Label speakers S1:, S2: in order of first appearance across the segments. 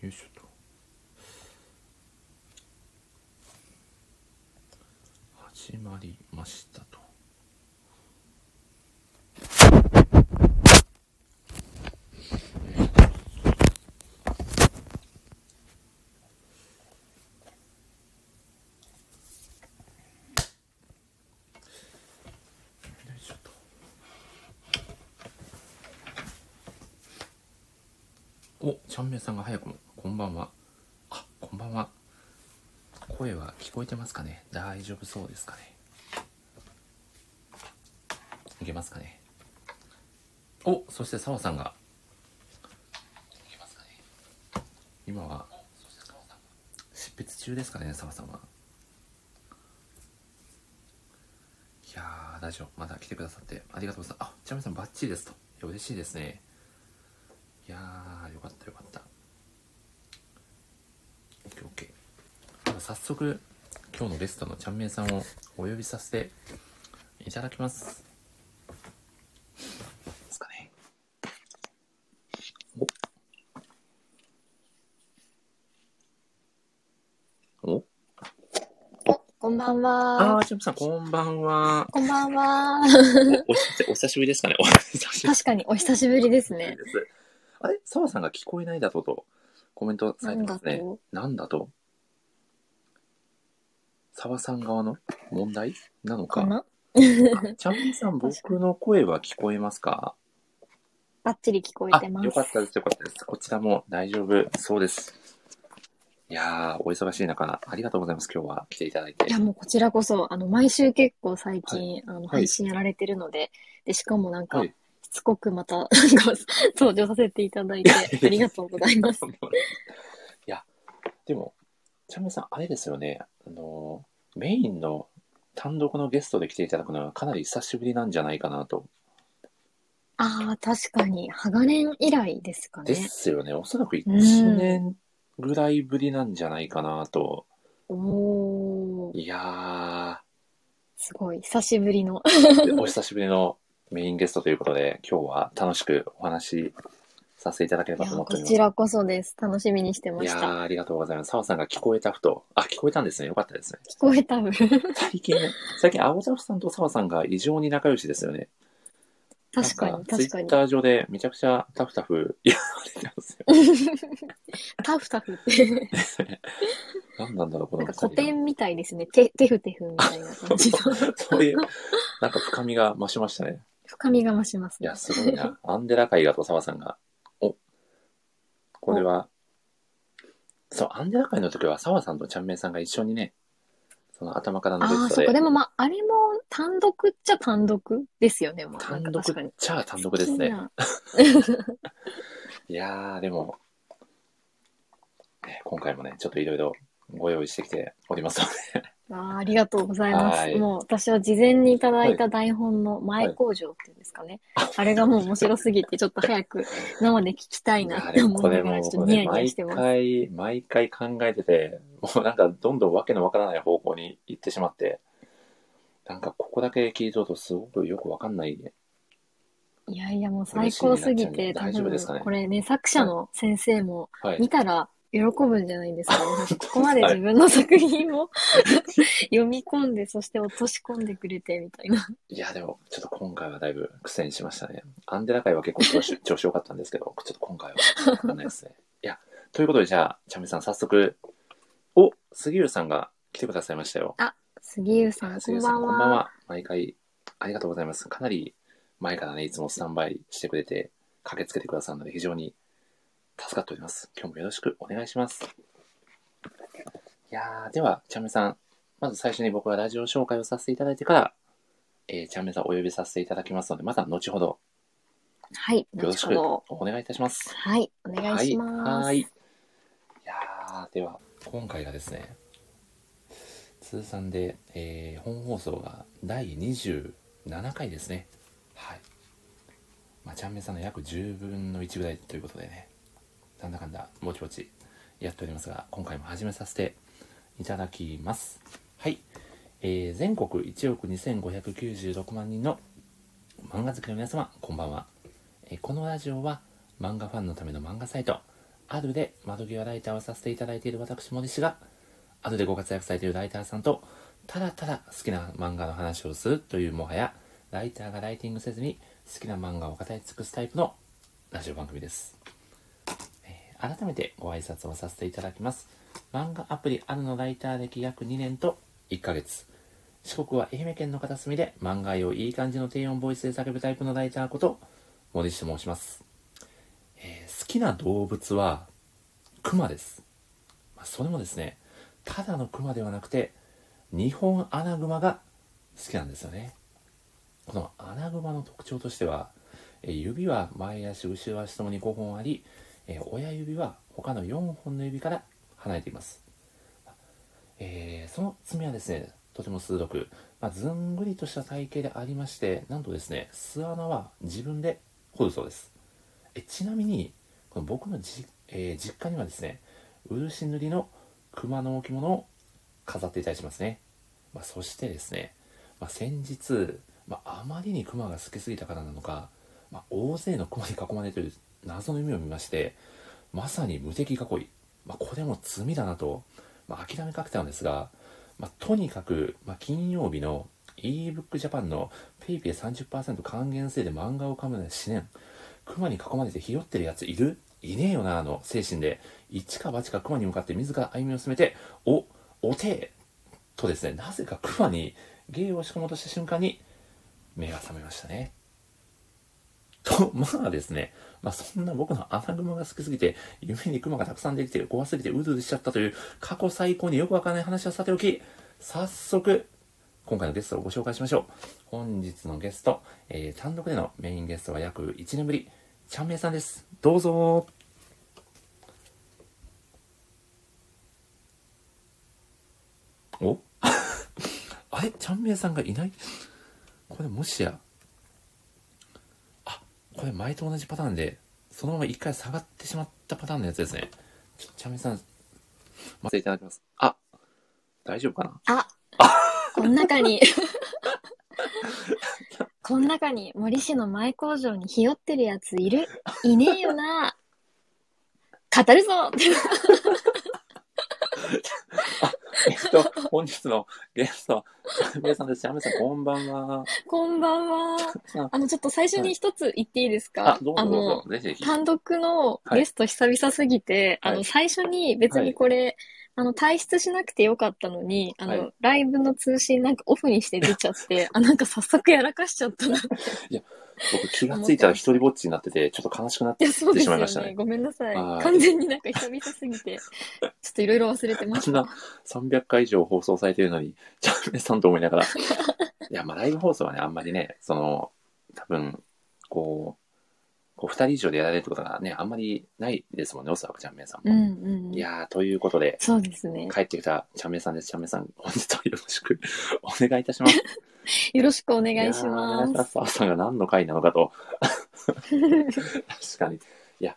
S1: よいしょと始まりましたとよいしょとお、ちゃんめいさんが早くも、こんばんは。あ、こんばんは。声は聞こえてますかね大丈夫そうですかねいけますかねお、そして澤さんが。いけますかね今は、執筆中ですかね澤さんは。いやー、大丈夫。まだ来てくださってありがとうございます。あ、ちゃんめいさんバッチリですと。いや嬉しいですね。いやーよかったよかったオッケーオッケーでは早速今日のゲストのちゃんめいさんをお呼びさせていただきますですかねおお
S2: こんばん
S1: あ
S2: は。
S1: ーちゃんめいさんこんばんは
S2: こんばんは。
S1: おお久しお久しぶりですかねお久しぶり
S2: 確かにお久しぶりですね。
S1: ですあれ澤さんが聞こえないだととコメントさ
S2: な
S1: れてま
S2: んだ
S1: すね
S2: と
S1: なんだと沢さん側の問題なの
S2: か
S1: か。
S2: な
S1: あちゃんみさん、僕の声は聞こえますか
S2: バッチリ聞こえ
S1: あ、
S2: てます。
S1: よかったです、よかったです。こちらも大丈夫そうです。いやー、お忙しい中、ありがとうございます。今日は来ていただいて
S2: い。や、もうこちらこそ、あの、毎週結構最近、あの、
S1: はい
S2: 配信やられてるので、で、しかもなんか、
S1: はい
S2: しつこくまた、なんか、登場させていただいて、ありがとうござい ます。
S1: いや、でも、ちゃんみさん、あれですよね、あの、メインの単独のゲストで来ていただくのはかなり久しぶりなんじゃないかなと
S2: ああ、確かに、ハガレン以来ですか
S1: で
S2: ね。
S1: すよね。おそらく
S2: うん
S1: 1年ぐらいぶりなんじゃないかなと。
S2: おー、
S1: いや
S2: すごい、久しぶりの。
S1: ー、お久しぶりのメインゲストということで、今日は楽しくお話しさせていただけれ
S2: い
S1: ば
S2: や、
S1: と思ってお
S2: こ
S1: ります。
S2: ちらこそです。楽しみにしてま
S1: い
S2: し
S1: や
S2: た。
S1: ー、ありがとうございます。澤さんが聞こえたふと。あ、聞こえたんですね。よかったですね。
S2: 聞こえた分。
S1: 最近ね、最近、青田さんと澤さんが異常に仲良しですよね。
S2: 確かに、確
S1: ツ
S2: か
S1: イッ
S2: に。
S1: ター上でめちゃくちゃタフタフ言われてますよ。
S2: タフタフって、
S1: 何なんだろう、こ
S2: な
S1: の
S2: んか
S1: 二人
S2: 古
S1: は
S2: 典みたいですね。テテフテフみたいな感じの。
S1: そういう、なんか深みが増しましたね。
S2: 深みが増します
S1: い
S2: ね
S1: や、。すごい な。アンデラ会がと澤さんが。おこれは、そう、アンデラ会の時は澤さんとちゃんめいさんが一緒にね、その頭からの
S2: ああ、
S1: ゲス
S2: そ
S1: ト
S2: っか。
S1: で
S2: で、もまあ、あれも単独っちゃ単独ですよね。もうな
S1: 単
S2: んか
S1: 独
S2: 確かに
S1: っ。ちゃ単独ですね。
S2: 好
S1: いやー、でも、ね今回もね、ちょっといろいろご用意してきておりますの
S2: きな。あーありがとうございま
S1: は
S2: す。
S1: い
S2: もう私は事前にいただいた台本の前工場っていうんですかね。あれがもう面白すぎて、ちょっと 早く生で聞きたい
S1: で、
S2: なっ
S1: あ
S2: て
S1: れ
S2: 思
S1: こ
S2: いな
S1: れ
S2: がら、ち
S1: も
S2: ょっと
S1: う
S2: ニ
S1: ね、
S2: ヤニヤ
S1: 毎
S2: してます。
S1: 回、毎回考えてて、もうなんかどんどんわけのわからない方向に行ってしまって、なんかここだけ聞いとるとすごくよくわかんない
S2: いやいや、もう最高すぎ
S1: 嬉し
S2: て、
S1: いな
S2: 多
S1: 大丈夫ですかね
S2: 分、これね、作者の先生も、
S1: はい。
S2: 見たら喜ぶんじゃな いですかね。なんかここまで
S1: はい
S2: 自分の作品を 読み込んで、そして落とし込んでくれてみたいな。
S1: いや、でも、ちょっと今回はだいぶ苦戦しましたね。アンデラ界は結構調子調子良かったんですけど、ちょっと今回は分かんないですね。いや、ということで、じゃあ、ちゃみさん、早速、お杉浦さんが来てくださいましたよ。
S2: 杉浦さん、こ
S1: 杉
S2: ん
S1: 浦
S2: ば
S1: さん、
S2: ん
S1: こ
S2: は。
S1: んばんは。毎回、ありがとうございます。かなり前からね、いつもスタンバイしてくれて、駆けつけてくださるので、非常に助かっております。今日もよろしくお願いします。いやー、では、ちゃみさん、まず最初に僕はラジオ紹介をさせていただいてから、えー、ちゃんめさんお呼びさせていただきますので、また後ほど
S2: はい、
S1: よろし
S2: 後
S1: く
S2: ほど
S1: お願いいたします。
S2: はい、お願いします。
S1: はい。はいいやーでは、今回がですね、通算で、えー本放送が第27回ですね。はい。まあ、ちゃんめんさんの約10分の1ぐらいということでね、なんだかんだ、ぼちぼちやっておりますが、今回も始めさせていただきます。はい。えー全国1億2596万人の漫画好きの皆様、こんばんは。えーこのラジオは漫画ファンのための漫画サイトアドで窓際ライターをさせていただいている私もですが、アドでご活躍されているライターさんと、ただただ好きな漫画の話をするというもはや、ライターがライティングせずに好きな漫画を語り尽くすタイプのラジオ番組です。えー改めてご挨拶をさせていただきます。漫画アプリアドのライター歴約2年と1ヶ月。四国は愛媛県の片隅で漫画をいい感じの低音ボイスで叫ぶタイプのライターこと、森下申します。えー好きな動物はクマです、まあ、それもですねただのクマではなくて日本アナグマが好きなんですよねこのアナグマの特徴としては、えー指は前足後ろ足ともに5本あり、えー親指は他の4本の指から離れています、えーその爪はですねとても鋭く、まあ、ずんぐりとした体型でありましてなんとですね巣穴は自分で掘るそうですえちなみにこの僕のじ、えー実家にはですね漆塗りの熊の置物を飾っていたりしますね、まあ、そしてですね、まあ、先日、まあ、あまりに熊が好きすぎたからなのか、まあ、大勢の熊に囲まれている謎の夢を見ましてまさに無敵囲い、まあ、これも罪だなと、まあ、諦めかけたんですが、まあ、とにかく、まあ、金曜日の ebook ジャパンの PayPay30% 還元制で漫画を噛むのは死念熊に囲まれてひよってるやついるいねえよなあの精神で一か八か熊に向かって自ら歩みを進めておおてえとですねなぜか熊に芸を押し込もうとした瞬間に目が覚めましたねと まあですね、まあ、そんな僕の穴熊が好きすぎて夢に熊がたくさんできて怖すぎてうずうずしちゃったという過去最高によくわからない話はさておき早速今回のゲストをご紹介しましょう本日のゲスト、えー単独でのメインゲストは約1年ぶりちゃんめいさんですどうぞお あれちゃんめいさんがいないこれもしやあこれ前と同じパターンでそのまま一回下がってしまったパターンのやつですねちょちゃんめいさん待っていただきますあ大丈夫かな
S2: あ、この 中に、この中に森氏の前工場にひよってるやついるいねえよな。語るぞ
S1: えっと、本日のゲスト、シャンベイさんです。シャンベイさん、こんばんは。
S2: こんばんは。
S1: あ、
S2: あの、ちょっと最初に一つ言っていいですか、
S1: どうぞ
S2: の
S1: どうぞ、ぜひぜひ。
S2: 単独のゲスト久々すぎて、
S1: はい
S2: あ
S1: はい
S2: の、最初に別にこれ、あの、退出しなくてよかったのに、あの、
S1: はい
S2: ライブの通信なんかオフにして出ちゃ って、あ、なんか早速やらかしちゃったな。い
S1: 僕、気がついたら一人ぼっちになってて、ちょっと悲しくなって
S2: や、そうですよ
S1: 出
S2: ね。
S1: てしまいましたね
S2: ごめんなさい。
S1: はい
S2: 完全になんか久々すぎて、ちょっといろいろ忘れてま
S1: あ
S2: し
S1: ん
S2: た。
S1: な300回以上放送されてるのに、チャンネルさんと思いな がら。いや、まあ、ライブ放送はね、あんまりね、その、多分、こう、こう2人以上でやられるってことがね、あんまりないですもんね、おそらくチャンネルさん
S2: う
S1: も。
S2: んうん。
S1: いやー、ということで、
S2: そうですね。
S1: 帰ってきたチャンネルさんです。チャンネルさん、本日はよろしく お願いいたします。
S2: よろしくお願
S1: いや
S2: いし
S1: ーお願いし
S2: ま
S1: ます
S2: す。。
S1: 朝が何の回なのかと。確かに。いや、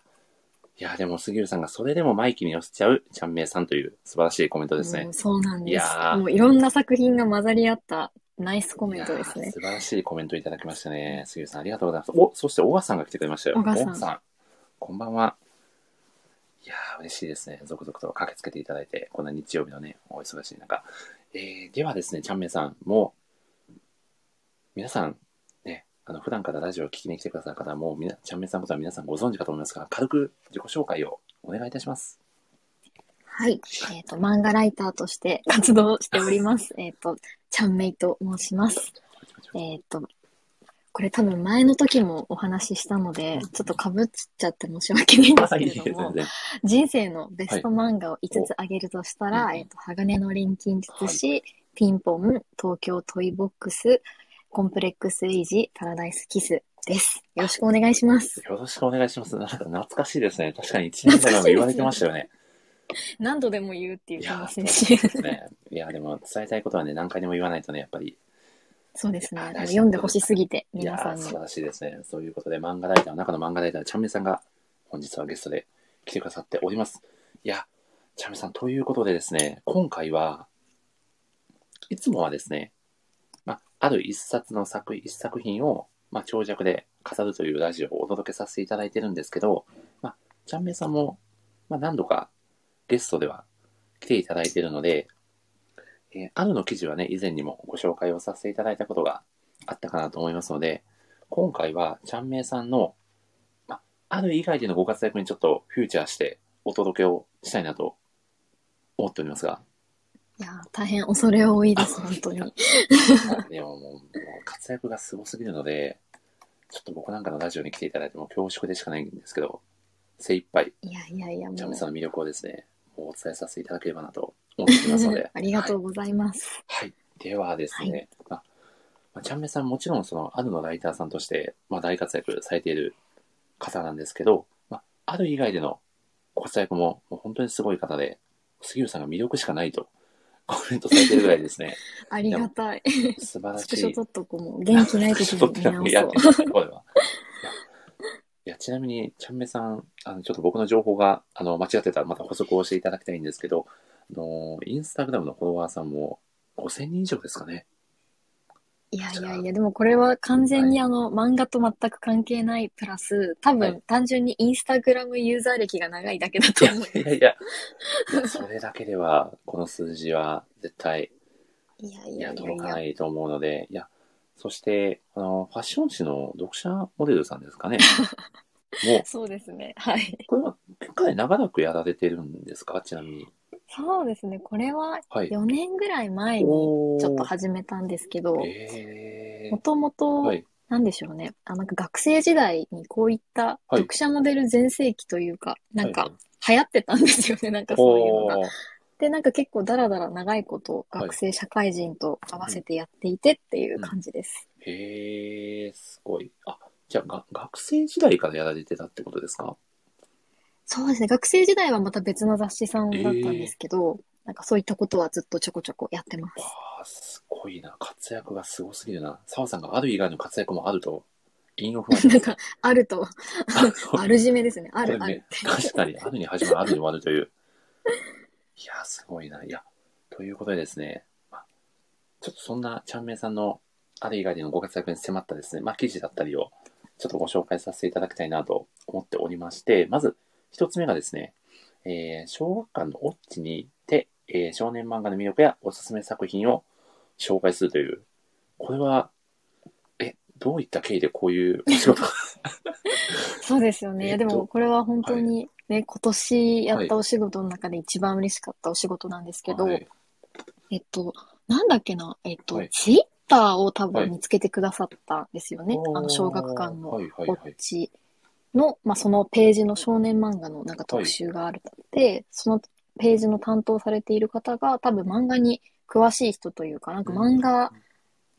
S1: いや、でも杉浦さんがそれでもマイキーに寄せちゃうちゃんめいさんという素晴らしいコメントですね
S2: もう。そうなん
S1: い
S2: で
S1: や
S2: す。
S1: ー
S2: もういろんな作品が混ざり合ったナイスコ
S1: コ
S2: メントですね。
S1: 素晴らしいコメントいただきましたね。杉浦さん、ありがとうございます。お、そして小川さんが来てくれましたよ。
S2: 小川さん
S1: こんばんは。いやー、嬉しいですね。続々と駆けつけていただいて、こんな日曜日のね、お忙しい中。えー、ではですね、ちゃんめいさん、もう、皆さん、ね、あの普段からラジオを聞きに来てくださる方はもうみな、ちゃんめいさんのことは皆さんご存知かと思いますが、軽く自己紹介をお願いいたします。
S2: はい。えっ、と、漫画ライターとして活動しております。えっと、ちゃんめいと申します。えっ、と、これ多分前の時もお話ししたので、ちょっと被っちゃって申し訳ないんですけれど も、人生のベスト漫画を5つ挙げるとしたら、
S1: はい
S2: えっ、と、鋼の錬金術師、ピンポン、東京トイボックス、コンプレックスエイジ、パラダイスキスです。よろしくお願いします。
S1: よろしくお願いします。なんか懐かしいですね。確かに1年前も言われてましたよね。
S2: 何度でも言うっていう
S1: い
S2: 気
S1: や
S2: も
S1: ー、そ
S2: す
S1: う
S2: る
S1: で
S2: し。
S1: すね。いやー、でも伝えたいことはね、何回でも言わないとね、やっぱり。
S2: そうですね。
S1: いや
S2: あの読んでほしすぎて、
S1: いや
S2: 皆さ
S1: ー、
S2: んに
S1: 素晴。らしいですね。そういうことで、漫画ライターの中の漫画ライター、チャンメイさんが本日はゲストで来てくださっております。いや、チャンメイさん、ということでですね、今回はいつもはですね、まあ、ある一冊の作一作品を、まあ、長尺で語るというラジオをお届けさせていただいてるんですけど、まあ、ちゃんめいさんもまあ、何度かゲストでは来ていただいているので、えー、あるの記事はね、以前にもご紹介をさせていただいたことがあったかなと思いますので、今回は、ちゃんめいさんの、まあ、ある以外でのご活躍にちょっとフューチャーしてお届けをしたいなと思っております が、
S2: いやー、大変恐れ多いです、本当に。
S1: でももう、もう活躍がすごすぎるので、ちょっと僕なんかのラジオに来ていただいても恐縮でしかないんですけど、精一杯、
S2: いやいやいや、も
S1: ジャムさ
S2: う。
S1: んの魅力をですね、もうお伝えさせていただければなと思っていますので。
S2: ありがとうございます。
S1: はい。ではですね、まあまあ、ちゃんめさんもちろんその、あるのライターさんとして、まあ、大活躍されている方なんですけど、まあ、ある以外でのご活躍ももう本当にすごい方で、杉浦さんが魅力しかないとコメントされてるぐらい ですね、
S2: ありがたい。
S1: 素晴らし
S2: ス
S1: い。
S2: クショ撮っとこうもう元気ない時
S1: ちょ
S2: に
S1: っと
S2: 見直
S1: いや
S2: そう。
S1: これは。いやいや、ちなみに、ちゃんめさん、あの、ちょっと僕の情報が、あの、間違ってたらまた補足をしていただきたいんですけど、あの、インスタグラムのフォロワーさんも5000人以上ですかね。
S2: いやいやいや、でもこれは完全にあの、漫画と全く関係ないプラス、多
S1: は
S2: 分
S1: い
S2: 単純にインスタグラムユーザー歴が長いだけだ
S1: い
S2: と
S1: や
S2: 思う。
S1: いやい や、いやそれだけでは、この数字は絶対、
S2: いやい
S1: い
S2: や
S1: や、
S2: いや
S1: 届かないいと思うので、いや、そして、あの、ファッション誌の読者モデルさんですかね。 もう
S2: や、、そうですね。はい。
S1: これは、結構長らくやられてるんですかちなみに。
S2: そうですね。これは
S1: はい。
S2: 4年ぐらい前に
S1: お
S2: ちょっと
S1: ー
S2: 始めたんですけど、
S1: え
S2: もともと、
S1: はい。
S2: なんでしょうね。あ、なんか学生時代にこういった
S1: はい
S2: 読者モデル全盛期というか、なん
S1: は
S2: か
S1: い
S2: 流行ってたんですよね。なんかそういうのが。
S1: おー
S2: で、なんか結構だらだら長いこと
S1: はい
S2: 学生社会人と合わせてやっていてっていう感じです。
S1: へえ、すごい。あ、じゃあが、学生時代からやられてたってことですか
S2: そうですね。学生時代はまた別の雑誌さんだったんですけど、なんかそういったことはずっとちょこちょこやってます。
S1: わあ、すごいな。活躍がすごすぎるな。澤さんがある以外の活躍もあると、引用不安
S2: なんか、あると、
S1: あ
S2: あるじめですね。ある、
S1: こ
S2: あ
S1: れ
S2: る
S1: ね。確かに、あるに始まる、あるに終わるという。いや、すごいな。いや、ということでですね、まあ、ちょっとそんなちゃんめいさんのある以外でのご活躍に迫ったですね、まあ、記事だったりをちょっとご紹介させていただきたいなと思っておりまして、まず一つ目がですね、えー小学館のオッチにて、えー少年漫画の魅力やおすすめ作品を紹介するという、これは、え、どういった経緯でこういうお仕事が
S2: そうですよね。いや、
S1: えっと
S2: でもこれは本当にね、今年やったお仕事の中で一番嬉しかったお仕事なんですけど、
S1: はい
S2: えっと、なんだっけな、えっと、
S1: はい
S2: ツイッターを多
S1: はい
S2: 分見つけてくださったんですよね。あの、小学館の
S1: はいはい
S2: こ
S1: は
S2: っ
S1: い。
S2: ちの、まあ、そのページの少年漫画のなんか特集があるので、そのページの担当されている方が多分漫画に詳しい人というか、なんか漫画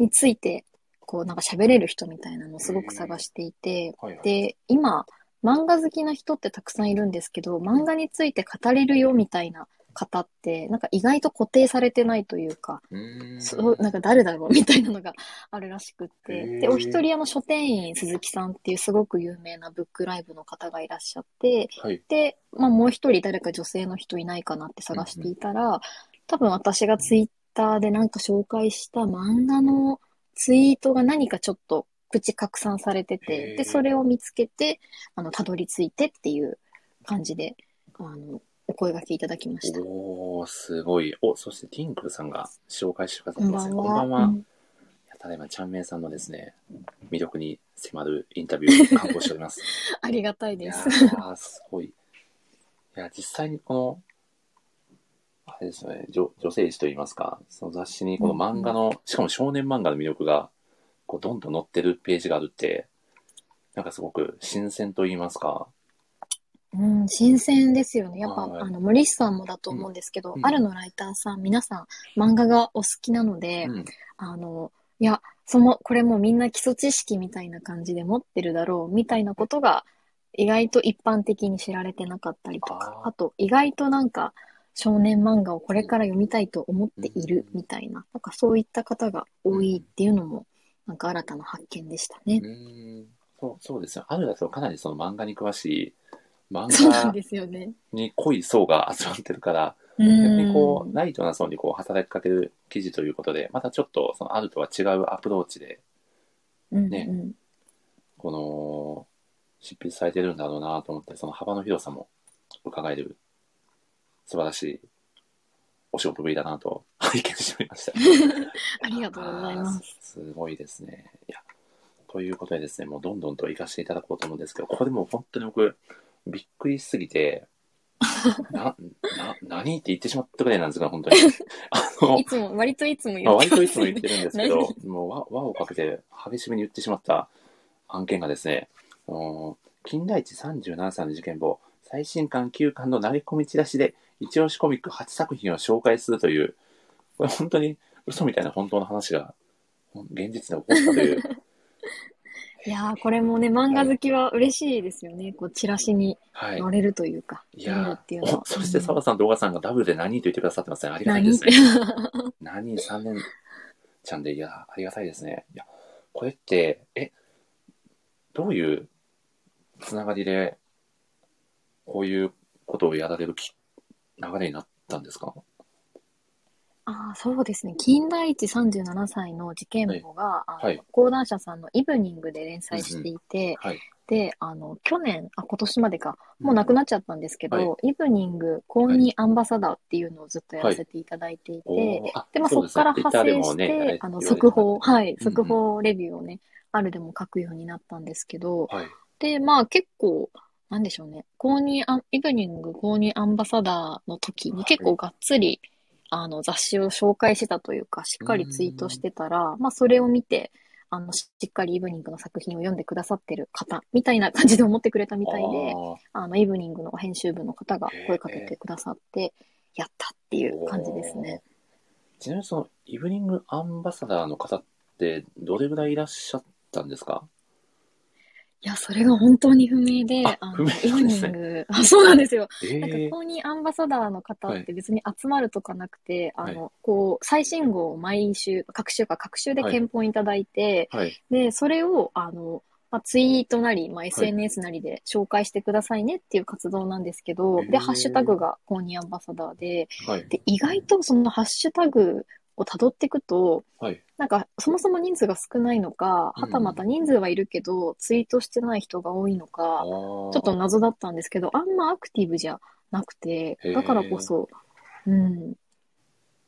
S2: についてこうなんか喋れる人みたいなのをすごく探していて、
S1: はいはい、
S2: で、今、漫画好きな人ってたくさんいるんですけど、漫画について語れるよみたいな方って、なんか意外と固定されてないというか、
S1: うーん
S2: そう、なんか誰だろうみたいなのがあるらしくって。
S1: へー
S2: で、お一人あの書店員鈴木さんっていうすごく有名なブックライブの方がいらっしゃって、
S1: はい。
S2: で、まあもう一人誰か女性の人いないかなって探していたら、多分私がツイッターでなんか紹介した漫画のツイートが何かちょっとプチ拡散されて
S1: へ
S2: て、
S1: ー
S2: で、それを見つけて、あの、たどり着いてっていう感じで、あの、お声掛けいただきました。
S1: おー、すごい。お、そしてティンクルさんが紹介してくださ
S2: こ
S1: っ
S2: ん
S1: たで
S2: ば
S1: す
S2: ん
S1: ね。
S2: は。
S1: こんばんは。
S2: う
S1: い
S2: ん
S1: やただいま、ちゃんめいさんのですね、魅力に迫るインタビュ ーを観光しております。
S2: ありがたい
S1: い
S2: で
S1: や
S2: す。
S1: ー、すごい。いや、実際にこの、あれですよね、女女性誌といいますか、その雑誌にこの漫画の、しかも少年漫画の魅力が、こう、どんどん載ってるページがあるって、なんかすごく新鮮と言いますか。
S2: うん、新鮮ですよね。やっぱ、
S1: はい
S2: あの、森下さんもだと思うんですけど、
S1: うん
S2: あるのライターさん、皆さん、漫画がお好きなので、
S1: うん。
S2: あの、いや、その、これもみんな基礎知識みたいな感じで持ってるだろう、みたいなことが、意外と一般的に知られてなかったりとか、
S1: あー
S2: あと、意外となんか、少年漫画をこれから読みたいと思っている
S1: うん
S2: みたいな、なんかそういった方が多いっていうのも、なんか新たな発見でしたね。
S1: うーんそうそうですよ。あるだとかなりその漫画に詳しい、漫
S2: そうなん
S1: 画
S2: ですよね。
S1: に濃い層が集まってるから、
S2: う
S1: 逆にこ
S2: ん
S1: う、。ライトな層にこう働きかける記事ということで、またちょっとそのあるとは違うアプローチで、
S2: うん
S1: ね
S2: うん
S1: この、執筆されてるんだろうなと思って、その幅の広さも伺える素晴らしいお仕事ぶりだなと 拝見しておりました。
S2: ありがとうございます。
S1: す。すごいですね。いや、ということでですね、もうどんどんと行かせていただこうと思うんですけど、ここでもう本当に僕、びっくりしすぎて、 な、な、何って言ってしまったぐらいなんですが、本当に。あの
S2: い、つも、割といつも
S1: ま
S2: 言
S1: あ、
S2: っ
S1: 割
S2: て
S1: と
S2: ま
S1: いつ
S2: す
S1: も
S2: よ
S1: 言っ
S2: ね。
S1: てるんですけど、もう輪輪をかけて激しめに言ってしまった案件がですね、あの金田一37歳の事件簿、最新刊9巻の投げ込みチラシで、一押しコミック8作品を紹介するという、これ本当に嘘みたいな本当の話が、ほん現実で起こったと いう。
S2: いやー、これもね、漫画好きは嬉しいですよね。こう、チラシに
S1: はい
S2: 乗。れるというか、
S1: い
S2: 見れる
S1: や
S2: っていうの
S1: ー
S2: は。
S1: そして
S2: うん
S1: 澤さんと小川さんがダブルで何と言ってくださってますね。ありがたいで
S2: 何
S1: すね。何三年ちゃんで、いや、ありがたいですね。いや、これって、え、どういうつながりで、こういうことをやられるき流れになったんですか
S2: ああ、そうですね。金田一37歳の事件簿が、あの
S1: はい
S2: 講談社さんのイブニングで連載していて、
S1: はい。
S2: で、あの、去年、あ、今年までか、もうなくなっちゃったんですけ
S1: うん
S2: ど、イブニング公認アンバサダーっていうのをずっとやらせていただいていて、
S1: おーあ
S2: で、まあ、
S1: そ
S2: そうこ
S1: ですね
S2: から派
S1: Twitter で
S2: 生
S1: も
S2: し
S1: ねやられ
S2: て、
S1: て
S2: あ
S1: るよ
S2: の、
S1: うです
S2: 速報、はい、
S1: うんうん
S2: 速報レビューをね、あるでも書くようになったんですけど、
S1: はい。
S2: で、まあ結構、なんでしょうね。公認アン、イブニング公認アンバサダーの時に結構がっつり、あの、雑誌を紹介してたというか、しっかりツイートしてたら、まあそれを見て、あの、しっかりイブニングの作品を読んでくださってる方、みたいな感じで思ってくれたみたいで、あの、イブニングの編集部の方が声かけてくださって、やったっていう感じですね。
S1: ちなみにその、イブニングアンバサダーの方って、どれぐらいいらっしゃったんですか
S2: いや、それが本当に不明で、
S1: あ
S2: あ
S1: 不
S2: の、
S1: 明
S2: イ
S1: な
S2: ブ
S1: んで
S2: ニ
S1: すね
S2: ング、あ、そうなんですよ。
S1: え
S2: なんか
S1: え
S2: 公認アンバサダーの方って別に集まるとかなくて、
S1: はい
S2: あの、こう、最新号を毎週、各週か各週で
S1: はい
S2: 検本いただいて、
S1: はい。
S2: で、それを、あの、まあ、ツイートなり、まあ、SNS なりで紹介してくださいねっていう活動なんですけど、
S1: へー
S2: で、ハッシュタグが公認アンバサダーで、
S1: はい。
S2: で、意外とそのハッシュタグを辿っていくと、
S1: はい。
S2: なんか、そもそも人数が少ないのか、
S1: うん
S2: はたまた人数はいるけど、ツイートしてない人が多いのか、
S1: ちょ
S2: ちょっと、謎だったんですけど、あんまアクティブじゃなくて
S1: へー、
S2: だからこそ、うん、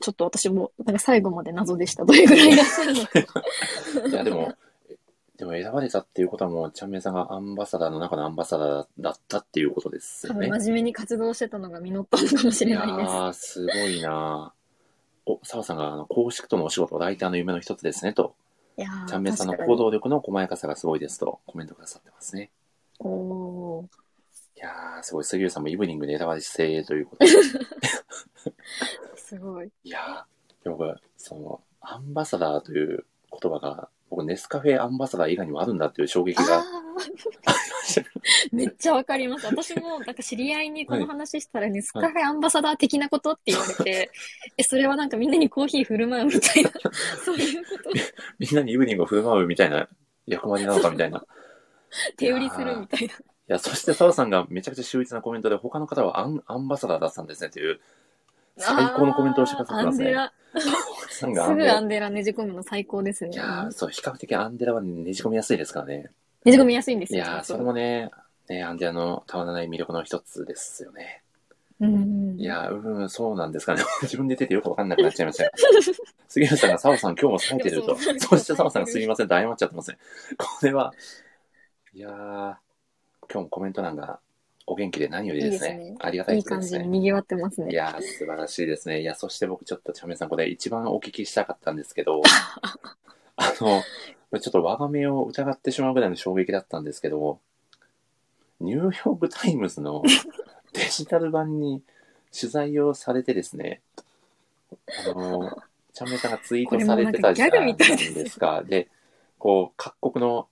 S2: ちょっと私も、なんか最後まで謎でした。どれぐらいいらっしゃるのか。
S1: いや、でも、 でも選ばれたっていうことはもう、ちゃんめいさんがアンバサダーの中のアンバサダーだったっていうことですよ
S2: 多分
S1: ね。
S2: 真面目に活動してたのが実ったのかもしれない
S1: や
S2: です。
S1: ー、すごいなーお、澤さんが、あの、公式とのお仕事、ライターの夢の一つですね、と、
S2: いやー
S1: ちゃんめいさんの
S2: 確か
S1: 行
S2: に
S1: 動力の細やかさがすごいですと、コメントくださってますね。
S2: おー
S1: いやー、すごい、杉浦さんもイブニングで選ばれてということ で。
S2: すごい。
S1: いやー、でも僕、その、アンバサダーという言葉が、僕、ネスカフェアンバサダー以外にもあるんだっていう衝撃
S2: あ
S1: が、
S2: ーめっちゃわかります。私も、なんか知り合いにこの話したら、ネスカフェアンバサダー的なことって言われて、え、それはなんかみんなにコーヒー振る舞うみたいな、そういうことを
S1: みんなにイブニングを振る舞うみたいな役割なのかみたいな。
S2: 手売りするみたいな。
S1: いや、そして澤さんがめちゃくちゃ秀逸なコメントで、他の方はアンアンバサダーだったんですねという、最高のコメントをしてくださってますね。
S2: あ
S1: さん
S2: ー
S1: が
S2: ア
S1: アン
S2: ンデ
S1: デ
S2: ラ。すぐア
S1: ラ。
S2: ンデラねじ込むの最高ですね
S1: い。やー、そう、比較的アンデラはねじ込みやすいですからね。
S2: ねじ込みやすいんです
S1: い
S2: よ。
S1: やー、それもね、ね、アンデラのたまらない魅力の一つですよね。
S2: うん。
S1: いやー、うん、そうなんですかね。 自分で言っててよくわかんなくなっちゃいましたよ。 杉浦さんが澤さん今日も冴えてると。
S2: いやそう
S1: そして澤さんがすみませんと謝っちゃってますね。これは、いやー、今日もコメント欄がお元気で何よりですね。
S2: いいですね
S1: ありがた
S2: い
S1: い
S2: い
S1: こと
S2: 感
S1: です
S2: じ
S1: ね
S2: に。賑わってます
S1: い
S2: ね。
S1: やー、素晴らしいですね。いや、そして僕ちょっと、ちゃめさん、これ一番お聞きしたかったんですけ ど、あの、ちょっと我が目を疑ってしまうぐらいの衝撃だったんですけど、ニューヨークタイムズ のデジタル版に取材をされてですね、あの、ちゃめさんがツイートされてたじゃ
S2: これ
S1: な
S2: もないんかギャグみたいです
S1: ですか。で、こう、各国の、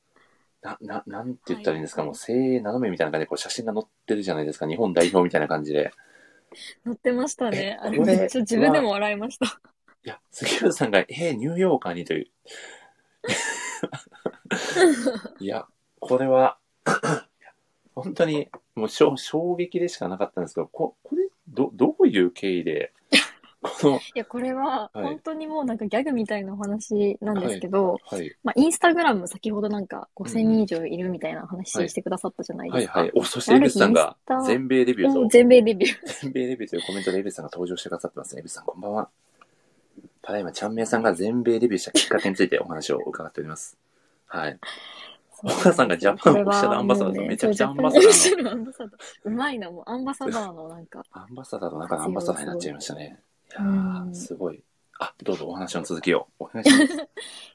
S1: な、な、なんて言ったらいいんですか、
S2: はい
S1: もう精鋭斜めみたいな感じで、こう、写真が載ってるじゃないですか。日本代表みたいな感じで。
S2: 乗ってました
S1: え
S2: ね。あれ
S1: これ
S2: めっちゃ自分でも笑いました。
S1: いや、杉浦さんが、えーニューヨーカーにと いう。いや、これは、 本当に、もうしょ衝撃でしかなかったんですけど、ここれど、どういう経緯でこの、
S2: いや、これは、
S1: はい
S2: 本当にもうなんかギャグみたいなお話なんですけど、
S1: はい、
S2: まあ、インスタグラム先ほどなんか5000
S1: うん
S2: 人以上いるみたいな話
S1: はい
S2: してくださったじゃない
S1: は
S2: で
S1: い、
S2: すか。
S1: はい。お、そして、エビスさんが
S2: ある日インスタ、
S1: 全米レビュー
S2: もう
S1: と、
S2: 全米デビュー。
S1: 全米レビューというコメントでエビスさんが登場してくださってますね。エビスさん、こんばんは。ただいま、ちゃんめいさんが全米レビューしたきっかけについてお話を伺っております。はい。お母さんが ジャパンオフィシャルアンバサダーとめちゃくちゃアンバサダーの
S2: そうジャパンオフィシャルアンバサダーうまいな、もうアンバサダーのなんか、
S1: アンバサダーの中のアンバサダーになっちゃいましたね。いや
S2: う
S1: ー、
S2: ん
S1: すごい。あ、どうぞお話の続きを。お願いし ます。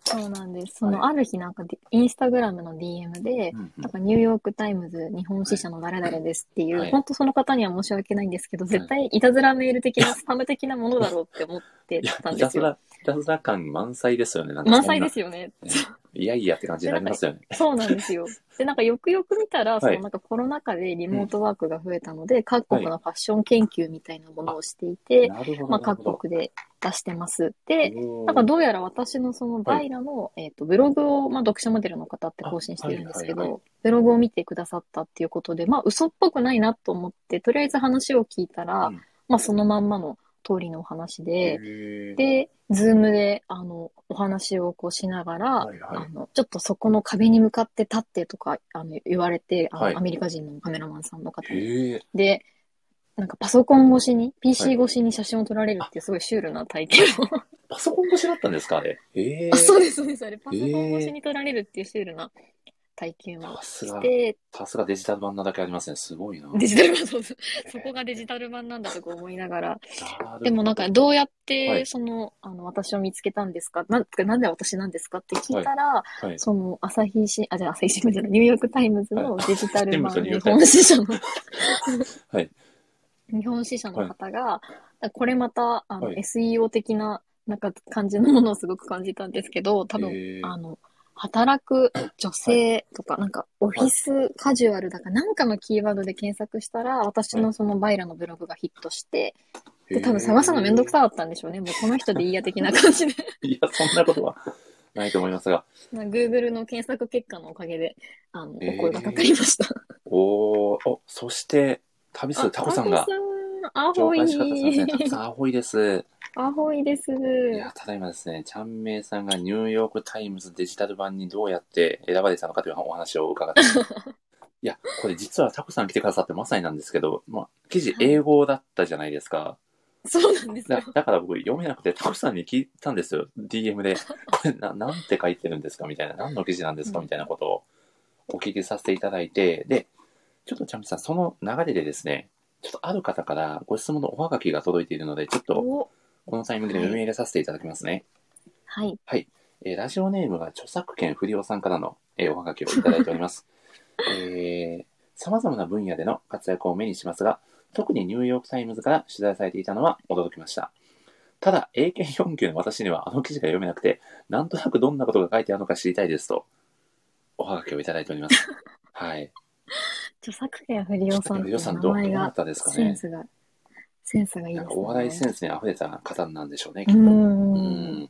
S2: そうなんです。その
S1: は
S2: ある日なんかで、インスタグラムの DM で、
S1: うんうん
S2: なんかニューヨークタイムズ日本支社の誰々ですっていう、
S1: はい
S2: 本当その方には申し訳ないんですけど、絶対いたずらメール的なスパム的なものだろうって思って
S1: いや
S2: たん
S1: い
S2: で
S1: た
S2: す
S1: ず
S2: よ。
S1: ら、いたずら感満載ですよね。なんかそんな
S2: 満載ですよね。
S1: いやいやって感じになりますよね。
S2: そうなんです よ。で、なんかよくよく見たら、そ
S1: はい
S2: のなんかコロナ禍でリモートワークが増えたので、各国のファッション研究みたいなものをしていて、
S1: なるほど。
S2: まあ
S1: なるほど
S2: 各国で出してます。で、
S1: おー
S2: なんかどうやら私のそのバイラの、えっとブログを、まあ、読者モデルの方って更新してるんですけ
S1: あはいはい
S2: ど、ブログを見てくださったっていうことで、まあ嘘っぽくないなと思って、とりあえず話を聞いたら、
S1: うん
S2: まあそのまんまの通りのお話で、
S1: へー
S2: で、ズームであのお話をこうしながら、
S1: はいは
S2: あのちょっとそこの壁に向かって立ってとかあの言われてあの、
S1: はい
S2: アメリカ人のカメラマンさんの方
S1: い。
S2: に。
S1: へえ。
S2: で、なんかパソコン越しに、
S1: は
S2: PC
S1: い
S2: 越しに写真を撮られるっていうすごいシュールな体験を、
S1: パソコン越しだったんですかあれ。へえ。
S2: あ、そうです、そうです。あれ、パソコン越しに撮られるっていうシュールな体験を
S1: さす
S2: し
S1: が、
S2: て、
S1: さすがデジタル版なだけありますね。すごいな。
S2: デジタル版、そうそうそこがデジタル版なんだとか思いながら、
S1: なる
S2: でもなんか、どうやっ
S1: は
S2: て、
S1: い
S2: その、あの、私を見つけたんですかなんなんで私なんですかって聞いたら、
S1: はい。
S2: その、朝日新、あ、じゃあ朝日新聞じゃない、ニューヨークタイムズのデジタル版、
S1: はい
S2: 日本支社の、
S1: はい
S2: 日本支社の方が、これまた、あの、
S1: はい
S2: SEO 的な、なんか感じのものをすごく感じたんですけど、多分、
S1: へー
S2: あの、働く女性とか、なんかオフィスカジュアルだかなんかのキーワードで検索したら、私のそのバイラのブログがヒットして、で、多分探すのめんどくさかったんでしょうね。もうこの人でいいや的な感じで。
S1: いや、そんなことはないと思いますが。
S2: まあ Google の検索結果のおかげで、あの、
S1: えー
S2: お声がかかりました。
S1: おーお、そして、旅するタコさんが
S2: あタコさんアホ
S1: 紹
S2: イ
S1: 介し方すいま せん。タコさん、アホイです。
S2: アホイです。
S1: いや、ただいまですね、ちゃんめいさんがニューヨークタイムズデジタル版にどうやって選ばれたのかというお話を伺って。いや、これ実はタコさん来てくださってまさになんですけど、まあ、記事英語だったじゃないですか。
S2: そうなんです
S1: だ
S2: よ。
S1: だから僕読めなくてタコさんに聞いたんですよ。DM で。これな、なんて書いてるんですかみたいな。何の記事なんですかみたいなことをお聞きさせていただいて。で、ちょっとちゃんめいさん、その流れでですね、ちょっとある方からご質問のおはがきが届いているので、ちょっと
S2: お
S1: このタイミングで読み上げさせていただきますね。
S2: はい。
S1: えーラジオネームが著作権不良さんからの、えーおはがきをいただいております。 えさまざまな分野での活躍を目にしますが、特にニューヨークタイムズから取材されていたのは驚きました。ただ、英検4級の私にはあの記事が読めなくて、なんとなくどんなことが書いてあるのか知りたいですと、おはがきをいただいており ます。はい。
S2: 著作権不利用さんってい
S1: 予
S2: う
S1: 算
S2: 名
S1: どう
S2: 前
S1: どうだ
S2: が
S1: っ、たですか
S2: セン
S1: ね。
S2: スが、センスがいいで
S1: な
S2: す
S1: ん
S2: ね。
S1: かお笑いセンスに溢れた方なんでしょうね、き
S2: う
S1: っと。う
S2: ーん。
S1: ん。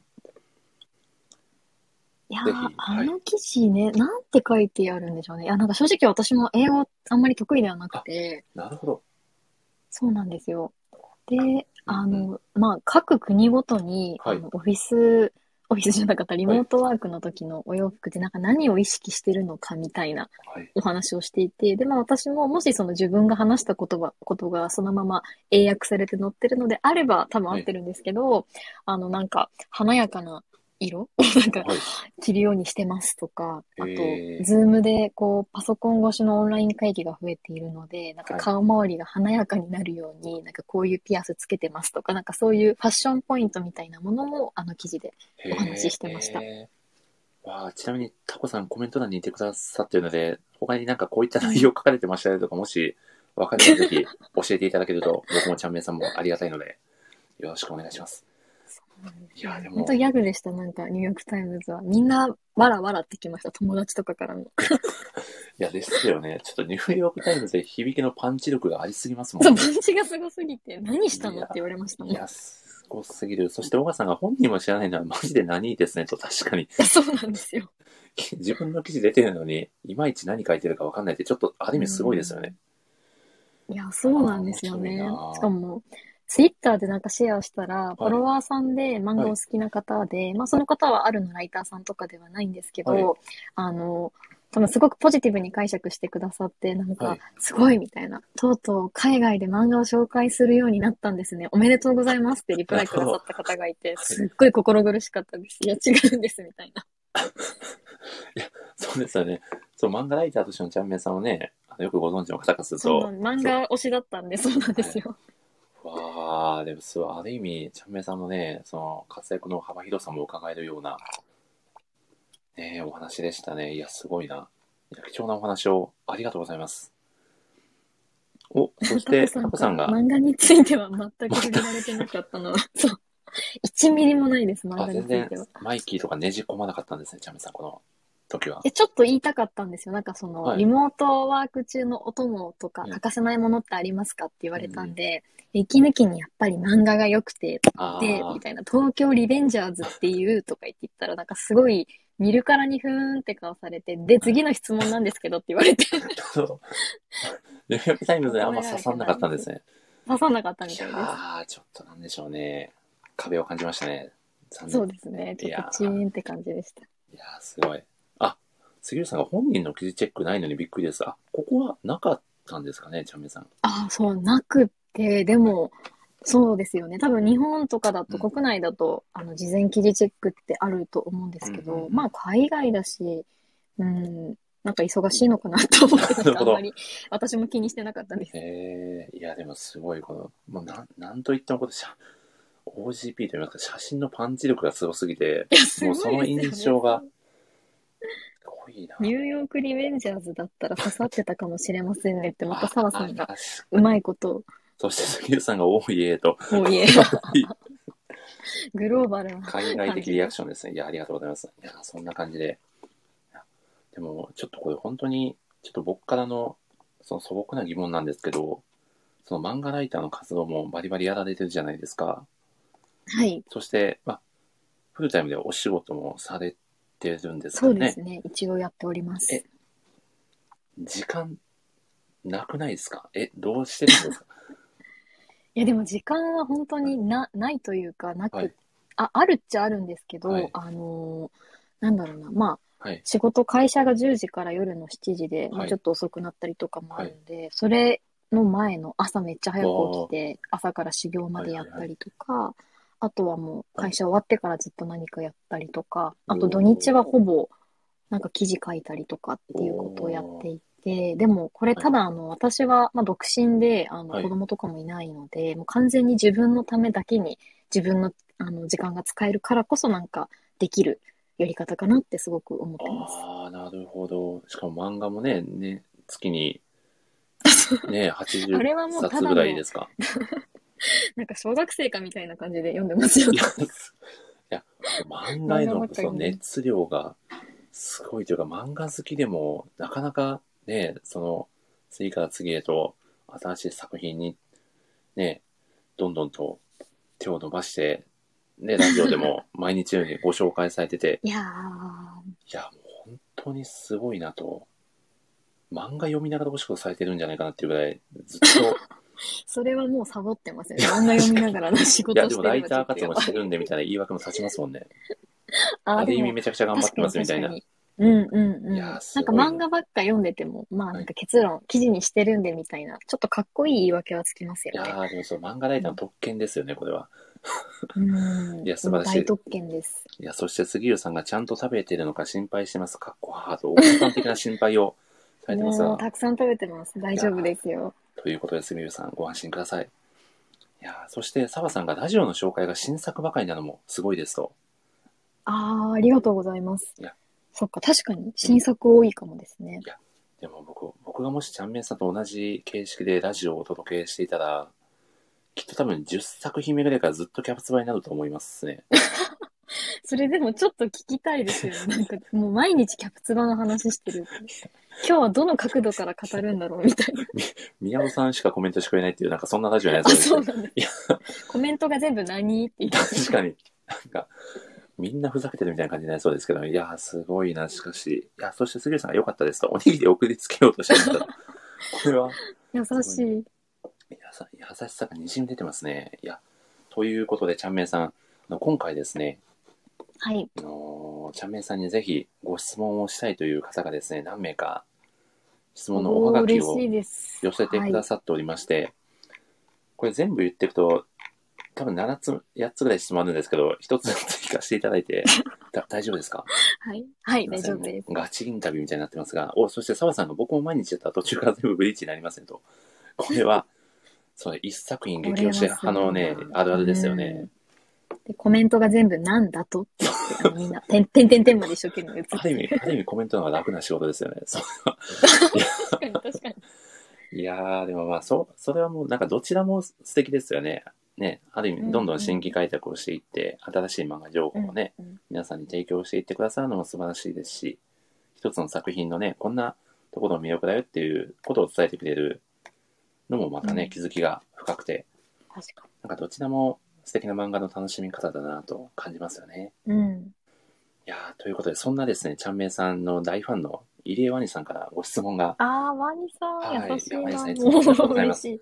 S2: いや
S1: ぜ
S2: ー
S1: ひは
S2: あ
S1: い
S2: の記事ね、なんて書いてあるんでしょうね。いや、なんか正直私も英語あんまり得意ではなくて、
S1: なるほど。
S2: そうなんですよ。で、あの、まあ、各国ごとに、
S1: はい
S2: あのオフィス、オフィスじゃなかった、リモートワークの時のお洋服で、なんか何を意識してるのかみたいな
S1: はい。
S2: お話をしていて、で、まあ私ももしその自分が話した言葉、ことがそのまま英訳されて載ってるのであれば、多分合ってるんですけど、あの、なんか、華やかな色をなんか
S1: はい。
S2: 着るようにしてますとか、あと
S1: へー、
S2: ズームで、こう、パソコン越しのオンライン会議が増えているので、なんか
S1: はい
S2: 顔周りが華やかになるように、なんかこういうピアスつけてますとか、なんかそういうファッションポイントみたいなものも、あの記事で。お話ししてました
S1: へーわあちなみにタコさんコメント欄にいてくださってるので他になんかこういった内容書かれてましたよとかもし分かればぜひ教えていただけると 僕もちゃんめいさんもありがたいのでよろしくお願いします。いやでも
S2: 本当ギャグでした、なんかニューヨークタイムズは。みんな、わらわらってきました、友達とかからも。
S1: いやですよねちょっとニューヨークタイムズで響きのパンチ力がありすぎ ますも
S2: そ
S1: ん
S2: う、
S1: ね。
S2: パンチがすごすぎて、何したのって言われました
S1: い
S2: ね。
S1: やすごすぎる。そして小川さんが本人も知らないのはマジで何ですねと確かに
S2: そうなんですよ。
S1: 自分の記事出てるのにいまいち何書いてるか分かんないってちょっとある意味すごいですよね。
S2: いや、そうなんですよ
S1: 面
S2: ね
S1: 白いな。
S2: しかも、ツイッターでなんかシェアしたら、
S1: い
S2: フォロワーさんで漫画を好きな方で、まあその方はあるのライターさんとかではないんですけど、
S1: はい
S2: あの、多分すごくポジティブに解釈してくださって、なん
S1: は
S2: か
S1: い、
S2: すごいみたいな、とうとう海外で漫画を紹介するようになったんですね。おめでとうございますってリプライくださった方がいて、すっごい心苦しかったです。いや、違うんです、みたいな。
S1: そうですよね。そう、漫画ライターとしてのちゃんめいさんをね、あのよくご存知の方からする
S2: そうな
S1: と、
S2: ん漫画推しだったんで、そうなんですよ。
S1: わあ、でもそう、ある意味、ちゃんめいさんのね、その活躍の幅広さも伺えるような、ねえ、お話でしたね。いや、すごいな。いや貴重なお話をありがとうございます。お、そして、
S2: タコさん
S1: タコさんが、
S2: 漫画については全く触れられてなかったの は、そう。1ミリもないです、漫
S1: あ、
S2: 画
S1: 全
S2: につい
S1: 然
S2: ては。、
S1: マイキーとかねじ込まなかったんですね、ちゃんめいさん、この時は。
S2: え、ちょっと言いたかったんですよ。なんかその、
S1: はい
S2: リモートワーク中のお供とか、
S1: うん
S2: 欠かせないものってありますかって言われたんで、息抜きにやっぱり漫画が良くて、
S1: あ
S2: で、
S1: あ
S2: み、たいな、東京リベンジャーズっていうとか言って言ったら、なんかすごい、見るからにふーんって顔されて、で、次の質問なんですけどって言われて、
S1: そう。ニューヨークタイムズにあんま刺さんなかったんですね。
S2: 刺さなかったみ
S1: い
S2: た
S1: や
S2: いで
S1: ー、ちょっとなんでしょうね。壁を感じましたね。残
S2: す。
S1: 念
S2: そうですね。ちょっとチーンって感じでした。
S1: いやー、すごい。あ、杉浦さんが本人の記事チェックないのにびっくりです。あ、ここはなかったんですかね、ちゃんめいさん。
S2: ああ、そう、なくって、でも、そうですよね。多分日本とかだ
S1: う
S2: と、
S1: ん
S2: 国内だと、あの、事前記事チェックってあると思うんです
S1: うん
S2: け
S1: うん
S2: ど
S1: う、ん
S2: まあ、海外だし、うん、なんか忙しいのかなと思ってたんで
S1: なるほど
S2: あんまり、私も気にしてなかったんです。
S1: えー、いや、でもすごい、この、もうなん、なんと言ってもこと、写 OGP と言いますか、写真のパンチ力がすごすぎて、
S2: いや、す
S1: も
S2: ご
S1: うそ
S2: い
S1: の
S2: です
S1: 印
S2: よね
S1: 象が、すごいな。
S2: ニューヨークリベンジャーズだったら刺さってたかもしれませんねって、また澤さん
S1: あ
S2: が
S1: ああ
S2: うまいことを
S1: そして杉浦さんが、おーいえーと、
S2: 言 え、グローバルな。
S1: 海外的リアクションですね。いや、ありがとうございます。いや、そんな感じで。いやでも、ちょっとこれ本当に、ちょっと僕からの、その素朴な疑問なんですけど、その漫画ライターの活動もバリバリやられてるじゃないですか。
S2: はい、
S1: そして、まあ、フルタイムでお仕事もされてるんです
S2: そ
S1: よ
S2: うで
S1: ね
S2: す。ね。一応やっております。
S1: え時間、なくないですかえ、どうしてるんです か
S2: いやでも時間は本当にな、ないというか、なく、
S1: はい
S2: あ、あるっちゃあるんですけど、
S1: はい
S2: あのーなんだろうな、まあ、
S1: はい。
S2: 仕事、会社が10時から夜の7時で、まあ
S1: はい
S2: ちょっと遅くなったりとかもあるんで、それの前の朝めっちゃ早く起きて、朝から始業までやったりとか、あとはもう会社終わってからずっと何かやったりとか、あと土日はほぼなんか記事書いたりとかっていうことをやっていて、でもこれただあの私はまあ独身であの
S1: はい
S2: 子供とかもいないので、もう完全に自分のためだけに自分のあの時間が使えるからこそなんかできるやり方かなってすごく思ってます。
S1: ああ、なるほど。しかも漫画もね、ね、月 に、ね、
S2: あれは
S1: 80
S2: もうただ
S1: 冊
S2: の
S1: ぐらいですか。
S2: なんか小学生かみたいな感じで読んでますよ
S1: い
S2: ね
S1: や。すいや、漫画へのその熱量がすごいというか、漫画好きでも、なかなかね、その、次から次へと、新しい作品に、ね、どんどんと手を伸ばして、ね、ラジオでも 毎日のようにご紹介されてて、
S2: いやー、
S1: いや、もう本当にすごいなと、漫画読みながらお仕事されてるんじゃないかなっていうぐらい、ずっと、
S2: それはもうサボってますね。漫画読みながらの 仕
S1: いや、
S2: 事
S1: でも
S2: して
S1: ライ
S2: る
S1: ター活動もして
S2: る
S1: るんでみたいな言い訳も立ちますもんね。あ
S2: あー
S1: る
S2: で
S1: 意味
S2: も
S1: めちゃくちゃ頑張ってますみたいな。
S2: 確かに確かにうんうんうん。
S1: いやー
S2: なんか
S1: すごいな
S2: 漫画ばっか読んでても、まあなんか結論、記事にしてるんでみたいな、ちょっとかっこいい言い訳はつきます
S1: い
S2: よ
S1: や
S2: ね。
S1: ーでもそう、漫画ライターの特権ですよね、これは。
S2: うん。
S1: いや素晴らしい
S2: 大特権です。
S1: いや、そして杉浦さんがちゃんと食べてるのか心配してます。かっこハード。お客さん的な心配をされてます
S2: も
S1: が
S2: う。たくさん食べてます。大丈夫ですよ。
S1: ということで、杉浦さん、ご安心ください。いやーそして澤さんがラジオの紹介が新作ばかりなのもすごいですと。
S2: あー、ありがとうございます
S1: いや。
S2: そっか、確かに新作多いかもですね。
S1: でも僕、僕がもしちゃんめんさんと同じ形式でラジオをお届けしていたら、きっと多分10作品目ぐらいからずっとキャプツバになると思いますね。
S2: それでもちょっと聞きたいですよね。 なんかもう毎日キャプツバの話して る。今日はどの角度から語るんだろうみたいな。
S1: 宮尾さんしかコメントしてくれないっていう、なんかそんなラジオのやつ
S2: あ、
S1: ですね
S2: そうなんだ。コメントが全部何って言って。
S1: 確かに、なんか、みんなふざけてるみたいな感じになりそうですけど、いやー、すごいな、しかし。いや、そして 杉浦さんが良かったですと、おにぎり送りつけようとしてましたと。これは、
S2: 優しい。
S1: 皆さん、優しさがにじみ出てますね。いや、ということで、ちゃんめいさん、あの今回ですね、
S2: はい。
S1: あのーちゃんめいさんにぜひご質問をしたいという方がですね、何名か質問のおはがき
S2: おー
S1: を
S2: 嬉しいです。
S1: 寄せてくだ
S2: さ
S1: さっておりまして、これ全部言っていくと、多分7つ、8つぐらい質問あるんですけど、1つずつ聞かせていただいて、 だ大丈夫ですか
S2: い。はい。はい、
S1: すい
S2: 大
S1: ませ
S2: 丈
S1: ん
S2: 夫です。
S1: ガチインタビューみたいになってますが、お、そして澤さんが僕も毎日やったら途中から全部ブリーチになりませんと。これは、 そう、一作品激推し派のね
S2: これはそう、だ
S1: あるあるですよね。
S2: で、コメントが全部なんだとって言って、あのみんな、てんてんてんてんまで一生懸命打つ
S1: ある意 味、ある意味コメントの方が楽な仕事ですよね。そう
S2: 確かに確かに。
S1: いやー、でもまあ、そ、それはもうなんかどちらも素敵ですよね。ね、ある意
S2: うんう
S1: 味、
S2: ん
S1: どんどん新規開拓をしていって、新しい漫画情報をね、
S2: うんうん
S1: 皆さんに提供していってくださるのも素晴らしいですし、一つの作品のね、こんなところの魅力だよっていうことを伝えてくれるのもまた
S2: う
S1: ね、
S2: ん
S1: 気づきが深くて、
S2: 確か
S1: なんかどちらも素敵な漫画の楽しみ方だなと感じますよね。
S2: に。うん。
S1: いやー、ということで、そんなですね、ちゃんめいさんの大ファンの入江ワニさんからご質問が、
S2: あー、ワニさ
S1: は
S2: ん、
S1: い
S2: 優しい
S1: ワニ
S2: な。
S1: さんいつもありがとう
S2: もう
S1: ございま
S2: 嬉
S1: す
S2: しい。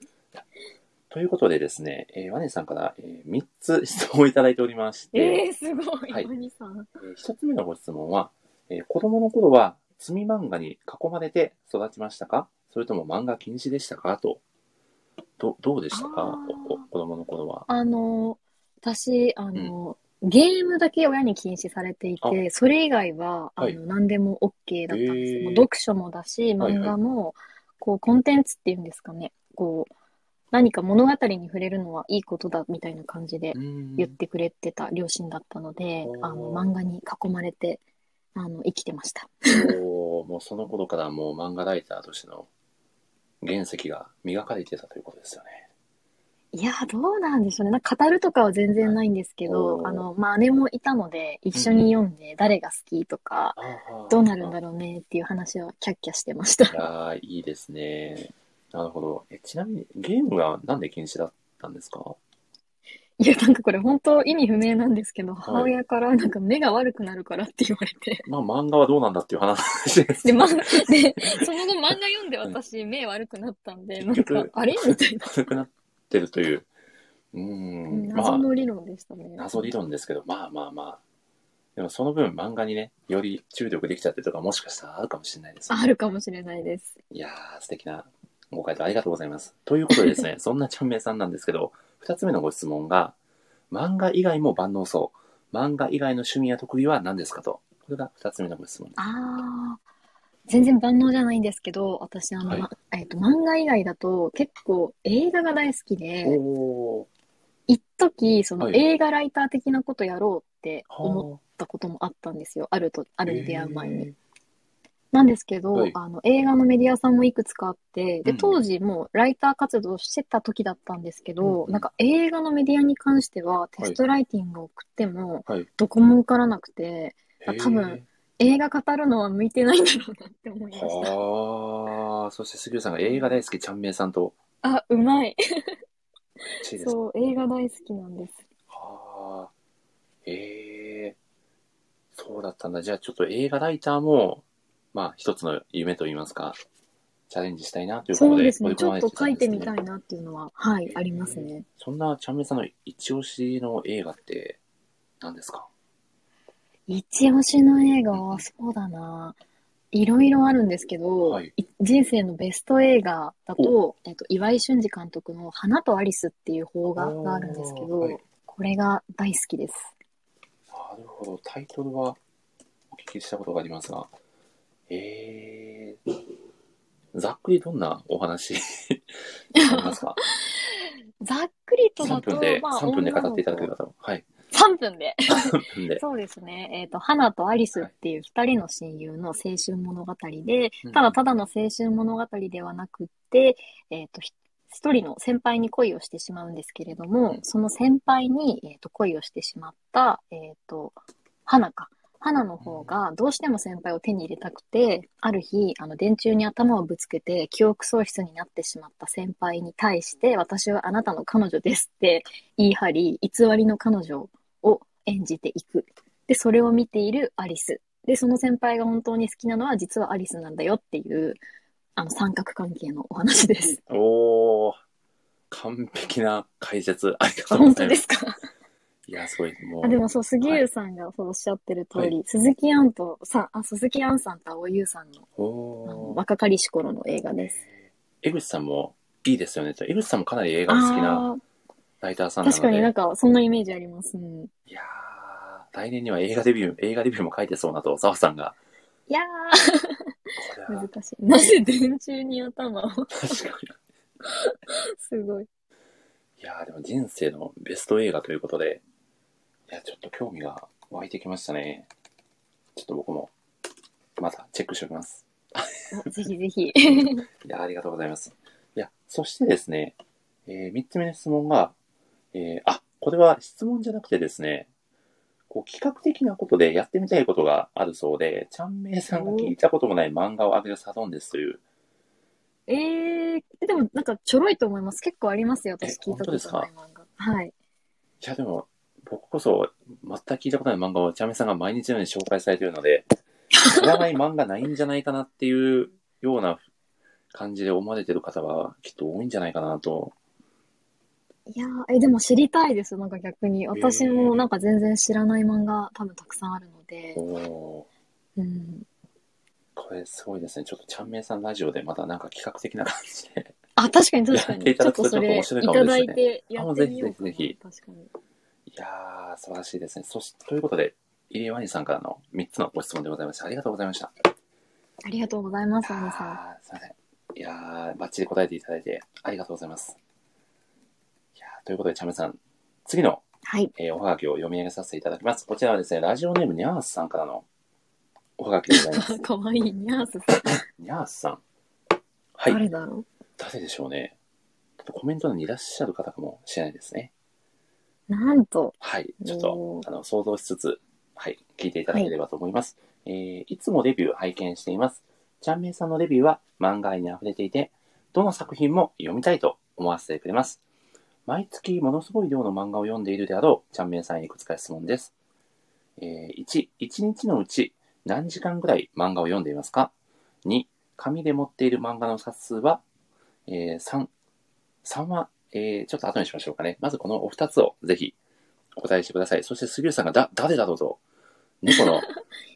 S1: ということでですね、えーワニさんから、え3つ質問をいただいておりまして、
S2: えー、すごい、
S1: はい
S2: ワニさん。
S1: 1つ目のご質問は、えー子供の頃は積み漫画に囲まれて育ちましたかそれとも漫画禁止でしたかと。ど、どうでした
S2: あ
S1: か
S2: ー
S1: おお子供の頃は。
S2: あの、私、あの、ゲームだけ親に禁止されていて、それ以外は、あの、
S1: はい
S2: 何でも OK だったんです
S1: へー
S2: よ。もう読書もだし、
S1: はい
S2: 漫画も、こう、コンテンツっていうんですかね。こう、何か物語に触れるのはいいことだ、みたいな感じで
S1: うーん
S2: 言ってくれてた両親だったので、
S1: おー
S2: あの、漫画に囲まれて、あの、生きてました。
S1: おーもうその頃からもう漫画ライターとしての原石が磨かれてたということですよね。
S2: いやー、どうなんでしょうね。なんか語るとかは全然ないんですけど、
S1: おー
S2: あの、まあ、姉もいたので、一緒に読んで、誰が好きとか、
S1: あー
S2: どうなるんだろうねっていう話はキャッキャしてました
S1: い。やーいいですね。なるほど。え、ちなみにゲームはなんで禁止だったんですか
S2: いや、なんかこれ本当意味不明なんですけど、母親からなんか目が悪くなるからって言われ て。
S1: まあ漫画はどうなんだっていう話です。
S2: で、ま、で、その後漫画読んで私目悪くなったんで、なん
S1: 結
S2: か
S1: 局、
S2: あれみたいな
S1: 軽くなってるという。うーん。ま
S2: 謎
S1: あ、
S2: の理論でしたね。
S1: 謎理論ですけど、まあまあまあ。でもその分漫画にね、より注力できちゃってとかもしかしたらあるかもしれないですよね、
S2: あるかもしれないです。
S1: いやー、素敵なご回答ありがとうございます。ということでですね、そんなちゃんめいさんなんですけど、二つ目のご質問が、漫画以外も万能そう。漫画以外の趣味や特技は何ですかと。これが二つ目のご質問です。
S2: あー。全然万能じゃないんですけど、私、あの、
S1: はい
S2: まえっと、漫画以外だと結構映画が大好きで、
S1: おー
S2: 一時、その
S1: はい
S2: 映画ライター的なことやろうって思っ
S1: は
S2: ったこともあったんですよ。あると、あ
S1: あ
S2: るに出会う前に。。なんですけど、
S1: はい
S2: あの、映画のメディアさんもいくつかあって、で、
S1: うん
S2: 当時もうライター活動してた時だったんですけど、
S1: うん
S2: なんか映画のメディアに関してはテストライティングを送っても、
S1: はい
S2: どこも受からなくて、
S1: へー
S2: 多分映画語るのは向いてないんだろうなって思いました。
S1: はあ、そして杉浦さんが映画大好きちゃんめいさんと、
S2: あ、うまい。
S1: チーです。
S2: そう、映画大好きなんです。
S1: はあ、ええそうだったんだ。じゃあちょっと映画ライターも、まあ一つの夢といいますか、チャレンジしたいなということで、
S2: そうですね。
S1: 取
S2: ち
S1: り組
S2: ょ
S1: まれ
S2: っと
S1: た
S2: 書
S1: ん
S2: い
S1: です
S2: て
S1: ね
S2: みたいなっていうのは、はい、ありますね。
S1: そんなちゃんめいさんの一押しの映画って何ですか
S2: 一押しの映画は、そうだな。いろいろあるんですけど、
S1: はい
S2: い人生のベスト映画だと、えっと、岩井俊二監督の花とアリスっていう邦画があるんですけど、
S1: おーはい
S2: これが大好きです。
S1: なるほど。タイトルはお聞きしたことがありますが、ええざっくりどんなお 話 ありますか
S2: ざっくりとだ
S1: 3
S2: と、
S1: 分で、
S2: まあ、
S1: 3分で
S2: 女
S1: 語
S2: の
S1: っていただけ
S2: 子
S1: る方も。はい。
S2: 3分で。
S1: 3分で。
S2: そうですね。えっ、と、花とアリスっていう二人の親友の青春物語で、
S1: うん
S2: ただただの青春物語ではなくって、えっ、と、ひ一人の先輩に恋をしてしまうんですけれども、その先輩に、えー、と恋をしてしまった、えっ、と、花か。花の方がどうしても先輩を手に入れたくて、ある日、あの、電柱に頭をぶつけて記憶喪失になってしまった先輩に対して、私はあなたの彼女ですって言い張り、偽りの彼女を演じていく。で、それを見ているアリス。で、その先輩が本当に好きなのは実はアリスなんだよっていう、あの、三角関係のお話です。
S1: おー、完璧な解説ありがとうご
S2: 本
S1: ざ
S2: 当
S1: いま。
S2: ですすか
S1: いや、すごい。もう。
S2: あでもそう、杉浦さんがそうおっしゃってる通り、鈴木杏と、さ、あ、鈴木杏さんと蒼井優さんのあの
S1: おー
S2: 若かりし頃の映画です。
S1: 江口さんもいいですよね。江口さんもかなり映画が好きな
S2: あー
S1: ライターさんなので。
S2: 確かになんかそんなイメージあります。うん
S1: いやー来年には映画デビュー、映画デビューも書いてそうなと、澤さんが。
S2: いや
S1: これは
S2: ー、難しい。なぜ電柱に頭を
S1: 確かに。
S2: すご い。
S1: いやーでも人生のベスト映画ということで、いや、ちょっと興味が湧いてきましたね。ちょっと僕も、またチェックしておきます。
S2: あぜひぜひ。
S1: いや、ありがとうございます。いや、そしてですね、え3つ目の質問が、えーあ、これは質問じゃなくてですね、こう企画的なことでやってみたいことがあるそうで、ちゃんめいさんが聞いたこともない漫画をあげるサドンデスという、
S2: えー、でもなんかちょろいと思います。結構ありますよ、私
S1: え
S2: 聞いたことない漫画。はい。
S1: いや、でも、僕こそ、全く聞いたことない漫画をちゃめさんが毎日のように紹介されているので、知らない漫画ないんじゃないかなっていうような感じで思われてる方は、きっと多いんじゃないかなと。
S2: いやー、え、でも知りたいです、なんか逆に。私もなんか全然知らない漫画多分たくさんあるので
S1: お。お
S2: うん。
S1: これすごいですね。ちょっとちゃんめいさんラジオでまたなんか企画的な感じで。
S2: あ、確かに確か
S1: やって
S2: に。
S1: いた
S2: ち
S1: だ
S2: ょっ
S1: くと
S2: とそ
S1: ちょっ
S2: れ
S1: と面白い
S2: い
S1: かもで
S2: た
S1: すね
S2: だいてやってみようか
S1: あも
S2: な。
S1: うぜひぜ
S2: 確かに。
S1: いやー、素晴らしいですね。そし、ということで、入江ワニさんからの3つのご質問でございました。ありがとうございました。
S2: ありがとうございます、アニさん。
S1: あーすいません。いやー、バッチリ答えていただいてありがとうございます。いやーということで、チャムさん、次の、
S2: はい。
S1: えーおはがきを読み上げさせていただきます。こちらはですね、ラジオネームニャースさんからのおはがきでござい ます。
S2: かわいい。ニャースさん。
S1: ニャースさん。はい。
S2: 誰だろ
S1: 誰でしょうね。ちょっとコメント欄にいらっしゃる方かもしれないですね。
S2: う。なんと。
S1: はい。ちょっ
S2: お
S1: と
S2: ー
S1: あの想像しつつ、はい、聞いていただければと思います。えーいつもレビュー拝見しています。ちゃんめいさんのレビューは漫画愛に溢れていて、どの作品も読みたいと思わせてくれます。毎月ものすごい量の漫画を読んでいるであろう、ちゃんめいさんへいくつか質問です。え1、1日のうち何時間ぐらい漫画を読んでいますか ?2、紙で持っている漫画の冊数は、えー、3、3は、えーちょっと後にしましょうかね。まずこのお二つをぜひお答えしてください。そして杉浦さんがだ、誰だろうと、猫の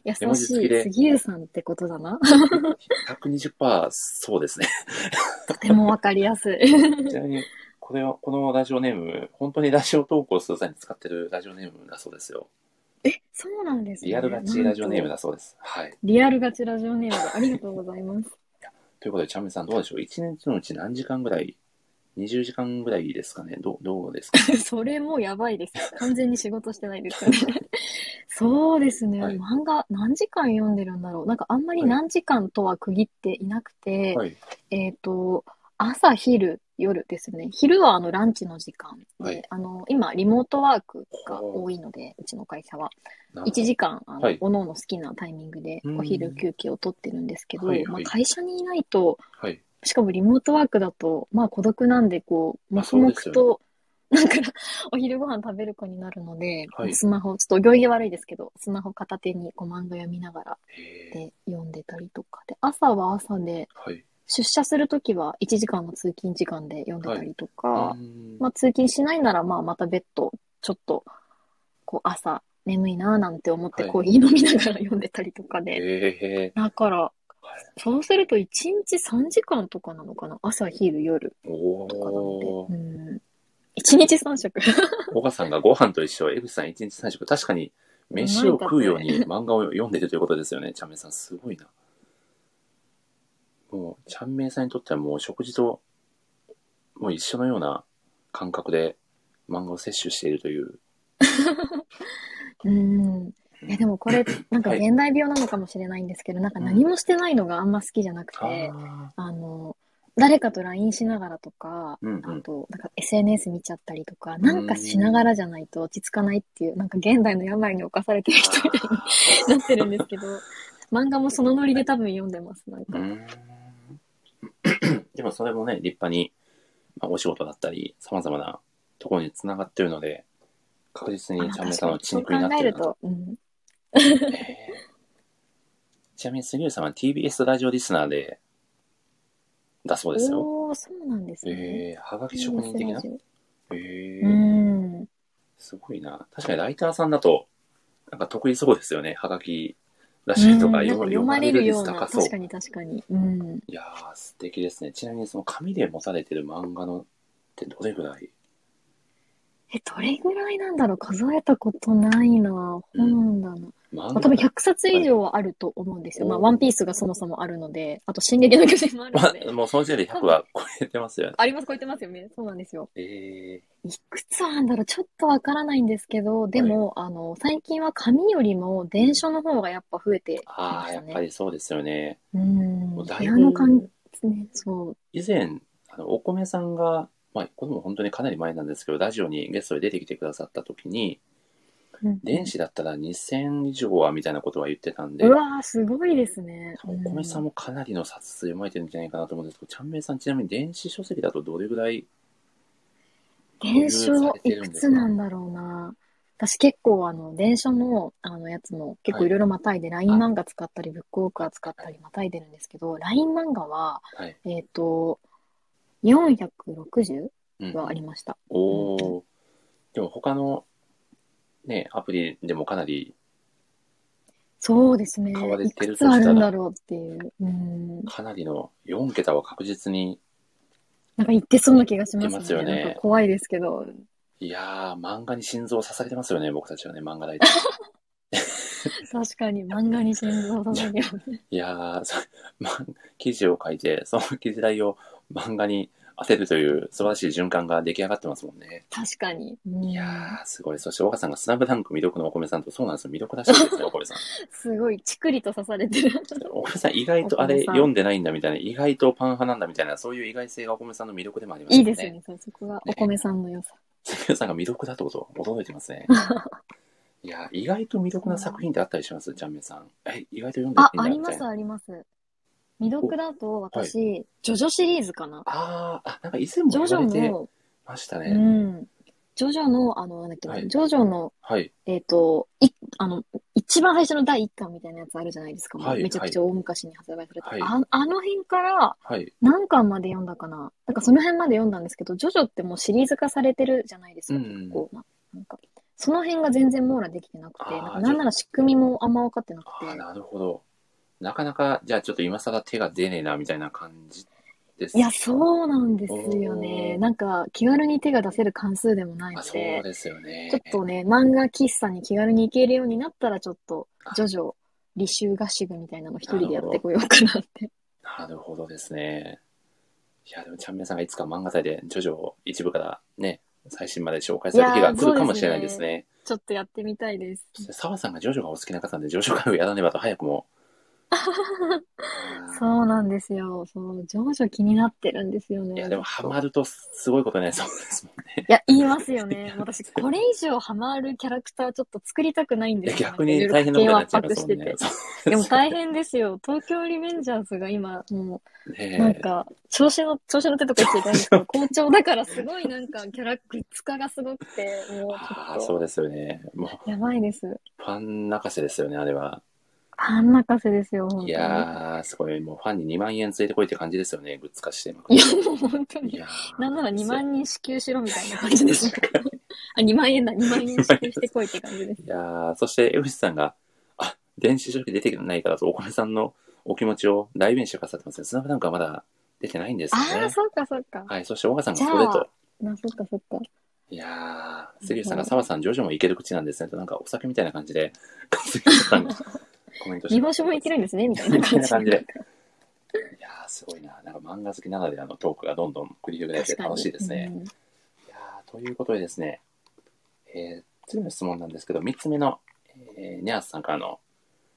S2: 優
S1: 絵文字
S2: し
S1: 付きで
S2: い。杉浦さんってこと だな。
S1: 120%そうです ね。
S2: とてもわかりやすい。
S1: ちなみに、これを、このラジオネーム、本当にラジオ投稿する際に使ってるラジオネームだそうですよ。
S2: え、そうなんですね。
S1: リアルガチラジオネーム
S2: なんと。
S1: だそうです。はい。
S2: リアルガチラジオネームだ。ありがとうござい ます。
S1: ということで、チャンメンさんどうでしょう ?1 日のうち何時間ぐらい ?20 時間ぐらいですかねどう、どうですか
S2: それもやばいです。完全に仕事してないですよね。そうですね。
S1: はい
S2: 漫画何時間読んでるんだろう。なんかあんまり
S1: はい
S2: 何時間とは区切っていなくて、
S1: はい。
S2: えっと、朝、昼、夜ですね。昼はあのランチの時間で、
S1: はい
S2: あの、今リモートワークが多いので、うちの会社は。
S1: な
S2: 1時間、あの、
S1: はい
S2: おのおの好きなタイミングで
S1: うん
S2: お昼休憩を取ってるんですけど、
S1: はいはい
S2: まあ、会社にいないと、
S1: はい。
S2: しかもリモートワークだと、まあ孤独なんで、こう、
S1: まあ
S2: 黙
S1: そう
S2: 々
S1: です
S2: と、 だから、お昼ご飯食べる子になるので、
S1: はい
S2: スマホ、ちょっとお行儀悪いですけど、スマホ片手にこう漫画読みながら
S1: へー
S2: で読んでたりとか、で、朝は朝で、
S1: はい。
S2: 出社するときは1時間の通勤時間で読んでたりとか、
S1: うーん
S2: まあ、通勤しないなら、まあ、また別途、ちょっと、こう、朝、眠いなーなんて思って、
S1: はい
S2: コーヒー飲みながら読んでたりとかで。
S1: へ
S2: だから、そうすると1日3時間とかなのかな朝、昼、夜
S1: ーお
S2: とかなの
S1: お
S2: で。うん。1日3食。
S1: 岡さんがご飯と一緒、江口さん1日3食、確かに飯を食うように漫画を読んでるということですよね、ちゃんめいさん、すごいな。もう、ちゃんめいさんにとってはもう食事と、もう一緒のような感覚で漫画を摂取しているという。
S2: うん。いや、でもこれ、なんか
S1: はい
S2: 現代病なのかもしれないんですけど、なんか何もしてないのがあんま好きじゃなくて、
S1: あ
S2: あの、誰かと LINE しながらとか、
S1: うんうん
S2: あと、なんか SNS 見ちゃったりとか、なんかしながらじゃないと落ち着かないっていう、なんか現代の病に侵されてる人みたい
S1: ー
S2: に なってるんですけど、漫画もそのノリで多分読んでます、なん
S1: う
S2: か。
S1: ーんでもそれもね、立派に、まあ、お仕事だったり、様々なところに繋がってるので、確実
S2: あ
S1: に
S2: まあ
S1: ちゃんめいさんの
S2: 確
S1: 血
S2: かに
S1: 肉になってるな
S2: そう考えると、うん。
S1: え ーちなみに杉浦さんは TBS ラジオリスナーで、だそうですよ。
S2: おああ、そうなんですね。
S1: えー、はがき職人的な
S2: ラジオ
S1: えー
S2: うん。
S1: すごいな。確かにライターさんだと、なんか得意そうですよね。はがきらしいとか
S2: うんなん
S1: 読ま
S2: か読まれるよう
S1: 読
S2: な、
S1: まれ率高そう
S2: 確かに確かに。うん。
S1: いやー、素敵ですね。ちなみに、その紙で持たれてる漫画のってどれぐらい
S2: え、どれぐらいなんだろう数えたことないな。本だな。
S1: 漫
S2: まあ、
S1: 画
S2: 多分100冊以上はあると思うんですよ。
S1: はい
S2: まあ、ワンピースがそもそもあるので、あと、進撃の巨人もある の
S1: ま
S2: で。
S1: もうその時点で100は超えてますよね。
S2: あります、超えてますよね。そうなんですよ。
S1: え
S2: いくつあるんだろうちょっとわからないんですけど、でも、あの、最近は紙よりも電書の方がやっぱ増えてき
S1: ー、あ
S2: ま
S1: あ、
S2: し
S1: や
S2: た
S1: っぱ
S2: ね。
S1: りそうですよね。
S2: うん。
S1: もう
S2: 部
S1: だい
S2: 屋
S1: ぶ
S2: の感じね。そう。
S1: 以前、あのお米さんが、まあ、これも本当にかなり前なんですけど、ラジオにゲストで出てきてくださった時に、
S2: うん
S1: 電子だったら2000以上はみたいなことは言ってたんで
S2: う、わー、すごいですね。
S1: お米さんもかなりの冊数読まれてるんじゃないかなと思うんですけど、ちゃんめいさん、ちなみに電子書籍だとどれぐらい
S2: 電書いくつなんだろうな。私結構あの、電書のあのやつも結構いろいろまたいで、LINE 漫画使ったり、ブックオークは使ったりまたいでるんですけど、LINE 漫画は、
S1: はい
S2: えっと、460
S1: うん
S2: はありました。
S1: おお、でも他のね、アプリでもかなり
S2: そうですね。
S1: 買われ
S2: い
S1: てる
S2: く
S1: としたら
S2: つあるんだろうっていう。うん。
S1: かなりの4桁は確実に
S2: なんか言ってそうな気がしま
S1: 言
S2: す
S1: ってますよね
S2: なんか怖いですけど。
S1: いやー漫画に心臓を刺されてますよね僕たちはね漫画ライター
S2: 確かに漫画に心臓を捧げ る。
S1: いやーそ、ま、記事を書いてその記事代を漫画に当てるという素晴らしい循環が出来上がってますもんね
S2: 確かに。
S1: い
S2: い
S1: やーすごいそして岡さんが「スラムダンク魅力のお米さんとそうなんです よ魅力らしいですねお米さん
S2: すごい、チクリと刺されてる。
S1: お米さん意外とあ
S2: お
S1: れ
S2: 米さん
S1: 読んでないんだみたいな意外とパン派なんだみたいなそういう意外性がお米さんの魅力でもあります
S2: い
S1: よ
S2: い
S1: ね
S2: ですよね。そうそこがお米さんの良さ。
S1: 関さんが未読だってこと驚いて ますね。いや、意外と未読な作品ってあったりしますちゃんめいさん。え、意外と読んで
S2: あ、
S1: み
S2: あ
S1: たい
S2: り
S1: み
S2: ま
S1: たい
S2: す、
S1: な。
S2: あります。未読だと私、ジョジョシリーズかな。
S1: あーあ、なんか以前も
S2: ジョジ
S1: 言われ
S2: ョ
S1: て
S2: の、
S1: ました
S2: う
S1: ね。
S2: ん。ジョジョの、あの、なんだっけな、
S1: はい
S2: ジョジョの、
S1: はい。
S2: えっ、と、い、あの、一番最初の第一巻みたいなやつあるじゃないですか。もう
S1: はい
S2: めちゃくちゃ大昔に発売された、
S1: はい
S2: あ。あの辺から
S1: はい。
S2: 何巻まで読んだかな。なんかその辺まで読んだんですけど、ジョジョってもうシリーズ化されてるじゃないです
S1: う
S2: か、
S1: ん
S2: 結構な。なんか、その辺が全然網羅できてなくて、
S1: あー
S2: なんかなんなら仕組みもあんま分かってなく
S1: あ
S2: て。
S1: あ、なるほど。なかなか、じゃあちょっと今更手が出ねえな、みたいな感じです。
S2: いや、そうなんですよね
S1: お。ー
S2: なんか、気軽に手が出せる関数でもないの
S1: あそう
S2: で、
S1: ですよね。
S2: ちょっとね、漫画喫茶に気軽に行けるようになったら、ちょっと
S1: あ、
S2: ジョジョ、履修合宿みたいなの一人でやってこようかなって。
S1: なるほどですね。いや、でもちゃんめいさんがいつか漫画祭でジョジョを一部からね、最新まで紹介される日が来るかもしれないです
S2: い
S1: ね。
S2: ちょっとやってみたいです。
S1: そして澤さんがジョジョがお好きな方なんで、ジョジョ会をやらねばと早く も。
S2: そうなんですよ。そう、ジョジョ気になってるんですよね。
S1: いや、でもハマるとすごいことね、そうですもんね。
S2: いや、言います よね。私、これ以上ハマるキャラクターちょっと作りたくないんですよ。
S1: 逆に大変なことになっちゃいますもん
S2: 家計を圧迫して
S1: ね
S2: て。
S1: そう
S2: でも大変ですよ。東京リベンジャーズが今、もう、
S1: ねえ
S2: なんか、調子の、調子の手とか言っちゃいたいんですけ ど、好調だからすごいなんか、キャラグッズ化がすごくて、もう
S1: ああ、
S2: ちょ
S1: そ
S2: っ
S1: うですよね。もう、
S2: と、やばいです。
S1: ファン泣かせですよね、あれは。
S2: パン泣かせですよ、本当
S1: い
S2: に。
S1: やー、すごい。もうファンに2万円ついてこいって感じですよね、グッズ化して。
S2: いやもう本当
S1: い
S2: に。
S1: やー
S2: なんなら2万人支給しろみたいな感じ です。あ、2万円だ、2万円支給してこいって感じです。
S1: いやーそして、江口さんが、あ、電子書籍出てないからと、お米さんのお気持ちを代弁してくださってますね。スナップなんかまだ出てないんです
S2: ああ、
S1: ね。
S2: そうかそうか。
S1: はい、そして、岡さんがストレー
S2: じゃ
S1: ト
S2: あ。な、そうかそうか。
S1: いやー、杉内さんが澤さん、ジョジョもいける口なんですねと、なんかお酒みたいな感じ で、杉内さんがコメントして
S2: 日本酒もいけるんですね、みたいな
S1: みたい
S2: 感
S1: な
S2: じ。
S1: 感じで。いやー、すごいな。なんか漫画好きならではのトークがどんどん繰り広げられて
S2: 確かに。
S1: 楽しいですね。
S2: うん
S1: いやーということでですね、えー次の質問なんですけど、3つ目の、えー、ニャースさんからの、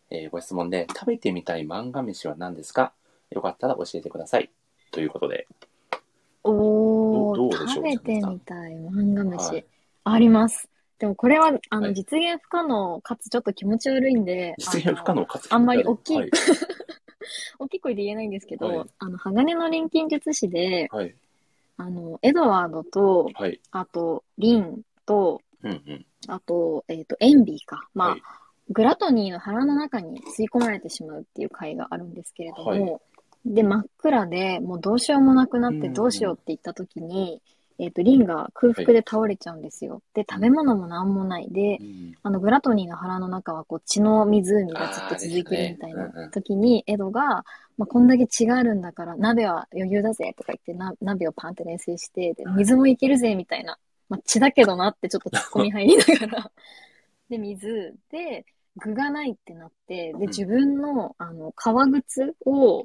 S1: えーご質問で、食べてみたい漫画飯は何ですかよかったら教えてください。ということで。
S2: お
S1: どどう
S2: ー、
S1: でしょ
S2: 食
S1: う
S2: べてみたい漫画飯。
S1: はい
S2: あります。でもこれは、あ
S1: は
S2: の、
S1: い
S2: 実現不可能、かつちょっと気持ち悪いんで、
S1: 実現不可
S2: あの
S1: 能かつ
S2: あんまり大きい
S1: はい。
S2: 大きい声で言えないんですけ
S1: はい
S2: ど、あの、鋼の錬金術師で、
S1: はい。
S2: あの、エドワードと、
S1: はい。
S2: あと、リンと、
S1: うんうん。
S2: あと、えっと、エンビーか。ま
S1: は
S2: あ
S1: い、
S2: グラトニーの腹の中に吸い込まれてしまうっていう回があるんですけれど
S1: は
S2: も、で、真っ暗で、もうどうしようもなくなって
S1: うん
S2: どうしようって言った時に、えっと、リンが空腹で倒れちゃうんですよ。で、食べ物もなんもない。で、
S1: うん
S2: あの、グラトニーの腹の中は、こう、血の湖がずっと続いてるみたい
S1: あーですねうんう
S2: なん時に、エドが、まあ、こんだけ血があるんだから、鍋は余裕だぜとか言って、な、鍋をパンって冷水して、で、水もいけるぜみたいな。まあ、血だけどなってちょっと突っ込み入りなが ら。で、水で、具がないってなって、で、自分の、あの、革靴を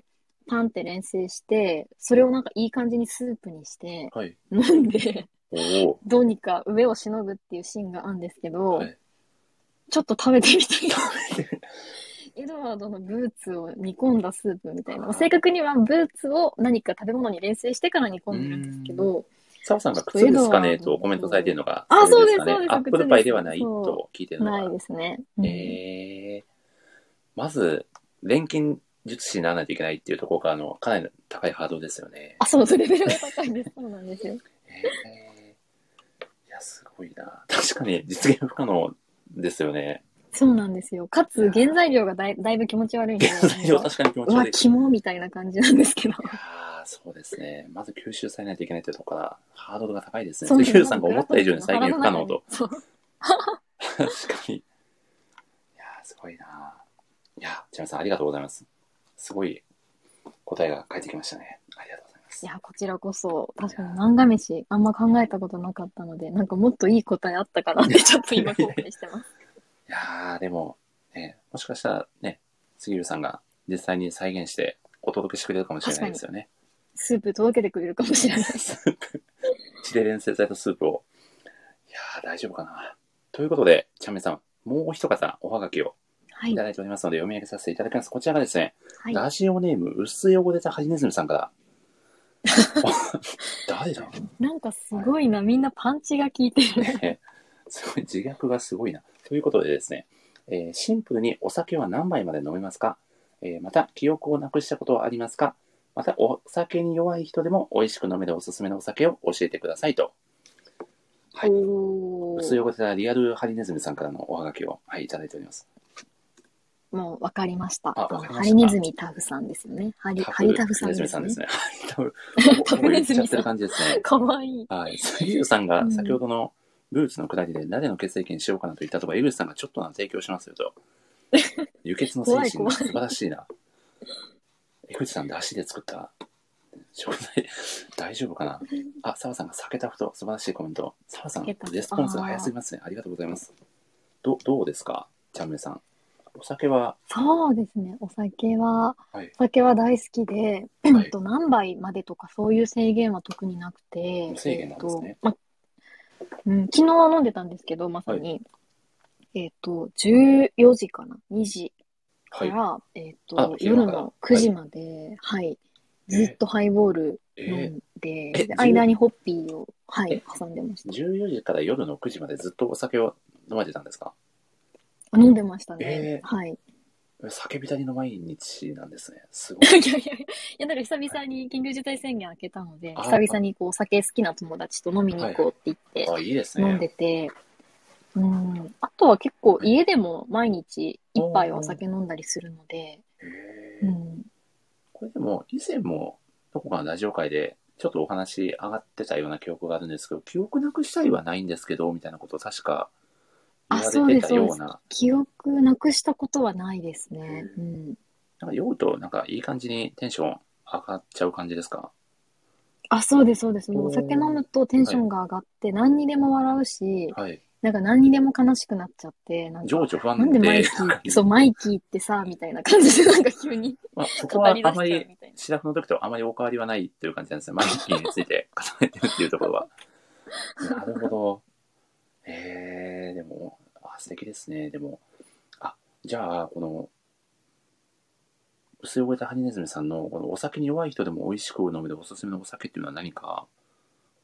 S2: パンって連成して、それをなんかいい感じにスープにして、
S1: はい。
S2: 飲んで、
S1: おー
S2: どうにか上をしのぐっていうシーンがあるんですけど、
S1: はい
S2: ちょっと食べてみたい。エドワードのブーツを煮込んだスープみたいな。正確にはブーツを何か食べ物に冷水してから煮込んでるんですけど、
S1: 澤さんが靴ですかねとコメントされてるのが、
S2: あそうです
S1: これかね
S2: そう
S1: ア
S2: です
S1: ッ
S2: 靴
S1: プ
S2: です
S1: ルパイではない
S2: そう
S1: と聞いてるのが。
S2: ないですね。うん
S1: えーまず、錬金術師にならないといけないっていうところからのかなり高いハードルですよね。
S2: あ、そうそう、レベルが高いです。 そうなんですよ。
S1: えーいや、すごいな。確かに実現不可能ですよね。
S2: そうなんですよ。かつ、原材料がだいだいぶ気持ち悪いんで、
S1: 原材料確かに気持
S2: う
S1: ち
S2: わ、
S1: 悪い。い
S2: 肝みたいな感じなんですけど。
S1: やーそうですね。まず吸収されないといけないというところから、ハードルが高いですね。
S2: そうです
S1: 関口さんが思った以上に再現不可能と。。
S2: そう
S1: 確かに。いやーすごいな。いや、千葉さん、ありがとうございます。すごい答えが返ってきましたね。ありがとうございます。
S2: いや、こちらこそ、確かに漫画飯、あんま考えたことなかったので、なんかもっといい答えあったかなって、ちょっと今後悔してます。
S1: いやー、でも、ね、もしかしたらね、杉浦さんが実際に再現してお届けしてくれるかもしれないですよね。
S2: スープ届けてくれるかもしれない。
S1: スープ。血で連成されたスープを。いやー、大丈夫かな。ということで、ちゃめさん、もう一方おはがきを
S2: はいい。
S1: ただいておりますので、読み上げさせていただきます。こちらがですね、
S2: はい。
S1: ラジオネーム、薄い汚れたハリネズミさん から。誰だ
S2: なんかすごいな、みんなパンチが効いてる。
S1: ねすごい、自虐がすごいな。ということでですね、えーシンプルにお酒は何杯まで飲めますか、えーまた、記憶をなくしたことはありますかまた、お酒に弱い人でも美味しく飲めるおすすめのお酒を教えてくださいと。はい
S2: お
S1: 薄
S2: ー。
S1: 汚れたリアルハリネズミさんからのおはがきを、はい、いただいております。
S2: もうわかりました。
S1: あわかりました
S2: ハリネズミタフさんですよね。ハリ、ハリタフさん
S1: ネズミ
S2: で
S1: さ
S2: す
S1: ん
S2: ね
S1: で。すね。ハリタ フ。
S2: タ
S1: も
S2: フ
S1: う
S2: ネ
S1: 言っ
S2: ズ
S1: ちゃ
S2: ミ
S1: って
S2: さ
S1: る
S2: ん。
S1: 感じですね。
S2: かわいい。
S1: はい。 杉浦さん
S2: う
S1: が
S2: ん
S1: 先ほどのルーツのくだりで誰の血液にしようかなと言ったところ、江口さんがちょっとなら提供しますよ と。輸血の精神
S2: 怖
S1: が
S2: い怖い
S1: 素晴らしいな。江口さん、だしで作った食材、大丈夫かなあ、澤さんが酒タフと素晴らしいコメント。澤さん
S2: 酒タ、フ
S1: レスポンスが早すぎますね。ありがとうございます。どどうですかチャンメイさん。お酒は、
S2: そうですね。お酒は、
S1: はい
S2: お酒は大好きで、
S1: は
S2: えっ
S1: い。
S2: と、何杯までとかそういう制限は特になくて、
S1: 無制限なんですね
S2: えっとまうん、昨日は飲んでたんですけど、まさに、えっと、14時かな、2時
S1: は
S2: か
S1: い
S2: ら、えっ
S1: あ
S2: と、
S1: 昼間
S2: 夜
S1: から
S2: の9時まで、はい、ずっとハイボール飲
S1: え
S2: んで、
S1: え
S2: で間にホッピーを、は
S1: え
S2: い、挟んでまし
S1: ー、
S2: た。
S1: 14時から夜の9時までずっとお酒を飲まれてたんですか
S2: あ飲んでましたね
S1: え。
S2: はい。い
S1: 酒びたりの毎日なんですね。すごい。
S2: やいやいや、いやだから久々に緊急事態宣言明けたので、
S1: あ
S2: 久々にこう、酒好きな友達と飲みに行こうって言って、
S1: あ、いいですね。
S2: 飲んでて、うん、あとは結構家でも毎日一杯お酒飲んだりするので、
S1: へ
S2: う
S1: ー
S2: ん、
S1: これでも、以前も、どこかのラジオ会で、ちょっとお話上がってたような記憶があるんですけど、記憶なくしたりはないんですけど、みたいなことを確か言
S2: あ
S1: われてたよう
S2: そう
S1: な、
S2: 記憶なくしたことはないですね。うん、
S1: なんか酔うと、なんかいい感じにテンション上がっちゃう感じですか
S2: あ、そうです、そうです。もう
S1: おー
S2: お酒飲むとテンションが上がって、何にでも笑うし、
S1: はい。
S2: なんか何にでも悲しくなっちゃって、なんか、
S1: 情緒不安
S2: なんでマイ
S1: 定
S2: キー、そう、マイキーってさ、みたいな感じで、なんか急に
S1: まあ、そこ
S2: 語
S1: は
S2: り 出
S1: あ
S2: しちゃ
S1: ま
S2: う
S1: り、
S2: みたいな。
S1: シラフの時とあまりお変わりはないっていう感じなんですね。マイキーについて重ねてるっていうところは。なるほど。えー、でも、あ、素敵ですね。でも、あ、じゃあ、この、薄汚れたハリネズミさんの、このお酒に弱い人でも美味しく飲めるおすすめのお酒っていうのは何か、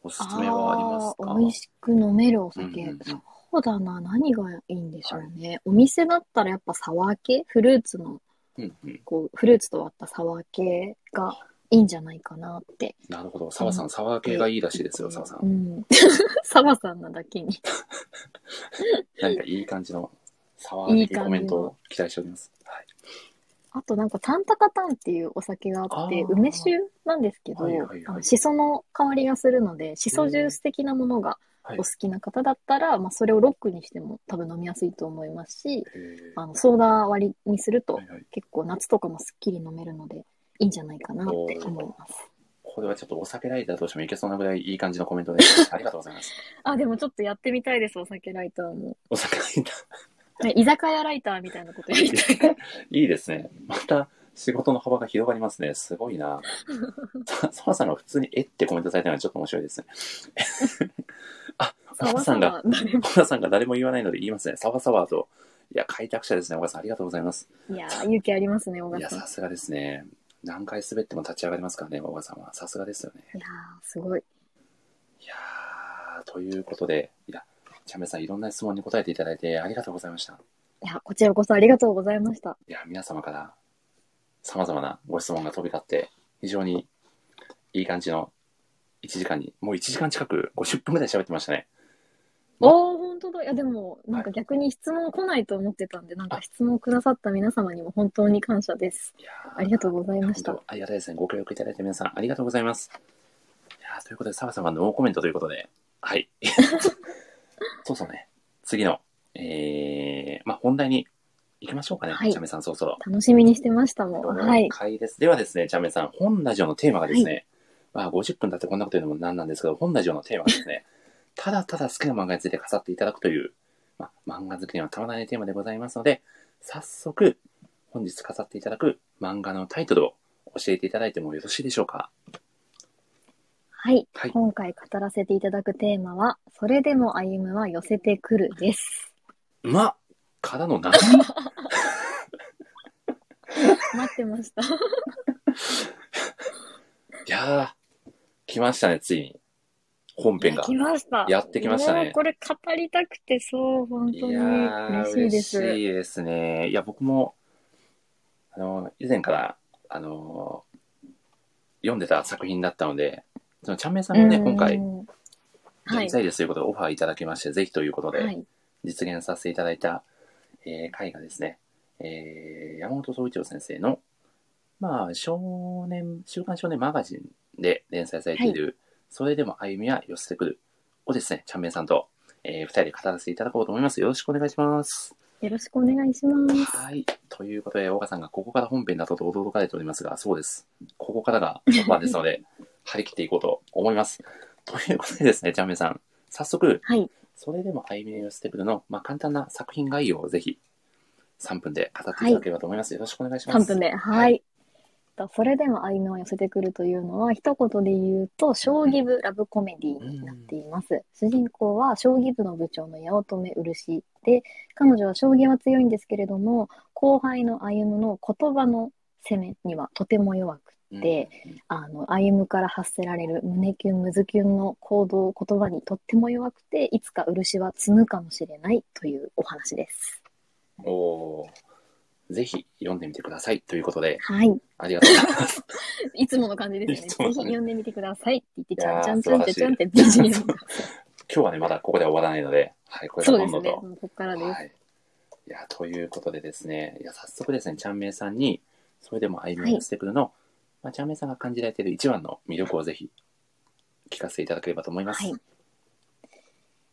S1: おすすめはありますか
S2: あー美味しく飲めるお酒。
S1: うんうんうん
S2: そうだな、何がいいんでしょうね。お店だったらやっぱサワー系、フルーツの、
S1: うんうん。
S2: こう、フルーツと割ったサワー系がいいんじゃないかなって。
S1: なるほど。沢さん、沢系がいいらしいですよ、沢さ。
S2: うんん。 サワさんなだけに。
S1: 何かいい感じの沢的コメントを期待しております。はい。
S2: あとなんかタンタカタンっていうお酒があって
S1: あー
S2: 梅酒なんですけど、
S1: はいはいはい
S2: あのシソの香りがするのでシソジュース的なものが
S1: は
S2: お
S1: い
S2: 好。きな方だったら、まあ、それをロックにしても多分飲みやすいと思いますし
S1: えー
S2: あのソーダ割りにすると
S1: はいはい
S2: 結構夏とかもすっきり飲めるのでいいんじゃないかなって思います。
S1: これはちょっとお酒ライターとしてもいけそうなぐらいいい感じのコメントで、ありがとうございます。
S2: あでもちょっとやってみたいですお酒ライター も、
S1: お酒ライタ
S2: ね、居酒屋ライターみたいなことやりたい
S1: ー、いいですね。また仕事の幅が広がりますね。すごいな。サワさんが普通にえってコメントされたのはちょっと面白いですね。あ、サワさんが、
S2: 沢々誰も
S1: 小田さんが誰も言わないので言いますね。サワサワと。いや、開拓者ですね。小田さん、ありがとうございます。
S2: いやー勇気ありますね小
S1: い
S2: 川
S1: や、
S2: さん
S1: さすがですね。何回滑っても立ち上がりますからね、小田さんは。さすがですよね。
S2: いやーすごい
S1: いやー、ということで、いや、チャメさん、いろんな質問に答えていただいてありがとうございました。
S2: いやこちらこそありがとうございました
S1: いや、皆様から様々なご質問が飛び交って、非常にいい感じの1時間に、もう1時間近く50分ぐらい喋ってましたね。
S2: ああ、本当だ。いや、でも、なんか逆に質問来ないと思ってたんで、なんか質問くださった皆様にも本当に感謝です。
S1: いやー
S2: ありがとうございまし
S1: 本当
S2: た。
S1: ありがたいですね。ご協力いただいた皆さん、ありがとうございます。いやーということで、澤さんはノーコメントということで、はい。 そうそうね、次の、えー、まあ、本題に行きましょうかね、
S2: はい
S1: チャメさん、そろそろ。
S2: 楽しみにしてましたもん。はい
S1: 了。解です。ではですね、チャメさん、本ラジオのテーマがですね、まあ、50分経ってこんなこと言うのもなんなんですけど、本ラジオのテーマがですね、 ただただ好きな漫画について語っていただくという、まあ、漫画好きにはたまらないテーマでございますので、早速、本日語っていただく漫画のタイトルを教えていただいてもよろしいでしょうか。
S2: はい。
S1: はい
S2: 今回語らせていただくテーマは、それでも歩むは寄せてくる です。
S1: まあ、からの何
S2: 待ってました。
S1: いやー、来ましたね、ついに。本編が。
S2: 来ました。
S1: やってきましたね
S2: もうこれ語りたくて、そう、本
S1: い
S2: 当に
S1: やー
S2: 嬉しいです。
S1: 嬉しいですね。いや、僕も、あの、以前から、あの、読んでた作品だったので、その、ちゃんめいさんもね、
S2: うん
S1: 今回、
S2: は
S1: や
S2: い
S1: り。たいですということでオファーいただきまして、ぜひということで、
S2: はい。
S1: 実現させていただいた、えー回がですね、えー山本総一郎先生の、まあ、少年、週刊少年マガジンで連載されている、それでも歩みは寄せてくるをですね、ちゃんめいさんと、えー、二人で語らせていただこうと思います。よろしくお願いします。
S2: よろしくお願いします。
S1: はい。ということで、岡さんがここから本編だと驚かれておりますが、そうです。ここからが本番ですので、張り切っていこうと思います。ということでですね、ジャンメイさん、早速、
S2: はい。
S1: それでも歩み寄せてくるの、まあ、簡単な作品概要をぜひ、3分で語っていただければと思います。よろしくお願いします。
S2: 3分で、
S1: は
S2: はいい。とそれでも歩みを寄せてくるというのは、一言で言うと、将棋部ラブコメディになっています。主人公は将棋部の部長の八乙女漆で、彼女は将棋は強いんですけれども、後輩の歩むの言葉の攻めにはとても弱く、で
S1: うん、
S2: あの、歩むから発せられる胸キュン、ムズキュンの行動、言葉にとっても弱くて、いつか漆は積むかもしれないというお話です。
S1: おーぜひ読んでみてください。ということで、
S2: はい。
S1: ありがとうございます。
S2: いつもの感じですね。
S1: い
S2: ぜ
S1: つもの
S2: ひ読んでみてくださいって言って、
S1: い
S2: ち
S1: や
S2: ゃ
S1: ー
S2: んちゃんちゃんって
S1: 素晴
S2: ち
S1: らし
S2: ゃん
S1: い
S2: って無事に読んだ。
S1: 今日はね、まだここでは終わらないので、はい、これか
S2: そう
S1: ら
S2: で
S1: どん
S2: す
S1: どん
S2: ね。
S1: と
S2: もうここからです。
S1: はい。いや、ということでですね、いや、早速ですね、ちゃんめいさんに、それでも歩みをしてくるの、まあ、ちゃんめいさんが感じられている一番の魅力をぜひ、聞かせていただければと思います。
S2: はい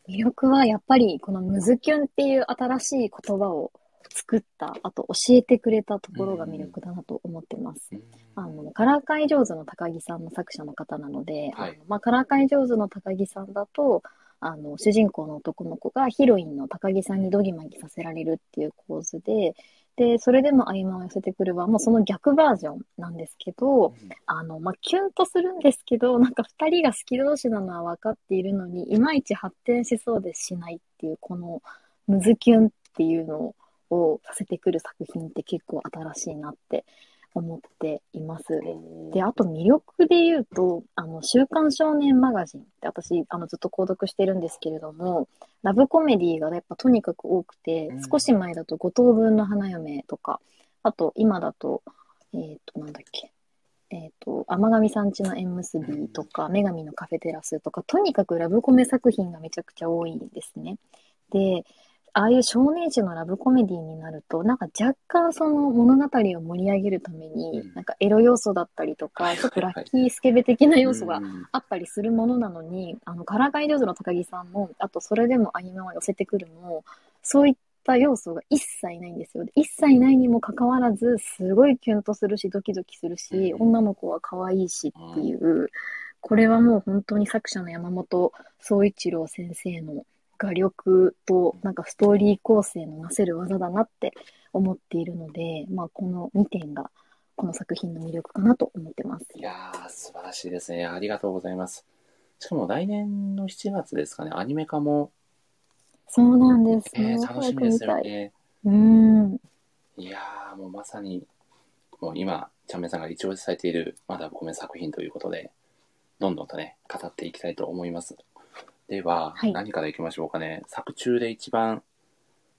S2: 魅力はやっぱりこのムズキュンっていう新しい言葉を作った、あと教えてくれたところが魅力だなと思ってます。
S1: うん
S2: あの、カラー界上手の高木さんの作者の方なので、
S1: はい
S2: あのまあ、カラー界上手の高木さんだと、あの、主人公の男の子がヒロインの高木さんにドギマギさせられるっていう構図で、で、それでも合間を寄せてくるは、もうその逆バージョンなんですけど、あの、まあ、キュンとするんですけど、 なんか二人が好き同士なのは分かっているのに、いまいち発展しそうでしないっていう、このムズキュンっていうのをさせてくる作品って結構新しいなって思っています。
S1: おー
S2: で、あと魅力で言うと、あの、週刊少年マガジンって私、あの、ずっと購読してるんですけれども、ラブコメディがやっぱとにかく多くて
S1: うん、
S2: 少し前だと五等分の花嫁とか、あと今だと、えっ、と、なんだっけ、えっ、と、天神さんちの縁結びとか、女神のカフェテラスとか、とにかくラブコメ作品がめちゃくちゃ多いんですね。で、ああいう少年誌のラブコメディになると、なんか若干その物語を盛り上げるために、
S1: うん
S2: なんかエロ要素だったりと
S1: は
S2: か、
S1: い
S2: ちょっとラッキースケベ的な要素が
S1: うん
S2: あったりするものなのに、あの、からかい上手の高木さんも、あとそれでもアニメを寄せてくるも、そういった要素が一切ないんですよ。で一切ないにもかかわらず、すごいキュンとするし、ドキドキするし、
S1: うん
S2: 女の子は可愛いしっていう、これはもう本当に作者の山本総一郎先生の画力となんかストーリー構成のなせる技だなって思っているので、まあ、この2点がこの作品の魅力かなと思ってます。
S1: いやー、素晴らしいですね。ありがとうございます。しかも来年の7月ですかね、アニメ化も、
S2: そうなんです
S1: え
S2: ね。
S1: ー楽しみですよ
S2: 早く見たい。
S1: ね。
S2: うん。
S1: いやー、もうまさに、もう今、チャンメンさんが一応されている、まだ米作品ということで、どんどんとね、語っていきたいと思います。では、
S2: はい
S1: 何からいきましょうかね。作中で一番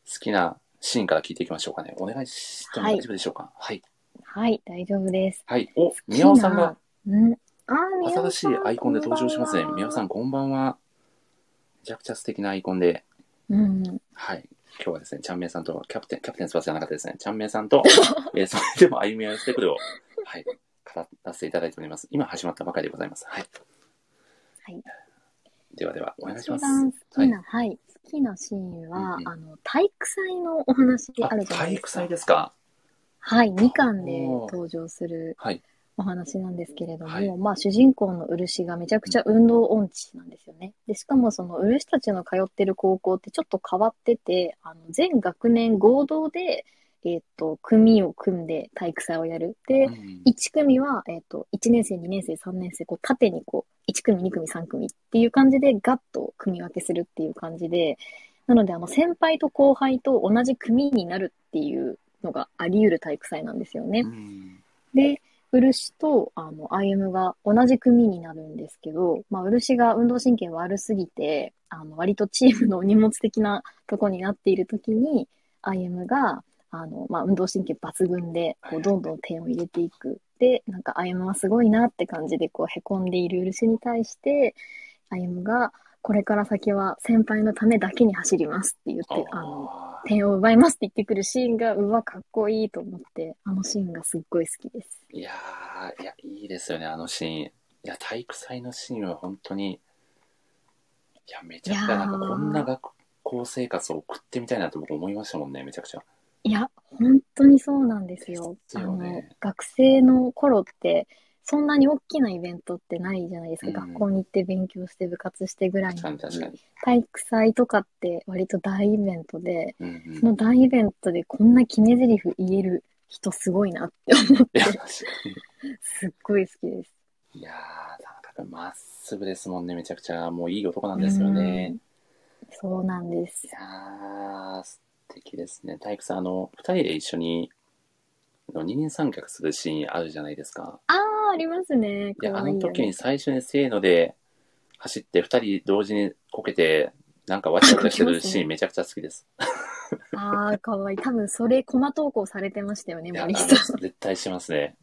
S1: 好きなシーンから聞いていきましょうかね。お願いしても
S2: はい
S1: 大丈夫でしょうか。はい。
S2: はい、大丈夫です。
S1: はい。お、宮尾さんが
S2: うん。あー、宮尾さん
S1: 新しいアイコンで登場しますね。
S2: こんばんは
S1: 宮尾さん、こんばんは。めちゃくちゃ素敵なアイコンで、
S2: うん。
S1: はい。今日はですね、ちゃんめいさんと、キャプテン、キャプテン翼じゃなかったですね、ちゃんめいさん と、えーそれでも歩みをしてくるを、はい、語らせていただいております。今始まったばかりでございます。はい。
S2: はい。
S1: ではでは、お願いします。
S2: 一番好きな、はい、好きなシーン
S1: う
S2: は、
S1: んうん
S2: あの、体育祭のお話あるじゃな
S1: 体
S2: いで
S1: 育
S2: すか。
S1: 祭ですか。
S2: はい、2巻で登場する
S1: はい。
S2: お話なんですけれども、
S1: はい
S2: まあ主人公の漆がめちゃくちゃ運動音痴なんですよね。で、しかもその漆たちの通ってる高校ってちょっと変わってて、あの全学年合同で、えっ、と、組を組んで体育祭をやる。で、
S1: うん
S2: 1組は、えっ、と、1年生、2年生、3年生、こう、縦にこう、1組、2組、3組っていう感じで、ガッと組み分けするっていう感じで、なので、あの、先輩と後輩と同じ組になるっていうのがあり得る体育祭なんですよね。
S1: うん
S2: で、漆と、あの、歩が同じ組になるんですけど、まあ、漆が運動神経悪すぎて、あの、割とチームのお荷物的なとこになっている時に、歩が、あの、まあ、運動神経抜群で、こう、どんどん点を入れていく。で、なんか、歩はすごいなって感じで、こう、凹んでいる漆に対して、歩が、これから先は先輩のためだけに走りますって言って、あの、
S1: あー
S2: 点を奪いますって言ってくるシーンが、うわ、かっこいいと思って、あのシーンがすっごい好きです。
S1: いやーいや、いいですよね、あのシーン。いや、体育祭のシーンは本当に、いや、めちゃくちゃ、
S2: いや
S1: な
S2: ー
S1: んかこんな学校生活を送ってみたいなと僕思いましたもんね、めちゃくちゃ。
S2: いや、本当にそうなんですよ。
S1: ですよね
S2: あの、学生の頃って、そんなに大きなイベントってないじゃないですか。
S1: うん
S2: 学校に行って勉強して部活してぐらい
S1: 確か
S2: の
S1: に確かに。
S2: 体育祭とかって割と大イベントで、
S1: うんうん、
S2: その大イベントでこんな決め台詞言える人すごいなって思
S1: い
S2: って
S1: や、、 確か
S2: すっごい好きです。
S1: に。いやー、田中君、まっすぐですもんね、めちゃくちゃ。もういい男なんですよね。
S2: うん。そうなんです
S1: い。やー、素敵ですね。体育さん、あの、二人で一緒に、あの二人三脚するシーンあるじゃないですか。
S2: ああ、ありますね。
S1: いや、
S2: 可
S1: あ
S2: 愛い
S1: の
S2: よね
S1: 時に最初にせーので走って、二人同時にこけて、なんかわちゃわちゃしてるシーン、めちゃくちゃ好きです。
S2: ああ、かわいい。多分それ、コマ投稿されてましたよね、
S1: いや、あ
S2: 森
S1: の
S2: 下さん。
S1: 絶対しますね。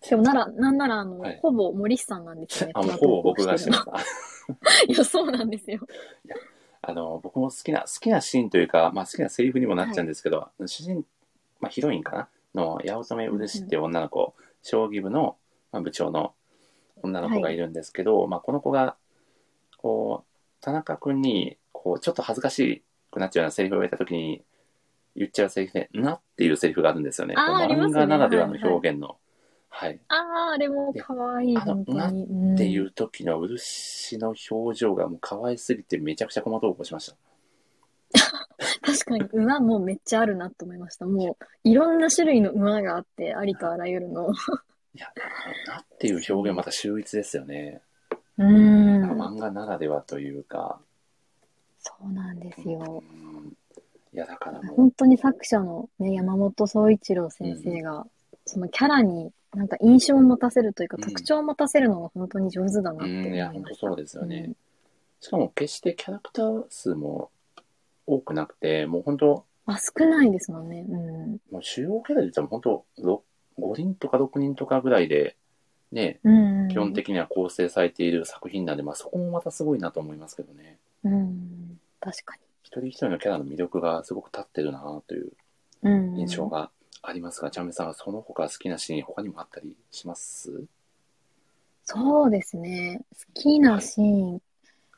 S2: しかもなら、なんなら、あの、
S1: はい
S2: ほぼ森氏さんなんですよね。
S1: あ、もうほぼ僕がしてま
S2: し
S1: す。あ
S2: いや、そうなんですよ。
S1: あの、僕も好きな、好きなシーンというか、まあ好きなセリフにもなっちゃうんですけど、主人、まあヒロインかなの、八乙女うしっていう女の子、将棋部の、まあ、部長の女の子がいるんですけど、まあこの子が、こう、田中君に、こう、ちょっと恥ずかしくなっちゃうようなセリフを言った時に、言っちゃうセリフで、なっていうセリフがあるんですよね。
S2: あー
S1: こう
S2: ありま
S1: 漫
S2: すね
S1: 画ならではの
S2: はいはい
S1: 表現の。はい。
S2: ああ、あれも可愛い、
S1: やあの
S2: 本当に。
S1: っ
S2: って
S1: いう時の漆の表情がもう可愛すぎてめちゃくちゃコマ投稿しました。
S2: 確かに、馬もめっちゃあるなと思いました。もう、いろんな種類の馬があって、ありとあらゆるの。
S1: いや、なっていう表現また秀逸ですよね。
S2: う
S1: なんか
S2: ん。
S1: 漫画ならではというか。
S2: そうなんですよ。
S1: うんいや、だからもう、
S2: 本当に作者のね、山本総一郎先生が、そのキャラに、なんか印象を持たせるというか、
S1: うん
S2: 特徴を持たせるのが本当に上手だなって
S1: う
S2: 思いました。
S1: ん、いや、本当そうですよね。しかも決してキャラクター数も多くなくて、もう本当、
S2: うん。あ、少ないですもんね。うん。
S1: もう主要キャラで言ったら本当、ろ5人とか6人とかぐらいで、ね、
S2: うんうん。
S1: 基本的には構成されている作品なんで、まあそこもまたすごいなと思いますけどね。
S2: うん、確かに。
S1: 一人一人のキャラの魅力がすごく立ってるなという
S2: うん。
S1: 印象がありますが、チャンメさんはその他好きなシーン、他にもあったりします
S2: そうですね。好きなシーン、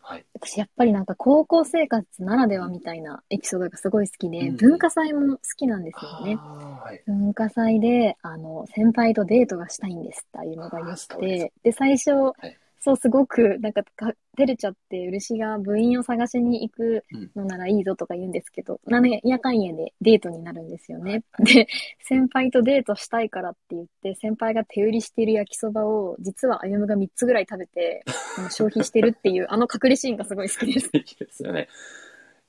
S1: はい。
S2: 私やっぱりなんか高校生活ならではみたいなエピソードがすごい好きで、
S1: うん
S2: 文化祭も好きなんです
S1: あ
S2: よ
S1: あ
S2: ね。
S1: ー、はい。
S2: 文化祭で、あの、先輩とデートがしたいんですっていうのが言
S1: あー
S2: っ
S1: そうです
S2: て、で、最初、
S1: い
S2: そう、すごく、なんか、か照れちゃって、漆が部員を探しに行くのならいいぞとか言うんですけど、なんやかんやでデートになるんですよね。で、先輩とデートしたいからって言って、先輩が手売りしている焼きそばを、実は歩夢が3つぐらい食 べて、あの消費してるっていう、あの隠れシーンがすごい好きです。
S1: いいですよね。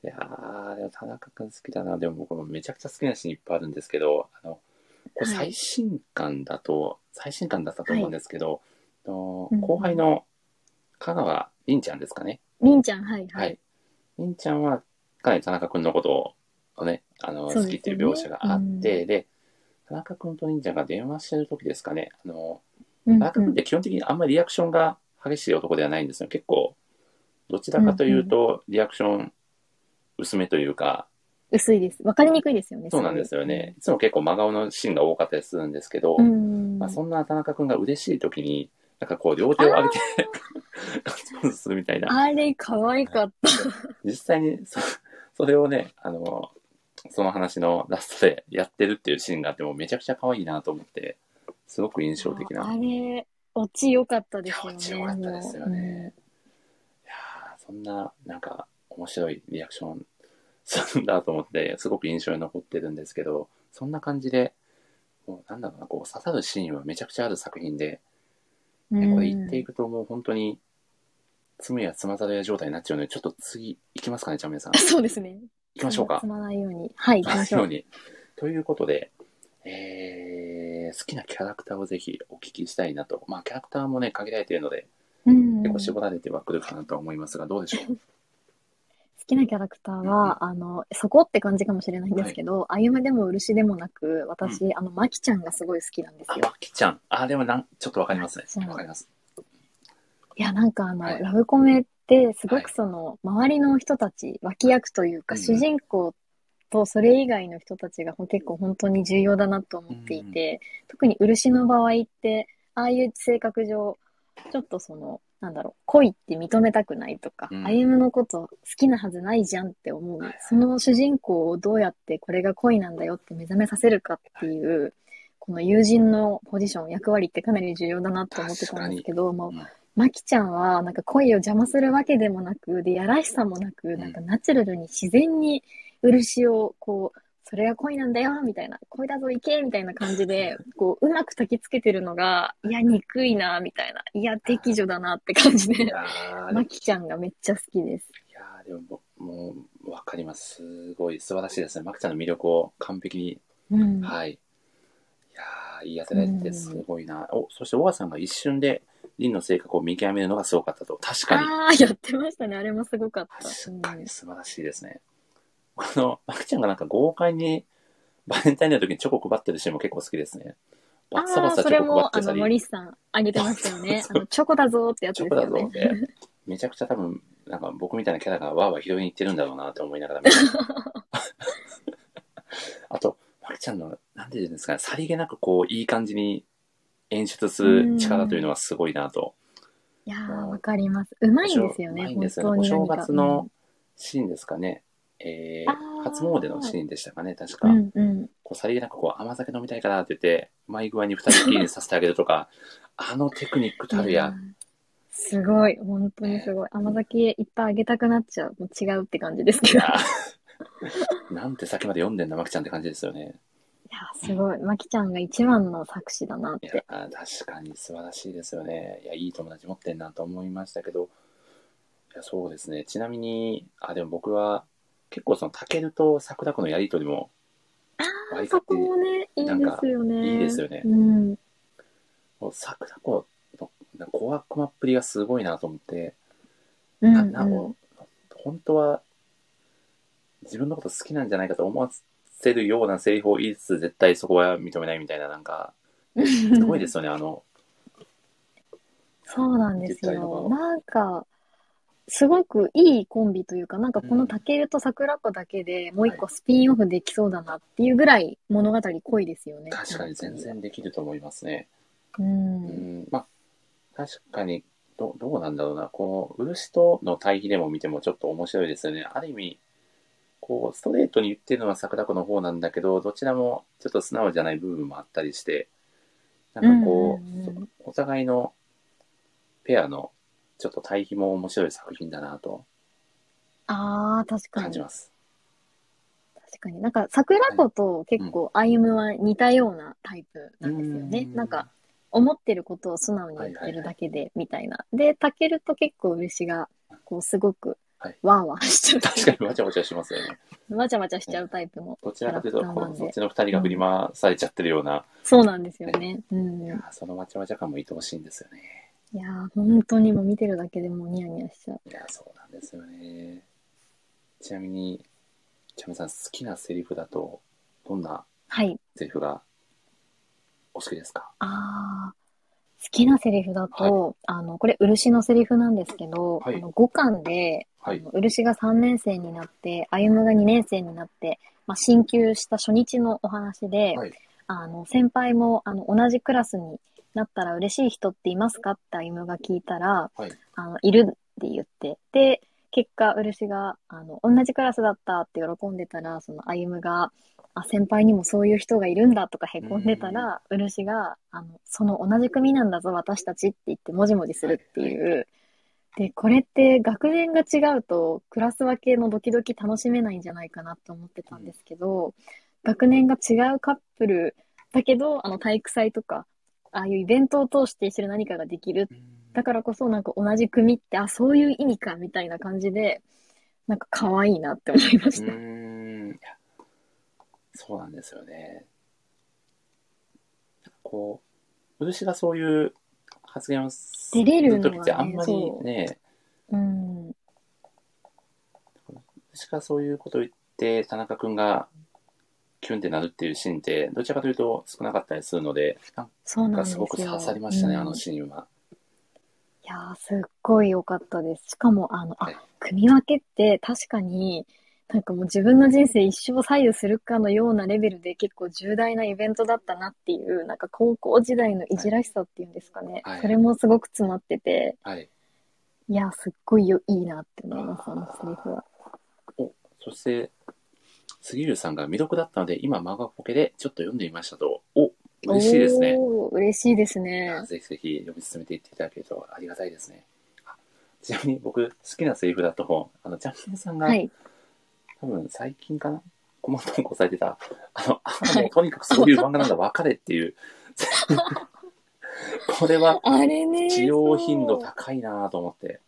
S1: いやー、でも田中君好きだな。でも僕もめちゃくちゃ好きなシーンいっぱいあるんですけど、あの、これ
S2: はい
S1: 最新刊だと、最新刊だったと思うんですけど、あの
S2: うん
S1: 後輩の香川凛ちゃんですかね。
S2: りんちゃん、はい、
S1: は
S2: はいい。。
S1: 凛、ちゃんは、かなり田中君のことをね、あの、
S2: そうですよね
S1: 好きっていう描写があって、で
S2: う
S1: 田中君と凛ちゃんが電話してる時ですかね。あの、
S2: うん
S1: 田中君って基本的にあんまりリアクションが激しい男ではないんですよ。結構、どちらかというと、リアクション薄めというか、
S2: 薄いです。わかりにくいですよね。
S1: そうなんですよね。いつも結構真顔のシーンが多かったりするんですけど、
S2: ごい。うん。
S1: まあ、そんな田中君が嬉しい時に、なんかこう、両手を上げて、ガッツポーズするみたい な。
S2: あれ、可愛かった。
S1: 実際にそ、それをね、あの、その話のラストでやってるっていうシーンがあって、もうめちゃくちゃ可愛いなと思って、すごく印象的な。
S2: あれ、オチ良かったですよね。
S1: 気持ちよかったですよね。いやーそんな、なんか、面白いリアクションするんだと思って、すごく印象に残ってるんですけど、そんな感じで、もうなんだろうな、こう、刺さるシーンはめちゃくちゃある作品で、
S2: もう。
S1: ね
S2: うん
S1: これ言っていくともう本当に、詰めやつまざれや状態になっちゃうので、ちょっと次、行きますかね、ちゃんめんさん。行
S2: そうですね。
S1: きましょうか
S2: つ。まないように。はい、行きましょ
S1: よう
S2: う。
S1: に。ということで、えー好きなキャラクターをぜひお聞きしたいなと。まあ、キャラクターもね、限られているので、
S2: うん。
S1: 結構
S2: 好
S1: 絞られてはくるかなとは思いますが、どうでしょう
S2: きなキャラクターは、あの、そこって感じかもしれないんですけど、歩夢でも漆でもなく、私、あの、まきちゃんがすごい好きなんで す
S1: あ、
S2: よ。
S1: まきちゃん。あ、でもなん、ちょっとわかりますね
S2: まきちゃ。ん
S1: わかります。
S2: いや、なんかあの、
S1: はい
S2: ラブコメって、すご
S1: はい
S2: くその、周りの人たち、脇役というか、
S1: うん
S2: 主人公とそれ以外の人たちがほん結構本当に重要だなと思っていて、特に漆の場合って、ああいう性格上、ちょっとその、なんだろう、恋って認めたくないとか、
S1: うん
S2: 歩夢のこと好きなはずないじゃんって思う
S1: はいはい、
S2: その主人公をどうやってこれが恋なんだよって目覚めさせるかっていう、この友人のポジション、役割ってかなり重要だなと思ってたんですけど、もう
S1: うん
S2: まきちゃんは、なんか恋を邪魔するわけでもなく、で、やらしさもなく、
S1: ん
S2: なんかナチュラルに自然に漆を、こう、それが恋なんだよ、みたいな、恋だぞ、行けみたいな感じで、こう、うまく焚きつけてるのが、いや、憎いな、みたいな、いや、敵女だなって感じ
S1: い
S2: で、
S1: やー、
S2: まきちゃんがめっちゃ好きです。
S1: いやーでももう、もう、わかります。すごい、素晴らしいですね。まきちゃんの魅力を完璧に、
S2: うん。
S1: はい。いやー、言い当てられてすごいな。お、そして、小川さんが一瞬で、凛の性格を見極めるのがすごかったと。確かに。
S2: ああ、やってましたね。あれもすごかった。
S1: 確かに素晴らしいですね。この、まきちゃんがなんか豪快にバレンタインの時にチョコ配ってるシーンも結構好きですね。バ
S2: あ
S1: ッサバ
S2: あー、
S1: サ
S2: そ
S1: チ
S2: れ
S1: ョコ配っ
S2: も、
S1: て
S2: あ
S1: た
S2: の、
S1: り、
S2: 森さん、あげてましたよね。
S1: そう
S2: あ
S1: そう
S2: の、チョコだぞーってやつ
S1: チ
S2: で
S1: ョ
S2: す
S1: コだ
S2: よ
S1: ぞ
S2: ね
S1: っ。て、めちゃくちゃ多分、なんか僕みたいなキャラがわーわー拾いに行ってるんだろうなって思いながら見てたあと、まきちゃんの、なんていうんですかね、さりげなくこう、いい感じに演出する力というのはすごいなと。
S2: いや
S1: う
S2: ー、
S1: ん
S2: わかります。うまいんですよ
S1: う
S2: ね、
S1: まいん
S2: 本
S1: ですよ
S2: 当
S1: ね。お
S2: に
S1: 正
S2: 何か。
S1: 月のシーンですかね。えー
S2: あー
S1: 初詣のシーンでしたかね、確か。
S2: うんうん。
S1: こうさりげなくこう甘酒飲みたいからって言 って、うまい具合に二人きりにさせてあげるとか、あのテクニックたる
S2: い
S1: や
S2: ー。すごい、本当にすごい。甘酒いっぱいあげたくなっちゃう。もう違うって感じですけ
S1: い
S2: ど。い
S1: やーなんて先まで読んでんだ、まきちゃんって感じですよね。
S2: やー、すごい。まきちゃんが一番の作詞だなっ
S1: いや
S2: て。
S1: ー、確かに素晴らしいですよね。いや、いい友達持ってんなと思いましたけど、いや、そうですね。ちなみに、あ、でも僕は、結構その、たけると桜子のやりとりも、
S2: あ
S1: 割
S2: そ
S1: と
S2: こもね、いい
S1: なん
S2: で
S1: か
S2: すよね。
S1: いいですよね
S2: うん。
S1: もう桜子の、なんか小悪魔っぷりがすごいなと思って、
S2: うん
S1: な
S2: う。
S1: なんお本当は自分のこと好きなんじゃないかと思わせるようなセリフを言いつつ絶対そこは認めないみたいななんかすごいですよねあの
S2: そうなんです
S1: 絶対の
S2: よ。なんか、すごくいいコンビというか、なんかこの竹雄と桜子だけでもう一個スピンオフできそうだなっていうぐらい物語濃いですよね。
S1: 確かに全然できると思いますね。
S2: うん。
S1: う
S2: うん。
S1: ん、まあ、確かに、どどうなんだろうな、この漆との対比でも見てもちょっと面白いですよね。ある意味、こう、ストレートに言ってるのは桜子の方なんだけど、どちらもちょっと素直じゃない部分もあったりして、なんかこう、
S2: うんうんうん
S1: お互いのペアのちょっと対比も面白い作品だなと
S2: ああ、確か
S1: 感
S2: に。
S1: じま
S2: 確
S1: す。
S2: かに。なんか桜子と結構歩夢は似たようなタイプなんですよね。
S1: う
S2: なんか、思ってることを素直に言ってるだけで、みたいな。で、たけると結構漆が、こう、すごく
S1: はい、
S2: わーわーしちゃう。
S1: 確かにわちゃわちゃしますよね。
S2: わちゃわちゃしちゃうタイプの。
S1: どちらかというと、こう
S2: キ
S1: そ
S2: ャラ
S1: っ
S2: ク
S1: ちの二人が振り回されちゃってるような、
S2: そうなんですよね。うん。
S1: いやーそのわちゃわちゃ感も愛おしいんですよね。
S2: いやー、本当にもう見てるだけでもうニヤニヤしちゃう。
S1: いや、そうなんですよね。ちなみに、ちゃみさん、好きなセリフだと、どんな
S2: はい。
S1: セリフがお好きですか
S2: あー。好きなセリフだと、あの、これ、漆のセリフなんですけど、
S1: はい
S2: あの5巻で、
S1: はい
S2: あの漆が3年生になって、歩夢が2年生になって、まあ、進級した初日のお話で、
S1: はい
S2: あの、先輩も、あの、同じクラスになったら嬉しい人っていますかって歩夢が聞いたら、
S1: はい
S2: あの、いるって言って、で、結果、漆が、あの、同じクラスだったって喜んでたら、その歩夢が、あ、先輩にもそういう人がいるんだとかへこんでたら、漆が、あの、その同じ組なんだぞ、私たちって言って、もじもじするっていう。で、これって学年が違うと、クラス分けのドキドキ楽しめないんじゃないかなと思ってたんですけど、学年が違うカップルだけど、あの、体育祭とか、ああいうイベントを通して一緒に何かができるだからこそなんか同じ組って、あ、そういう意味かみたいな感じで、なんか可愛いなって思いま
S1: う
S2: した。
S1: ーん、いやそうなんですよね。こう、漆がそういう発言をす
S2: 出れるのはね
S1: 時ってあんまりね、
S2: うん。
S1: 漆がそういうことを言って、田中君がキュンってなるっていうシーンって、どちらかというと少なかったりするので、なん
S2: そうなん
S1: か
S2: ですす
S1: ご
S2: よ。
S1: く刺さりましたね、
S2: うん
S1: あのシーンは。
S2: いやー、すっごい良かったです。しかも、あの、あ
S1: はい、
S2: 組み分けって確かに、なんかもう自分の人生一生左右するかのようなレベルで結構重大なイベントだったなっていう、なんか高校時代のいじらしさっていうんですかね。
S1: はい
S2: それもすごく詰まってて、
S1: はい。
S2: いやー、すっごいよいいなって思います、あのセリフは。
S1: そして、杉浦さんが未読だったので、今、マガポケでちょっと読んでみましたと。お嬉しいですね。
S2: おー嬉しいですね。
S1: ぜひぜひ読み進めていっていただけるとありがたいですね。あちなみに僕、好きなセリフだと、あの、ジャンピンさんが、
S2: はい。
S1: 多分最近かなコメント投稿されてた、あ の、あもうとにかくそういう漫画なんだ、別れっていう。 これは、
S2: あれね。
S1: 需要頻度
S2: そう
S1: 高いなと思って、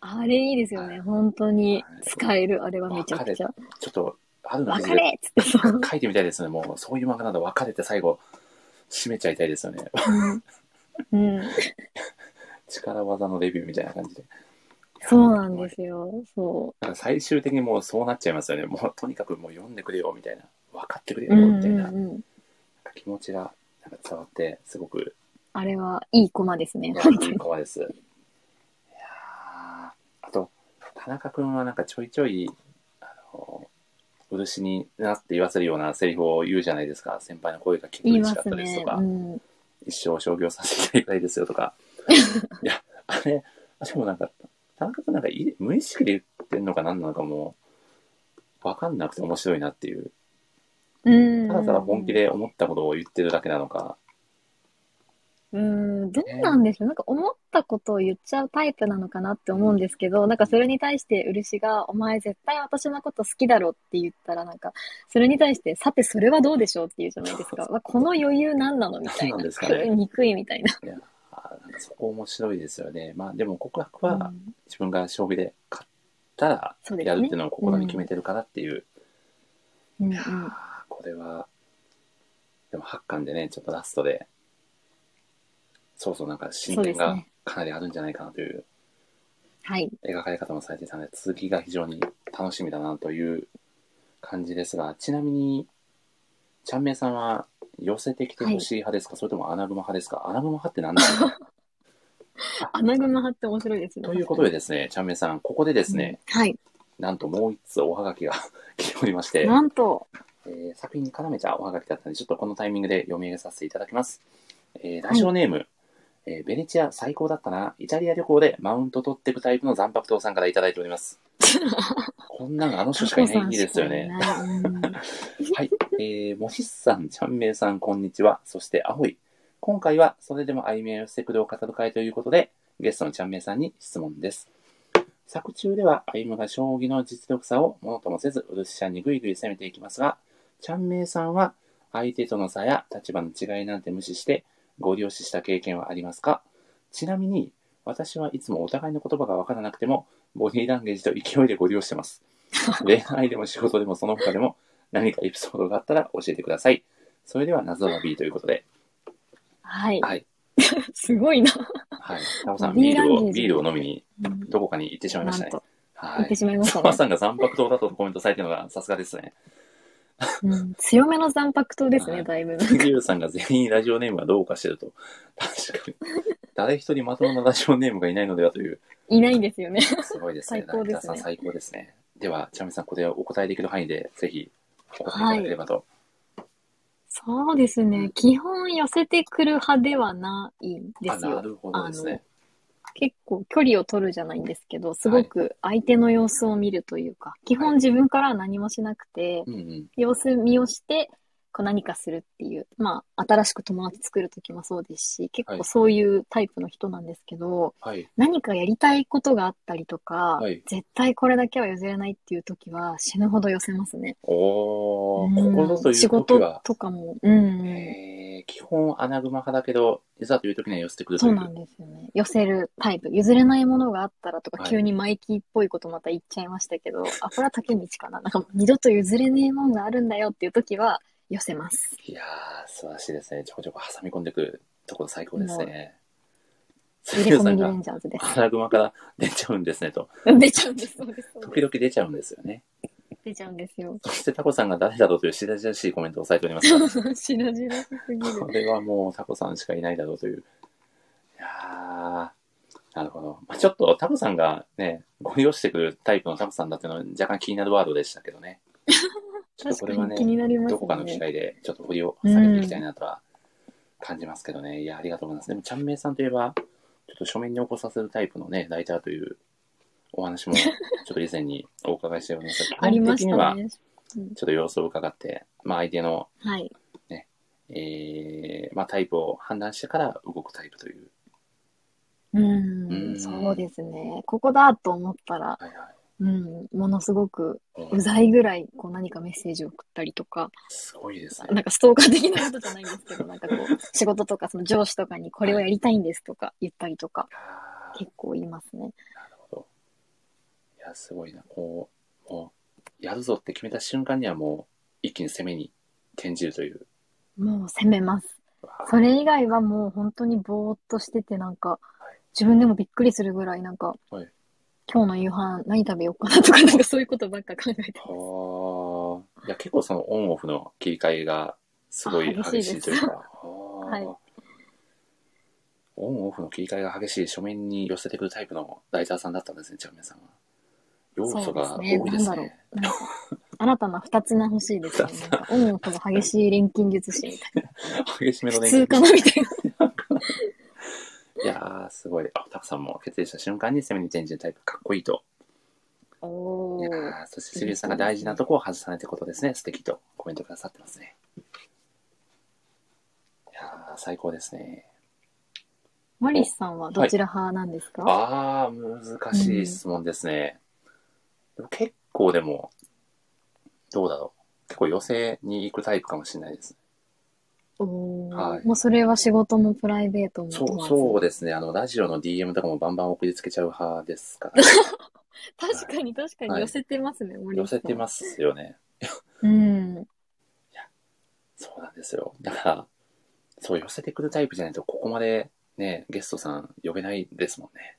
S2: あれいいですよ
S1: はい
S2: ね。本当に
S1: はい
S2: 使える。あれはめちゃくちゃ。
S1: ちょっと、あるの
S2: 別れっつってそう。
S1: 書いてみたいですね。もう、そういう漫画なんだ、別れて最後、締めちゃいたいですよね。
S2: うん。うん
S1: 力技のレビューみたいな感じで。
S2: そうなんですよ。そ
S1: なんか最終的にもうそうなっちゃいますよね。もうとにかくもう読んでくれよみたいな、分かってくれ
S2: う。
S1: よ
S2: う
S1: み
S2: んうん
S1: たいな
S2: うん。
S1: 気持ちがなんか伝わって、すごく
S2: あれはいいコマですね。
S1: いや
S2: 本当
S1: いい
S2: に。
S1: 子 です。いやーあと、田中君はなんかちょいちょい、あの、漆になって言わせるようなセリフを言うじゃないですか。先輩の声が聞く
S2: 言い
S1: 嬉
S2: ま
S1: しかっ
S2: す
S1: たです
S2: ね
S1: と。か、
S2: うん。
S1: 一生商業させていただきたいですよと か。いや、あれ、あでもなんか、田中君なんかい無意識で言ってんのか何なのかもう、わかんなくて面白いなっていう。
S2: うん。
S1: ただただ本気。で思ったことを言ってるだけなのか。
S2: うん。どうなんでしょう。なんか思ったことを言っちゃうタイプなのかなって思うんですけど、なんかそれに対して漆が、お前絶対私のこと好きだろって言ったら、なんか、それに対して、さてそれはどうでしょうって言うじゃないですか。わこの余裕何なのみた
S1: 何
S2: い
S1: なん
S2: な。
S1: ですかね
S2: 憎いみたいな。
S1: あーなんかそこ面白いですよね。まあでも告白は自分が将棋で勝ったら
S2: そうですね
S1: やるっていうのを心に決めてるからっていう。
S2: うんうん
S1: いやーこれは、でも8巻でね、ちょっとラストで、そうそうなんか進展
S2: そうです
S1: が
S2: ね
S1: かなりあるんじゃないかなという
S2: はい。
S1: 描かれ方もされていたので、続きが非常に楽しみだなという感じですが、ちなみに、ちゃんめいさん は寄せてきてほしい派ですか、それともアナグマ派ですかアナグマ派って何なんですか
S2: 穴熊派って面白いですね。
S1: ということでですね、ちゃんめいさん、ここでですね、
S2: はい。
S1: なんともう一つおはが きが来ておりまして、
S2: なんと、
S1: えー作品に絡めたおはがきだったので、ちょっとこのタイミングで読み上げさせていただきます。えーラジオネーム、えーベネチア最高だったな、イタリア旅行でマウント取ってくタイプの残白糖さんからいただいております。こんなのあの人しかいない日ですよね。
S2: タコさんしかいない。うん
S1: はい。えー、もしっさん、ちゃんめいさん、こんにちは。そして、あほい。今回は、それでも曖昧をしてくれを語る会ということで、ゲストのちゃんめいさんに質問です。作中では、歩夢が将棋の実力差をものともせず、うるしちゃんにぐいぐい攻めていきますが、ちゃんめいさんは、相手との差や立場の違いなんて無視して、ご利用しした経験はありますかちなみに、私はいつもお互いの言葉がわからなくても、ボディーランゲージと勢いでご利用してます。恋愛でも仕事でもその他でも、何かエピソードがあったら教えてください。それでは謎の B ということで。
S2: はい。
S1: はい。
S2: すごいな。
S1: はい。タモさん、
S2: ビ
S1: ビ
S2: ー
S1: ー
S2: ラン
S1: ル
S2: ゲー
S1: を、
S2: ジ
S1: ビールを飲みに、
S2: うん
S1: どこかに行ってしまいましたね
S2: な。んと、
S1: は
S2: 言って
S1: い。
S2: しまいまし
S1: サ
S2: た
S1: マ
S2: ね。
S1: さんが残白糖だとコメントされてるのがさすがですね。
S2: うん、強めの残白糖です
S1: は
S2: ね、
S1: い
S2: だいぶ。
S1: リ ュウさんが全員ラジオネームがどうかしてると。確かに。誰一人まともなラジオネームがいないのではという。
S2: いないですよね。
S1: すごいですね。
S2: 最高
S1: ライ
S2: ですね
S1: ターさん最高ですね。では、ちなみさん、これをお答えできる範囲で、ぜひ、お答えいただければと。
S2: そうですね。基本寄せてくる派ではないんで
S1: あ、
S2: す
S1: な
S2: よ。
S1: るほどですね。
S2: 結構距離を取るじゃないんですけど、すごく相手の様子を見るというか、基本自分からは何もしなくて、
S1: うんうん。
S2: 様子見をして、こう何かするっていう。まあ、新しく友達作るときもそうですし、結
S1: は
S2: 構
S1: い
S2: そういうタイプの人なんですけど、
S1: はい。
S2: 何かやりたいことがあったりとか、
S1: はい
S2: 絶対これだけは譲れないっていう時は死ぬほど寄せますね。
S1: おー、
S2: うん
S1: 心という
S2: 仕
S1: 時は
S2: 事、とかも、うん、
S1: えー基本穴熊派だけど、いざという時には寄せてくるという
S2: そ
S1: う。
S2: なんですよね。寄せるタイプ。譲れないものがあったらとか、
S1: はい
S2: 急にマイキーっぽいことまた言っちゃいましたけど、あ、これは竹道かな。なんか二度と譲れねえもんがあるんだよっていう時は寄せます。
S1: いやー、素晴らしいですね。ちょこちょこ挟み込んでくるところ最高ですね。ス
S2: 入
S1: リ
S2: れ
S1: ル
S2: 込
S1: さん
S2: みリレ
S1: が
S2: ンジャーズで
S1: 穴熊から出ちゃうんですねと。
S2: す。出ちゃうんです、そうです、そう
S1: 時
S2: で
S1: 々出ちゃうんですよね。
S2: す。出ちゃうんですよ。
S1: そしてタコさんが誰だろうというしらじらしいコメントをされております が
S2: しらじらしすぎる
S1: こ。れはもうタコさんしかいないだろうという。いやー。なるほど。まあ、ちょっとタコさんがね、ご利用してくるタイプのタコさんだっていうのは若干気になるワードでしたけどね。ちょっとこ
S2: 確か
S1: れは
S2: に
S1: ね
S2: 気、になりますね。
S1: どこかの機会でちょっと振りを下げていきたいなとは感じますけどね。いや、ありがとうございます。でも、ちゃんめいさんといえば、ちょっと書面に起こさせるタイプのね、ライターというお話も、ちょっと以前にお伺いしておりますが、
S2: ありま
S1: 基
S2: し
S1: 本的には
S2: たね。
S1: ちょっと様子を伺って、まあ、相手の、
S2: はい。
S1: えーまあ、タイプを判断してから動くタイプという。
S2: う
S1: うん
S2: ん、そうですね。ここだと思った
S1: は
S2: ら、
S1: いはい
S2: うん、ものすごく
S1: う
S2: うんざいぐらい、こう何かメッセージを送ったりとか、
S1: すごいです
S2: な
S1: ね。
S2: んかストーカー的なことじゃないんです けど、なんかこう、仕事とかその上司とかにこれをやりたいんですとか言ったりとか、
S1: あー
S2: 結構言いますね。
S1: なるほど。いや、すごいな。こう、もう、やるぞって決めた瞬間にはもう、一気に攻めに転じるという。
S2: もう攻めます。それ以外はもう本当にぼーっとしてて、なんか
S1: はい、
S2: 自分でもびっくりするぐらい、なんか、
S1: はい
S2: 今日の夕飯何食べようかなとか、なんかそういうことばっか考えてます。
S1: はあ。いや、結構そのオンオフの切り替えがすごい
S2: あ
S1: 激
S2: 激しい
S1: しい
S2: です
S1: というか。
S2: はい
S1: はあオンオフの切り替えが激しい書面に寄せてくるタイプのライターさんだったんですね、ちゃんみさんは。要素が多いです
S2: そうですねなんだろう
S1: ね。
S2: なんか新たな二つ名欲しいですよね。なんか、オンオフの激しい錬金術師み たい
S1: 激しめ
S2: な。
S1: の
S2: 普
S1: 連携
S2: 通かなみたいな。
S1: いやー、すごい。あ、タコさんも決意した瞬間に攻めに転じるタイプ、かっこいいと。
S2: お
S1: いや
S2: ー。
S1: ーそして、杉内さんが大事なとこを外さないってことですね。素敵とコメントくださってますね。いやー、最高ですね。
S2: マリスさんはどちら派なんですか、
S1: ああ、難しい質問ですね。でも結構でも、どうだろう。結構寄せに行くタイプかもしれないです。
S2: おー、
S1: はい
S2: もうそれは仕事もプライベートも
S1: そ
S2: 問わ
S1: う、
S2: ず
S1: そうですね。あの、ラジオの DM とかもバンバン送りつけちゃう派ですから、
S2: 確かに確かに寄せてますね、森
S1: 寄
S2: さん。
S1: せてますよね。
S2: す。うん。
S1: そうなんですよ。だから、そう、寄せてくるタイプじゃないと、ここまでね、ゲストさん呼べないですもんね。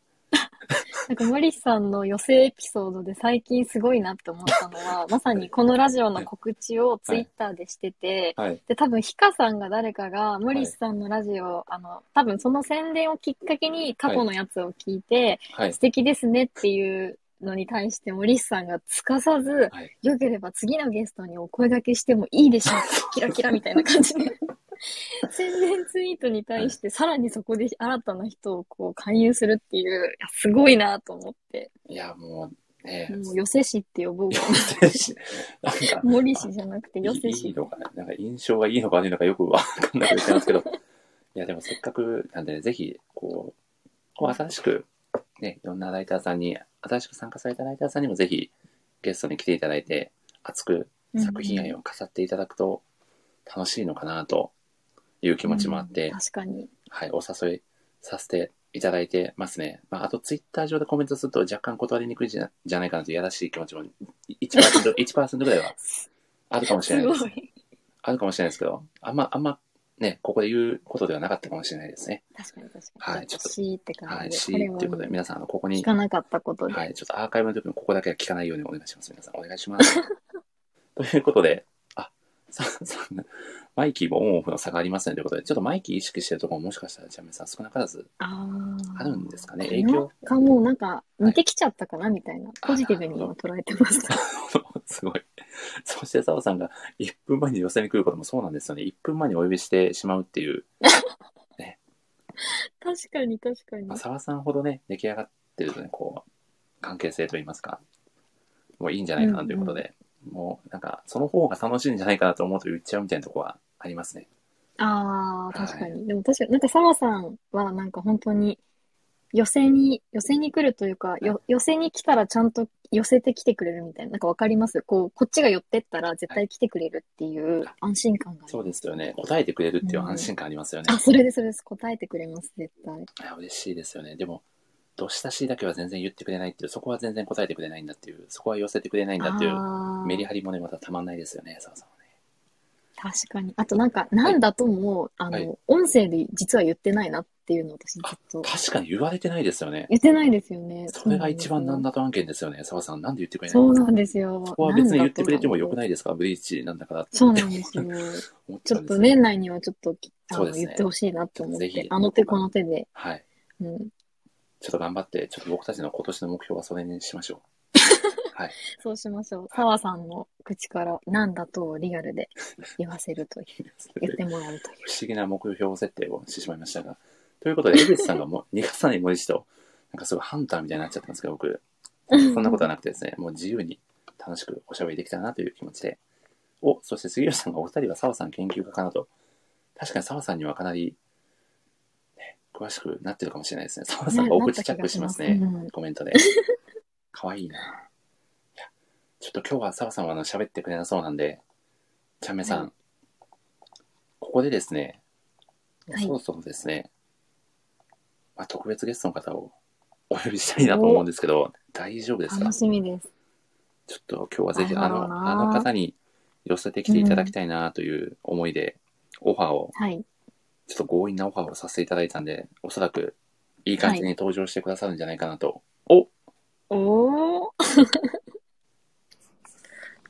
S2: なんか、マリさんの寄せエピソードで最近すごいなって思った のは、まさにこのラジオの告知をツイッターでしてて、
S1: はい。
S2: で、多分、ヒカさんが誰かが、モリスさんのラジオ、あの、多分その宣伝をきっかけに過去のやつを聞いて、
S1: はい
S2: 素。敵ですねっていうのに対して、モリスさんがすかさず、
S1: はい。
S2: 良ければ次のゲストにお声掛けしてもいいでしょうか。キラキラみたいな感じで。宣伝ツイートに対して、さらにそこで新たな人をこう勧誘するっていう、いやすごいなと思って。
S1: いや、もう、ね、
S2: もう、寄せ師って呼ぼうか
S1: なんか、
S2: な。モリ氏じゃなくて寄せ
S1: い
S2: 師
S1: い。のかな、なんか印象がいいのか悪いのかよくわかんなくなっちゃいます けど、いや、でもせっかくなんでね、ぜひ、こう、こう新しく、ね、いろんなライターさんに、新しく参加されたライターさんにもぜひ、ゲストに来ていただいて、熱く作品愛を語っていただくと、楽しいのかなという気持ちもあって、
S2: うん確かに。
S1: はい、お誘いさせていただいてますね。まあ、あと、ツイッター上でコメントすると若干断りにくいんじゃじゃないかなと、いやらしい気持ちもい1%、1%ぐらいはあるかもしれ
S2: す
S1: ないです
S2: ご。い。
S1: あるかもしれないですけど、あんま、あんま、ね、ここで言うことではなかったかもしれないですね。
S2: 確かに確かに。
S1: はいちょっと
S2: しって
S1: は
S2: 感
S1: い。
S2: じ
S1: し、
S2: で。
S1: とい
S2: こ
S1: うこと
S2: れ
S1: で、
S2: は
S1: 皆さん、あの、ここに
S2: 聞、かなかったことで。
S1: はい、ちょっとアーカイブの時もここだけは聞かないようにお願いします。皆さん、お願いします。 ということで、あ、さ、さ、マイキーもオンオフの差がありますねということで、ちょっとマイキー意識してるところももしかしたら、じゃあ皆さん少なからず
S2: あ
S1: あるんですかね。
S2: あ。
S1: 影響
S2: なんかもうなんか似てきちゃったかなみたいな。ポジティブに
S1: なる
S2: 今捉えてました。
S1: すごい。そして、澤さんが1分前に寄せに来ることもそうなんですよね。1分前にお呼びしてしまうっていう、
S2: 確かに確かに
S1: まあ、。沢さんほどね、出来上がってるとね、こう、関係性といいますか、もういいんじゃないかなということで、もうなんか、その方が楽しいんじゃないかなと思うと言っちゃうみたいなとこはありますね。
S2: ああ、
S1: はい
S2: 確かに。でも確かに、なんか澤さんはなんか本当に、寄せに、寄せに来るというか、よ、寄せに来たらちゃんと寄せてきてくれるみたいな、なんかわかりますこう、こっちが寄ってったら絶対来てくれるっていう安心感がある。
S1: そうですよね。答えてくれるっていう安心感ありますよね。
S2: あ、それです、それです。答えてくれます、絶対。
S1: いや嬉しいですよね。でも、どしたしだけは全然言ってくれないっていう、そこは全然答えてくれないんだっていう、そこは寄せてくれないんだっていう、
S2: ああ、
S1: メリハリもね、またたまんないですよね、澤さんはね。
S2: 確かに。あとなんか、なんだとも、あ
S1: はい
S2: の、音声で実は言ってないなっていうのを私ずっと、
S1: 確かに言われてないですよね。
S2: 言ってないですよね。
S1: それが一番なん
S2: だ。
S1: だと案件ですよね、澤さん。なんで言ってくれない
S2: そ
S1: の
S2: うなんですよ。
S1: ここは別に言ってくれてもよ
S2: よ
S1: くないですかブリーチなんだからって
S2: そうなんですよ。
S1: 思っ
S2: ち
S1: ちゃ
S2: ょ
S1: う
S2: っ
S1: んです
S2: と
S1: よね
S2: 年内にはちょっときあ
S1: そう
S2: の
S1: ですね
S2: 言ってほしいなって思っ
S1: ぜひ
S2: て、あの手この手で、
S1: はい。
S2: うん、
S1: ちょっと頑張って、ちょっと僕たちの今年の目標はそれにしましょう。はい。
S2: そうしましょう。澤さんの口からなんだとリアルで言わせ るという、言ってもらうという。
S1: 不思議な目標設定をしてしまいましたが。ということで、江口さんがもう 逃がさない森氏と、なんかすごいハンターみたいになっちゃってますけど、 僕、そんなことはなくてですね、もう自由に楽しくおしゃべりできたらなという気持ちで。お、そして杉浦さんがお二人は澤さん研究家かなと。確かに澤さんにはかなり、ね、詳しくなってるかもしれないですね。澤さんがお口チャックしますね。
S2: うん
S1: コメン トで。かわいいな。いやちょっと今日は澤さんはあの喋ってくれなそうなんで、ちゃんめさん、
S2: は
S1: ここでですね、
S2: はい
S1: そろそろですね、まあ、特別ゲストの方を お呼びしたいなと思うんですけど、大丈夫ですか
S2: 楽
S1: ち
S2: しみです。
S1: ょっと今日はぜひあ
S2: 大丈
S1: の
S2: 夫だろうな
S1: あの方に寄せてきていただきたいなという思いで、オファーを、
S2: はい。
S1: ちょっと強引なオファーをさせていただいたんで、おそらくいい感じに登場してくださるんじゃないかなと。お
S2: おー、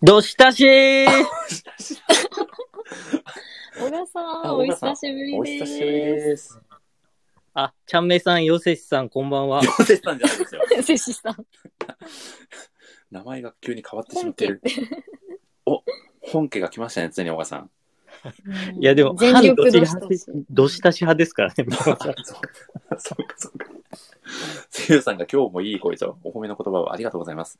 S3: どしたし
S2: 小賀さ
S1: あ
S2: ん、お
S1: 小川さん
S2: 久しぶり
S1: お
S2: で
S1: 久
S2: す。
S1: しぶりです。
S3: あ、ちゃんめいさん、よせしさん、こんば んは。
S1: ヨセさんじゃないです よ。
S2: せしさん、
S1: 名前が急に変わってしま
S2: 本
S1: って
S2: 家っ
S1: る。
S2: て。
S1: 本家が来ましたね、ついに小川 さん。
S3: いや、でも、
S2: 全力
S3: どし
S2: 同
S3: 派
S2: 士同士
S3: どしたし派ですから
S1: そ
S3: ね。
S1: うそうか、そうか。つゆさんが今日もいい声とお褒めの言葉をありがとうございます。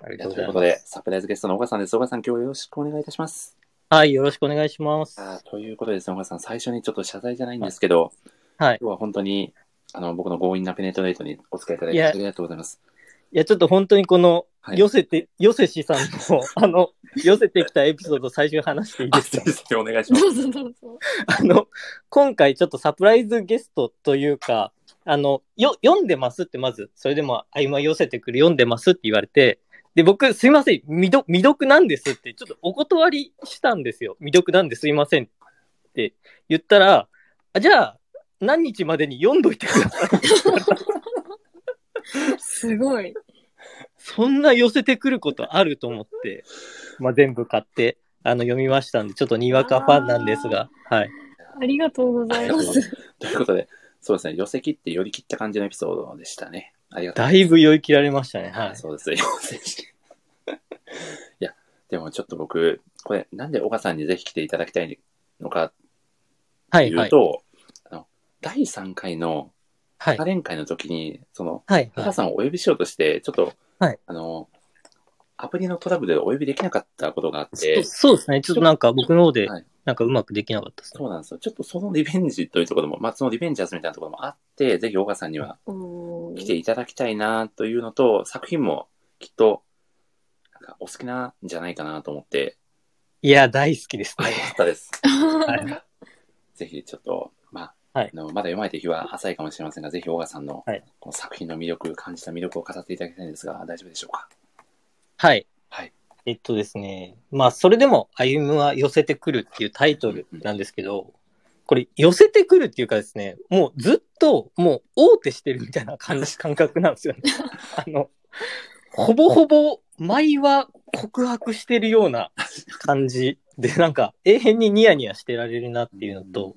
S3: あり
S1: いやということで、サプライズゲストの小川さんです。小川さん、今日よろしくお願いいたします。
S3: はい、よろしくお願いします。
S1: あーということでですね、小川さん、最初にちょっと謝罪じゃないんですけど、
S3: はい。
S1: 今日は本当に、あの、僕の強引なペネトレートにお付き合いいただいて
S3: いや
S1: ありがとうございます。
S3: いや、ちょっと本当にこの、
S1: はい
S3: よせて、よせしさんの、あの、寄せてきたエピソード最初に話していい
S1: あ、
S3: です
S1: 先
S3: か
S1: 生、お願いし
S2: ど
S1: ます。
S2: うぞどうぞ。
S3: あの、今回ちょっとサプライズゲストというか、あの、よ、読んでますってまず、それでも、あ、今寄せてくる、読んでますって言われて、で、僕、すいません、未読、未読なんですって、ちょっとお断りしたんですよ。未読なんですいませんって言ったら、あじゃあ、何日までに読んどいてくださいって言われた。
S2: すごい。
S3: そんな寄せてくることあると思って、まあ、全部買って、あの、読みましたんで、ちょっとにわかファンなんですが、はい。
S2: ありがとうございます。
S1: ということで、そうですね、寄せ切って寄り切った感じのエピソードでしたね。ありがとう
S3: だいぶ酔い切られましたね。はい。
S1: そうですね、陽性して。いや、でもちょっと僕、これ、なんで岡さんにぜひ来ていただきたいのか
S3: は
S1: と
S3: い、
S1: い
S3: は
S1: う
S3: い。
S1: と、あの第3回の
S3: はい
S1: カ。レン会の時に、その、
S3: はい。は
S1: 岡
S3: い
S1: さんをお呼びしようとして、ちょっと、
S3: はい
S1: あの、アプリのトラブルでお呼びできなかったことがあっ
S3: そう
S1: て、
S3: そうですね。ちょっとなんか僕の方で
S1: はい、
S3: なんかうまくできなかったですね。
S1: そうなんですよ。ちょっとそのリベンジというところも、まあ、そのリベンジャーズみたいなところもあって、ぜひ岡さんには
S2: お
S1: 来
S2: ー
S1: ていただきたいなというのと、作品もきっと、なんかお好きなんじゃないかなと思って、
S3: いや、大好きです
S1: あ、よ
S3: ね。
S1: かったです。
S3: はい。
S1: ぜひちょっと、まあ、
S3: はい
S1: あのまだ読まれた日は浅いかもしれませんが、ぜひ、小川さんの,、
S3: はい
S1: この作品の魅力、感じた魅力を語っていただきたいんですが、大丈夫でしょうか。
S3: はい。
S1: はい
S3: えっとですね。まあ、それでも、歩むは寄せてくるっていうタイトルなんですけど、これ、寄せてくるっていうかですね、もうずっと、もう、大手してるみたいな感じ、感覚なんです よね。あの、ほぼほぼ、前は告白してるような感じで、なんか、永遠にニヤニヤしてられるなっていうのと、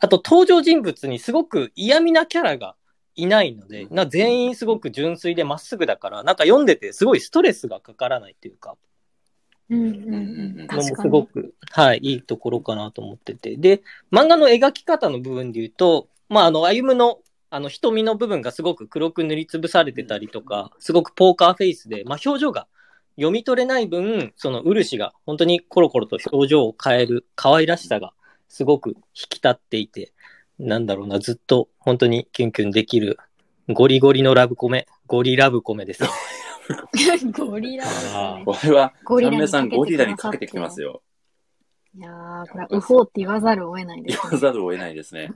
S3: あと登場人物にすごく嫌味なキャラがいないので、
S1: うん
S3: な全員すごく純粋でまっすぐだから、なんか読んでてすごいストレスがかからないというか、
S2: うんうんう
S1: 確
S2: ん。
S3: のも
S2: 確
S3: す
S2: か
S3: ご
S2: に。
S3: く、はい、いいところかなと思ってて。で、漫画の描き方の部分で言うと、まあ、あの、歩夢の、あの、瞳の部分がすごく黒く塗りつぶされてたりとか、すごくポーカーフェイスで、まあ、表情が読み取れない分、その、漆が本当にコロコロと表情を変える可愛らしさがすごく引き立っていて、なんだろうな、ずっと本当にキュンキュンできる、ゴリゴリのラブコメ、ゴリラブコ メですね。
S2: ゴリラですね。
S1: これは、
S2: ゴ
S1: ちゃ
S2: リ
S1: ん
S2: ラ
S1: め
S2: に
S1: いさん、ゴリラにか
S2: か
S1: けて
S2: けて
S1: きて
S2: きて
S1: ま
S2: ますす
S1: よ。
S2: いやー、これは、うほうって言わざるを得ないで
S1: 言
S2: す
S1: わ
S2: ね。
S1: ざるを得ないです ね。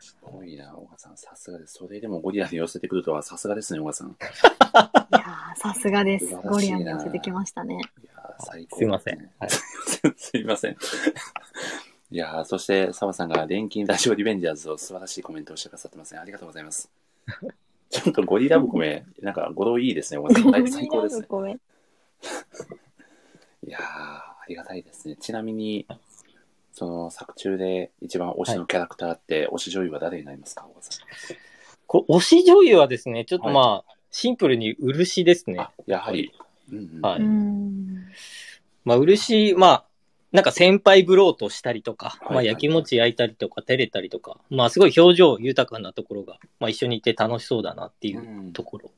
S1: すごいな、小川さん、さすがです。それでもゴリラに寄せてくるとは、さすがですね、小川さん。い
S2: いやー、さすがです
S1: 素晴ら。しいな
S2: ゴリラに寄せてきましたね。
S1: やー最高
S3: すいませ
S1: で
S3: ん。
S1: すね
S3: はい
S1: すいません。 いやーそして、澤さんが、錬金ラジオリベンジャーズを素晴らしいコメントをしてくださってますね。ありがとうござい ます。ちょっとゴリラブコメ、なんか語呂いいですね、小川さん。だい ぶ最高ですね。
S2: ごめん
S1: いやーありがたいですね。ちなみに、その作中で一番推しのキャラクターって、推し女優は誰になりますか、小川さん。
S3: こ推し女優はですね、ちょっと
S1: はい
S3: まあ、シンプルに漆ですね
S1: あ。、やはり。うんうん
S3: は
S2: うー
S3: い。
S2: ん。
S3: まあ、漆、まあ、なんか先輩ブローとしたりとか、
S1: はい
S3: まあ、焼きもち焼いたりとか、照れたりとか、まあ、すごい表情豊かなところが、まあ、一緒にいて楽しそうだなっていううんところ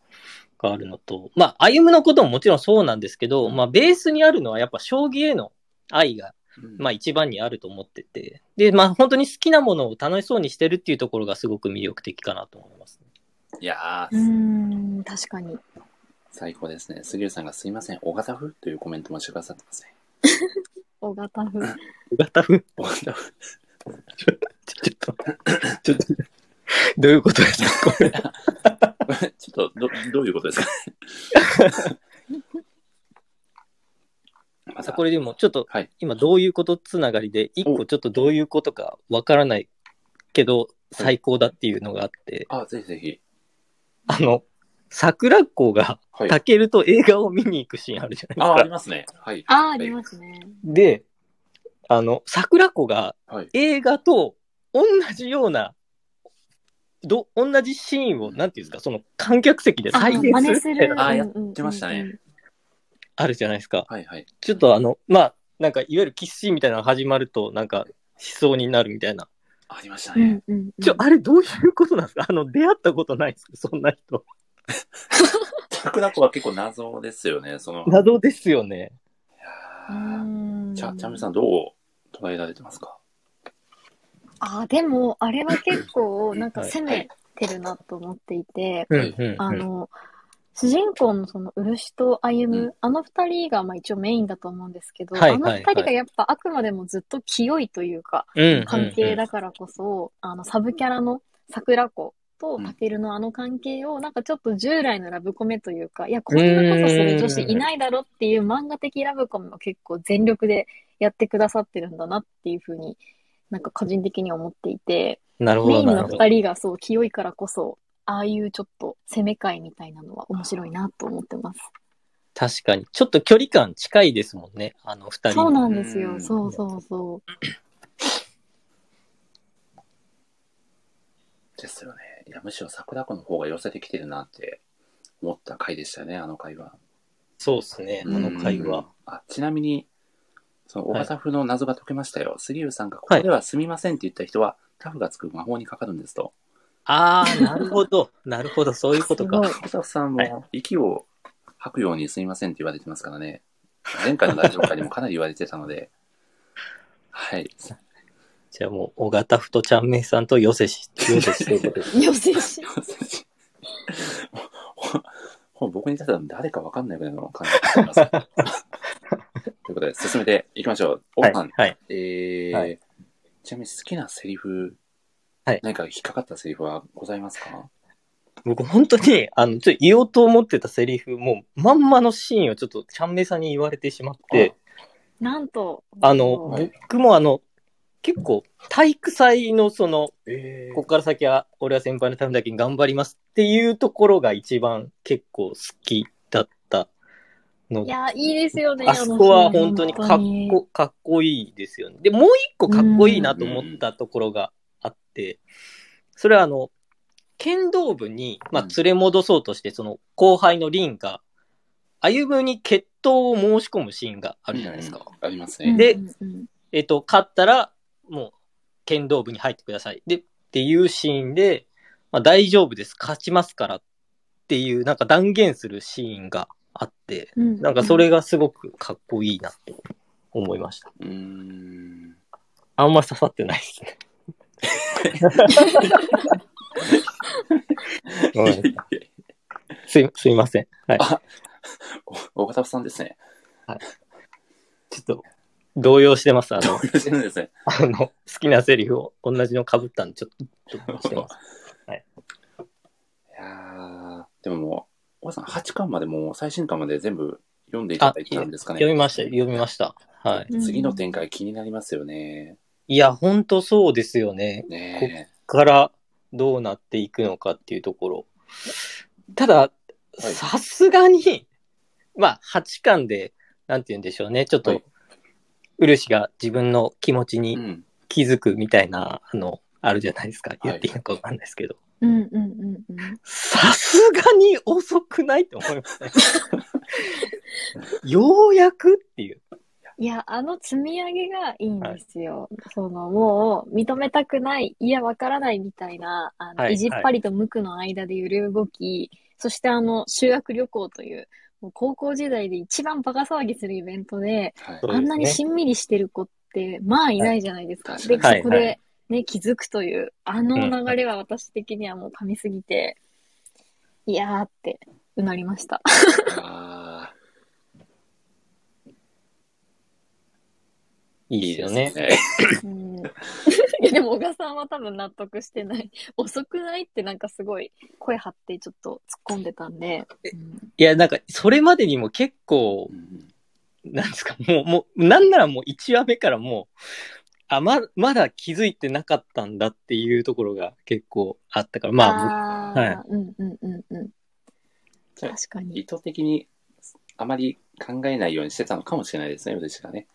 S3: があるのと、まあ、歩夢のことももちろんそうなんですけど、まあ、ベースにあるのはやっぱ将棋への愛が
S1: うん
S3: まあ一番にあると思ってて、で、まあ本当に好きなものを楽しそうにしてるっていうところがすごく魅力的かなと思い ますね、
S1: いや
S2: う
S1: ー
S2: ーん、確かに。
S1: 最高ですね。杉浦さんがすいません、小型風というコメントもしてくださってますね。
S2: 小型風。
S3: うがたふ
S1: 小型風
S3: ちょっと、ちょっと、どういうことです かこれ。
S1: ちょっとど、どういうことです かまた
S3: これでも、ちょっと
S1: はい、
S3: 今どういうことつながりで、一個ちょっとどういうことかわからないけど、最高だっていうのがあって、
S1: あ、ぜひぜひ。
S3: あの、桜子が、
S1: はい。
S3: タケルと映画を見に行くシーンあるじゃない
S1: あ、あ
S3: です
S1: り
S3: か。
S1: ますね。はい。
S2: あー、ありますね。
S3: で、あの、桜子が
S1: はい。
S3: 映画と同じような、ど、同じシーンを、なんていうんですか、その観客席で
S2: あ
S3: 再
S2: 真
S3: 現
S2: 似
S3: す
S2: す
S3: るみたい
S2: る。
S3: な、
S1: あや
S2: うんうんうんうん
S1: ってましたね。
S3: あるじゃないですか。
S1: はい。はい。
S3: ちょっとあの、まあ、なんか、いわゆるキッシーみたいなのが始まると、なんか、思想になるみたいな。
S1: ありました
S2: う
S1: ね
S2: ん。うんうん。
S3: ちょ、あれどういうことなんですかあの、出会ったことないですかそんな人。
S1: 桜子は結構謎ですよね。その、いや
S3: 謎ですよね。
S2: う
S1: ー
S2: ーん
S1: ちゃ、ちゃめさんどう捉えられてますか
S2: あーでもあれは結構なんか
S3: はい
S2: 攻めてるなと思っていて、
S3: うん
S1: うん
S2: あの主人公のその漆と歩
S1: う
S2: む、あの二人がまあ一応メインだと思うんですけど、
S3: はい
S2: あの二
S3: はいは
S2: 人
S3: い
S2: がやっぱあくまでもずっと清いというか、
S3: うん
S2: 関係
S3: だ。
S2: だからこそ、あのサブキャラの桜子と
S1: うん
S2: タケルのあの関係をなんかちょっと従来のラブコメというか、いや、こんなことする女子いないだろっていう漫画的ラブコメを結構全力でやってくださってるんだなっていうふうになんか個人的には思っていて、
S3: なるほ
S2: メイ
S3: ど、
S2: ン
S3: なる
S2: の
S3: ほど。
S2: 二人がそう清いからこそ、ああいうちょっと攻め会みたいなのは面白いなと思ってます。
S3: 確かに。ちょっと距離感近いですもんね。あの、二人の。
S2: そうなんです
S1: う
S2: よ。
S1: ん
S2: そうそうそう。
S1: ですよね。いや、むしろ桜子の方が寄せてきてるなって思った回でしたよね、あの回は。
S3: そうですね。あの会
S1: うん
S3: 話。。
S1: あ、ちなみに、その、
S3: は
S1: オ
S3: い
S1: ガタフの謎が解けましたよ。杉浦さんが、ここではすみませんって言った人は、タフがつく魔法にかかるんですと。
S3: ああ、なるほど。なるほど。そういうことか
S2: すご。い
S1: オガタフさん
S3: はい
S1: も、息を吐くようにすみませんって言われてますからね。前回の大丈夫かにもかなり言われてたので。はい。
S3: じゃあもう、小型ふとちゃんめいさんとヨセシ。ヨセシということで。
S2: よせし。
S1: もうもう僕に至ったら誰かわかんないぐらいの感じになってます。ということで、進めていきましょう。オ
S3: は
S1: ガさ
S3: い。
S1: ん、
S3: はい。
S1: えー
S3: はい
S1: ちなみに好きなセリフ、
S3: はい
S1: 何か引っかかったセリフはございますか
S3: 僕本当に、あの、ちょっと言おうと思ってたセリフ、もう、まんまのシーンをちょっとちゃんめいさんに言われてしまって、
S2: なんと。
S3: あの、
S1: はい
S3: 僕もあの、結構、体育祭のその、
S1: え
S3: ここから先は俺は先輩のためだけに頑張りますっていうところが一番結構好きだったの
S2: いや、いいですよね。
S3: あそこは
S2: のシーン
S3: 本当にかっこかっこいいですよね。で、もう一個かっこいいなと思ったところがあって、それはあの、剣道部に、まあ、連れ戻そうとして、その後輩の凛が、歩夢に決闘を申し込むシーンがあるじゃないですか。
S1: あります
S2: う
S1: ね。
S2: ん
S3: で
S2: うんうん
S3: えっと、勝ったら、もう、剣道部に入ってください。で、っていうシーンで、まあ、大丈夫です。勝ちますから。っていう、なんか断言するシーンがあって、
S2: う
S3: なんかそれがすごくかっこいいなって思いました。
S1: うーん。
S3: あんま刺さってないですね。ごめんなさい すいすいません。はい。
S1: お岡田さんですね。
S3: ちょっと、動揺してます。あの、
S1: 同してるんですね。
S3: あの好きなセリフを同じの被ったんで、ちょっと、ちょっとしてます。
S1: いやーでももう、岡田さん8巻までもう最新巻まで全部読んでいただいたんですか
S3: 読み
S1: ね。
S3: ました、読みました。はい。
S2: うん
S1: 次の展開気になりますよね。
S3: いや、ほんとそうですよね。
S1: ね
S3: からどうなっていくのかっていうところ。ただ、
S1: い
S3: さすがに、まあ、8巻で、なんて言うんでしょうね、ちょっと、
S1: はい
S3: 漆が自分の気持ち
S1: え。
S3: に
S1: うん。
S3: 気づくみたいな、あの、あるじゃないですか。
S1: い
S3: 言っていいのかわかんないですけど。
S2: うんうんうんうん。
S3: さすがに遅くないって思いま すね。ようやくっていう。
S2: いや、あの積み上げがいいんですよ。その、もう、認めたくない、いや、わからないみたいな、あの、
S3: はい
S2: 意地っぱりと無垢の間で揺れ動き、そしてあの、修学旅行という、もう高校時代で一番バカ騒ぎするイベントで、
S1: はい
S3: そうですね
S2: あんなにしんみりしてる子って、まあいないじゃないですか。で、
S1: はい
S2: そこ
S3: は
S2: で、ね、気づくという、あの流れは私的にはもう神すぎて、いやーって、うなりました。
S1: あー
S3: い
S1: い
S3: い
S1: い
S3: で
S1: ですす
S3: よね。
S1: ね。
S2: うん、い やでも小賀さんは多分納得してない遅くないってなんかすごい声張ってちょっと突っ込んでたんで、うん
S3: いや、なんか、それまでにも結構
S1: う、ん
S3: なんですか、もう、もう、なんならもう1話目からもう、あ、ま、まだ気づいてなかったんだっていうところが結構あったから、まあ、
S2: あー
S3: はい
S2: うんうんうんうん
S1: じゃあ
S2: 確かに
S1: 意図的にあまり考えないようにしてたのかもしれないですね、私がね。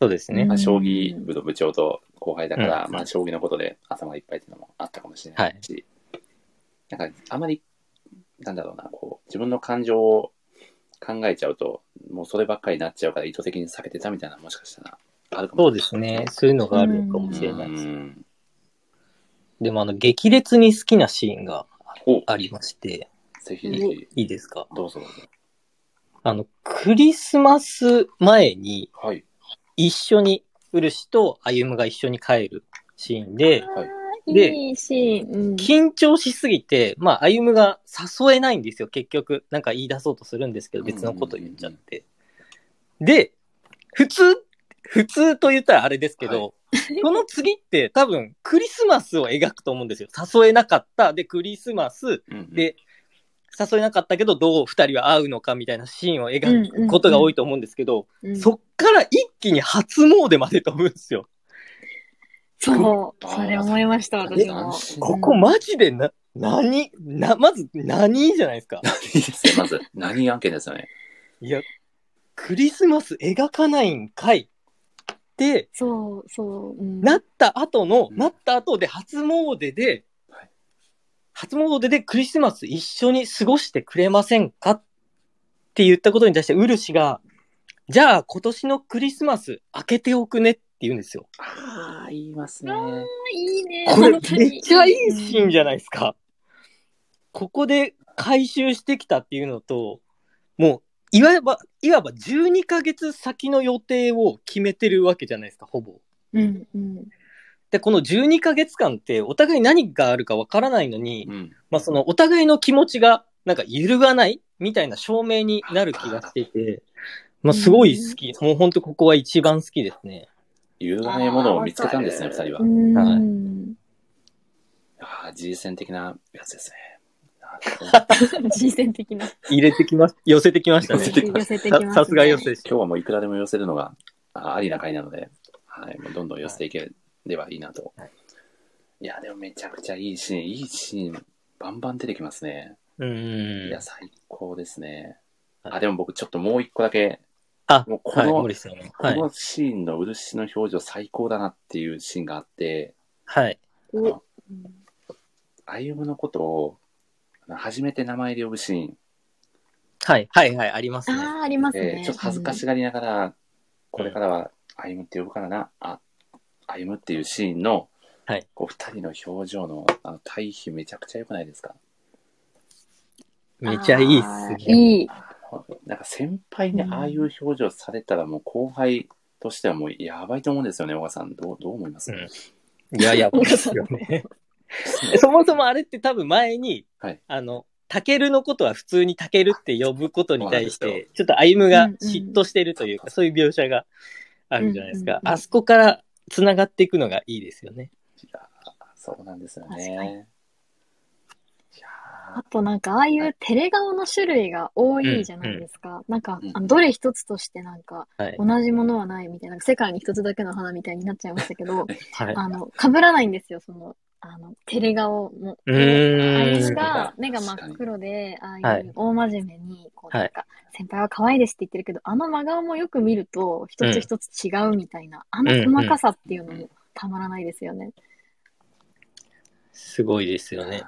S3: そうですね
S1: まあ、
S2: うん
S1: 将棋部の部長と後輩だから、
S3: うん
S1: まあ、将棋のことで頭がいっぱいっていうのもあったかもしれないし、なんか、あまり、なんだろうな、こう、自分の感情を考えちゃうと、もうそればっかりになっちゃうから意図的に避けてたみたいな、もしかしたら、あるかも
S3: そうですね。そういうのがあるかも
S1: し
S3: し
S1: れ
S3: れ
S1: な
S3: ないい
S1: で
S3: ですす。
S1: ね。
S3: でも、あの、激烈に好きなシーンが
S1: お、
S3: ありまして、
S1: ぜひぜひ、
S3: いいですか
S1: どうぞどうぞ。
S3: あの、クリスマス前に、
S1: はい。
S3: 一緒に、漆と歩夢が一緒に帰るシーンで、
S1: はい
S2: あー
S3: で
S2: いいシーン、うん
S3: 緊張しすぎて、まあ、歩夢が誘えないんですよ、結局。なんか言い出そうとするんですけど、別のこと言っちゃって。で、普通、普通と言ったらあれですけど、その次って多分クリスマスを描くと思うんですよ。誘えなかった。で、クリスマス。
S1: うんうん、
S3: で、誘えなかったけど、どう二人は会うのかみたいなシーンを描くことが多いと思うんですけど、
S2: うん
S3: そっから一気に初詣まで飛ぶんですよ。
S2: そうそれ思いました
S1: あー
S2: 私も
S1: 斬新
S3: ここマジでな、何な、まず何じゃないですか。
S1: いい ですね、まず。何案件ですよね。
S3: いや、クリスマス描かないんかいって
S2: そう、そう、うん
S3: なった後の、
S1: うん
S3: なった後で初詣で
S1: はい、
S3: 初詣でクリスマス一緒に過ごしてくれませんかって言ったことに対して、ウルシが、じゃあ今年のクリスマス開けておくねって言うんですよ。
S1: ああ、言いますね。
S2: いいね。
S3: これ
S2: 本当に
S3: めっちゃいいシーンじゃないですか。ここで回収してきたっていうのと、もう、いわば、いわば12ヶ月先の予定を決めてるわけじゃないですか、ほぼ。
S2: うん、うん。
S3: で、この12ヶ月間って、お互い何があるかわからないのに、
S1: うん。
S3: まあ、その、お互いの気持ちが、なんか揺るがないみたいな証明になる気がしていて、まあ、すごい好き。もう本当ここは一番好きですね。
S1: 揺るがないものを見つけたんですね、
S2: あ
S1: 二
S2: ー
S1: 人は
S2: う。ん。
S3: はい
S1: ああ、G 戦的なやつですね。
S2: 人選的な。
S3: 入れてきます。寄せてきました
S1: 寄
S3: ね
S1: せ。てきます
S2: 寄せてきますね
S3: ささすが寄せでした。
S1: 今日はもう いくらでも寄せるのがあありな回なので、はい、もうどんどん寄せていければいいなと。、
S3: はい
S1: や、でもめちゃくちゃいいシーン、いいシーン、バンバン出てきますね。
S3: うん
S1: いや、最高ですね。
S3: はい
S1: あ、でも僕ちょっともう一個だけ、
S3: あ
S1: もうこの
S3: はい、森さん。
S1: こ
S3: はい。
S1: のシーンの漆の表情最高だなっていうシーンがあって、
S3: はい。
S1: あ
S2: お
S1: の、歩夢のことを、あの初めて名前で呼ぶシーン、
S3: はい。はい。はい。ありますね。
S2: ああ、あります
S1: え
S2: ね。
S1: ーちょっと恥ずかしがりながら、これからは歩むって呼ぶからな、あ、歩むっていうシーンの、
S3: はい
S1: こう二人の表情のあの対比めちゃくちゃ良くないですか
S2: うん。
S3: めちゃいいっす
S2: あー
S3: ね。
S2: いい。
S1: なんか先輩にああいう表情されたらもう後輩としてはもうやばいと思うんですよね、小川さん。どうどう思います、
S3: うんいやいや、
S2: 森
S3: です
S2: さん
S3: よね。 そもそもあれって多分前に、
S1: はい
S3: あの、タケルのことは普通にタケルって呼ぶことに対し
S1: そうなんで
S3: て、ちょっと歩夢が嫉妬してるというか、そういう描写があるじゃないです
S2: うん
S3: か
S2: う。んうん
S3: あそこから繋がっていくのがいいですよね。
S1: いやそうなんですよ
S2: 確かに
S1: ね。いや
S2: あとなんか、ああいうテレ顔の種類が多いじゃないですか。なんか、あのどれ一つとしてなんか、
S3: はい。
S2: 同じものはないみたいな、世界に一つだけの花みたいになっちゃいましたけど、
S3: はい。
S2: あの、被らないんですよ、その、あの、テレ顔も。あ
S3: う
S2: れ
S3: ーん。
S2: が、目が真っ黒で、ああ
S3: はいいう
S2: 大真面目に、こう
S3: はい
S2: なんか、先輩は可愛いですって言ってるけど、あの真顔もよく見ると、一つ一つ違うみたいな、あの細かさっていうのもたまらないですよね。
S3: すごいですよ
S1: ー
S3: ね。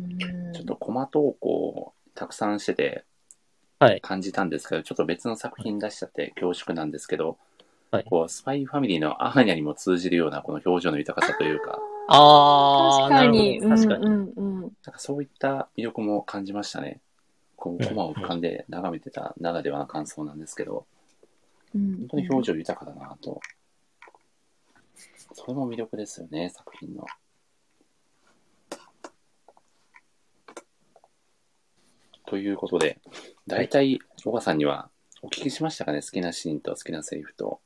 S2: うん。
S1: ちょっとコマ投稿たくさんしてて
S3: はい。
S1: 感じたんですけど、ちょっと別の作品出しちゃって恐縮なんですけど、
S3: はい
S1: こうスパイファミリーのアーニャにも通じるようなこの表情の豊かさというか、
S3: あ
S2: 確
S3: ー、な
S2: か
S3: るほ
S2: に、
S3: ど。
S2: うん
S3: 確かに。
S2: うんうん。
S1: なんかそういった魅力も感じましたね。こうコマを浮かんで眺めてたならではの感想なんですけど、
S2: うん
S1: 本当に表情豊かだなと。それも魅力ですよね、作品の。ということで、大体、小川さんにはお聞きしましたかね、好きなシーンと好きなセリフと。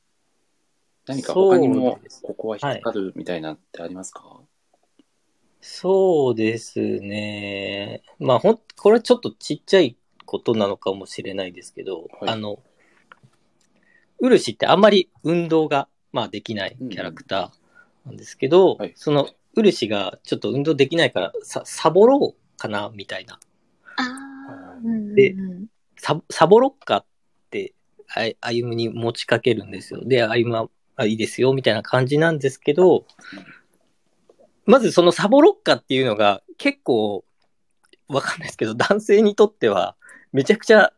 S1: 何か他に
S3: そ
S1: も
S3: うです、
S1: ここは引っかかるみたいなってありますか、
S3: そうですね。まあ、ほん、これはちょっとちっちゃいことなのかもしれないですけど、
S1: はい
S3: あの、漆ってあんまり運動が、まあ、できないキャラクターなんですけど、
S1: はい
S3: その、漆がちょっと運動できないから、さ、サボろうかな、みたいな。
S2: ああ、うんうんうん。
S3: でササボろっかって、あ歩むに持ちかけるんですよ。で、歩むはあいいですよ、みたいな感じなんですけど、まずそのサボろっかっていうのが結構、わかんないですけど、男性にとっては、めちゃくちゃ、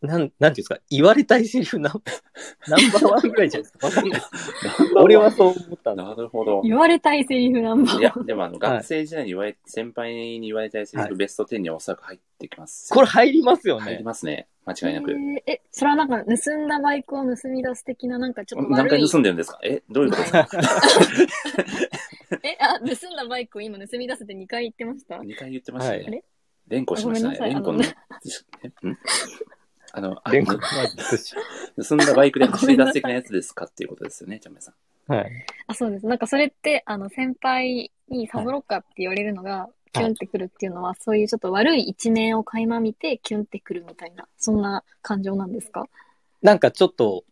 S3: なん、なんていうんですか、言われたいセリフナン ナンバーワンぐらいじゃないですか。わかんないです。俺はそう思ったんです。
S1: なるほど。
S2: 言われたいセリフナンバ
S1: い
S2: ー
S1: や、でもあの、学生時代に言われ、先輩に言われたやつ、
S3: はい
S1: ベスト10におそらく入ってきます。
S3: これ入りますよ
S1: 入り
S3: ね。
S1: ますね。間
S2: え
S1: 違いなく。
S2: ーえ、それはなんか盗んだバイクを盗み出す的ななんかちょっと悪い。
S1: 何回盗んでるんですかえ、どういうことですか
S2: え、あ、盗んだバイクを今盗み出せって2回言ってました。
S1: ?2 回言ってました
S3: はい
S2: あれ
S1: ね。連呼しましたね。
S2: ごめん
S1: 連
S2: なさ
S1: 呼の。え
S2: い
S1: んあの、 あ
S3: 連呼
S1: 盗んだバイクで走り出す的なやつですかっていうことですよね、ちゃめさん。
S3: はい。
S2: あ、そうです。なんかそれって、あの、先輩にサボろうかって言われるのが、キュンってくるっていうのは、そういうちょっと悪い一面を垣間見て、キュンってくるみたいな、そんな感情なんですか
S3: なんかちょっと、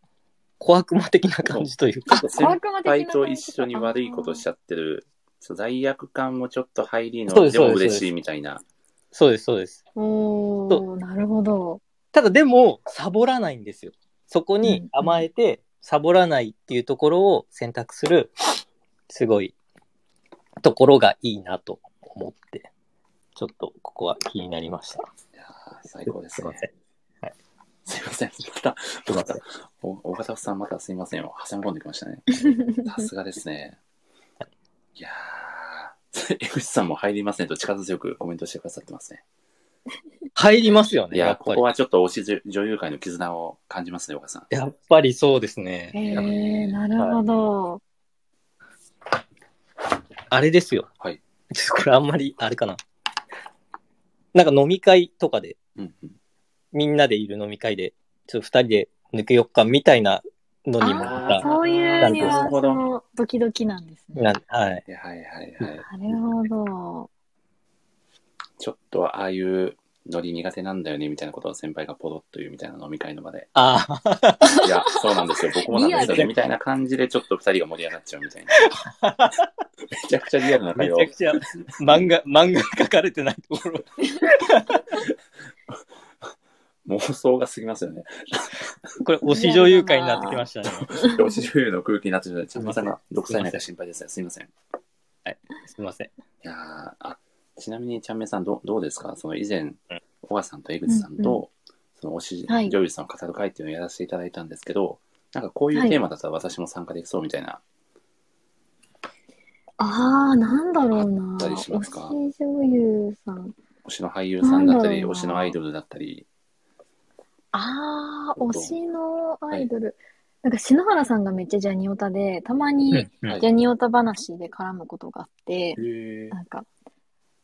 S3: 小悪魔的な感じという
S1: ちょ
S3: か
S1: っと
S2: 小
S1: 先
S2: 悪魔的な
S1: 輩と一緒に悪いことしち
S2: ゃ
S1: ゃってるそう罪悪感もちょっと入りの、
S3: そうです
S1: でも
S3: そうです
S1: 嬉しいみたいな。
S3: そうです、そうです。
S2: お
S3: そ
S2: ー、なるほど。
S3: ただでも、サボらないんですよ。そこに甘えて、サボらないっていうところを選択する、すごい、ところがいいなと思って、ちょっとここは気になりました。
S1: いやー最高です
S3: すい
S1: ね
S3: ま。せん。
S1: すいません。また、また、お岡田さんまたすいませんを挟み込んできましたね。 さすがですね。いやー、江口さんも入りますねと力強くコメントしてくださってますね。
S3: 入りますよ
S1: い
S3: ね、や
S1: やー、
S3: っぱ
S1: こ
S3: り
S1: こ。はちょっと推し女優界の絆を感じますね、岡田さん。
S3: やっぱりそうですね。
S2: へえ、なるほど。
S3: あれですよ。
S1: はい。
S3: ちょっとこれあんまり、あれかな。なんか飲み会とかで、
S1: うんうん。
S3: みんなでいる飲み会で、ちょっと二人で抜けよっかみたいなのにも
S1: あ
S3: ま
S1: ー
S3: た、
S2: そういうニュアンス
S1: なるほ
S2: のドキドキなんですね。
S3: なんはい。
S1: いやはいはいはい。
S2: なるほど。
S1: ちょっとああいうノリ苦手なんだよねみたいなことを先輩がポロッと言うみたいな飲み会の場 で。
S3: ああ、
S1: いや、そうなんですよ。僕もなんですよ
S2: リア
S1: ね。
S2: ル
S1: みたいな感じでちょっと二人が盛り上がっちゃうみたいな。めちゃくちゃリアルな
S3: め
S1: 会
S3: ち
S1: 話を
S3: ゃくちゃ漫画、漫画書かれてないところ。
S1: 妄想が過ぎますよね。
S3: これ、推し女優会になってきましたね。
S1: 女子女優の空気になってるので、ちゃんまさんが独裁なんか心配ですね。すいません。い
S3: すみません。
S1: やーあちなみにちゃんめいさんどう、どうですかその以前、小川さんと江口さんと、その推し
S2: はい
S1: 女優さんを語る会っていうのをやらせていただいたんですけど、なんかこういうテーマだったら私も参加できそうみたいな。
S2: ああ、なんだろう
S1: あっ
S2: な。
S1: たりしますか
S2: 推し女優さん。
S1: 推しの俳優さんだった
S2: なんだ
S1: り、
S2: ろうな
S1: 推しのアイドルだったり、
S2: ああ、
S1: どう
S2: 推しのアイドル。なんか篠原さんがめっちゃジャニオタで、たまに
S1: はい
S2: ジャニオタ話で絡むことがあって、
S1: へ
S2: なんか、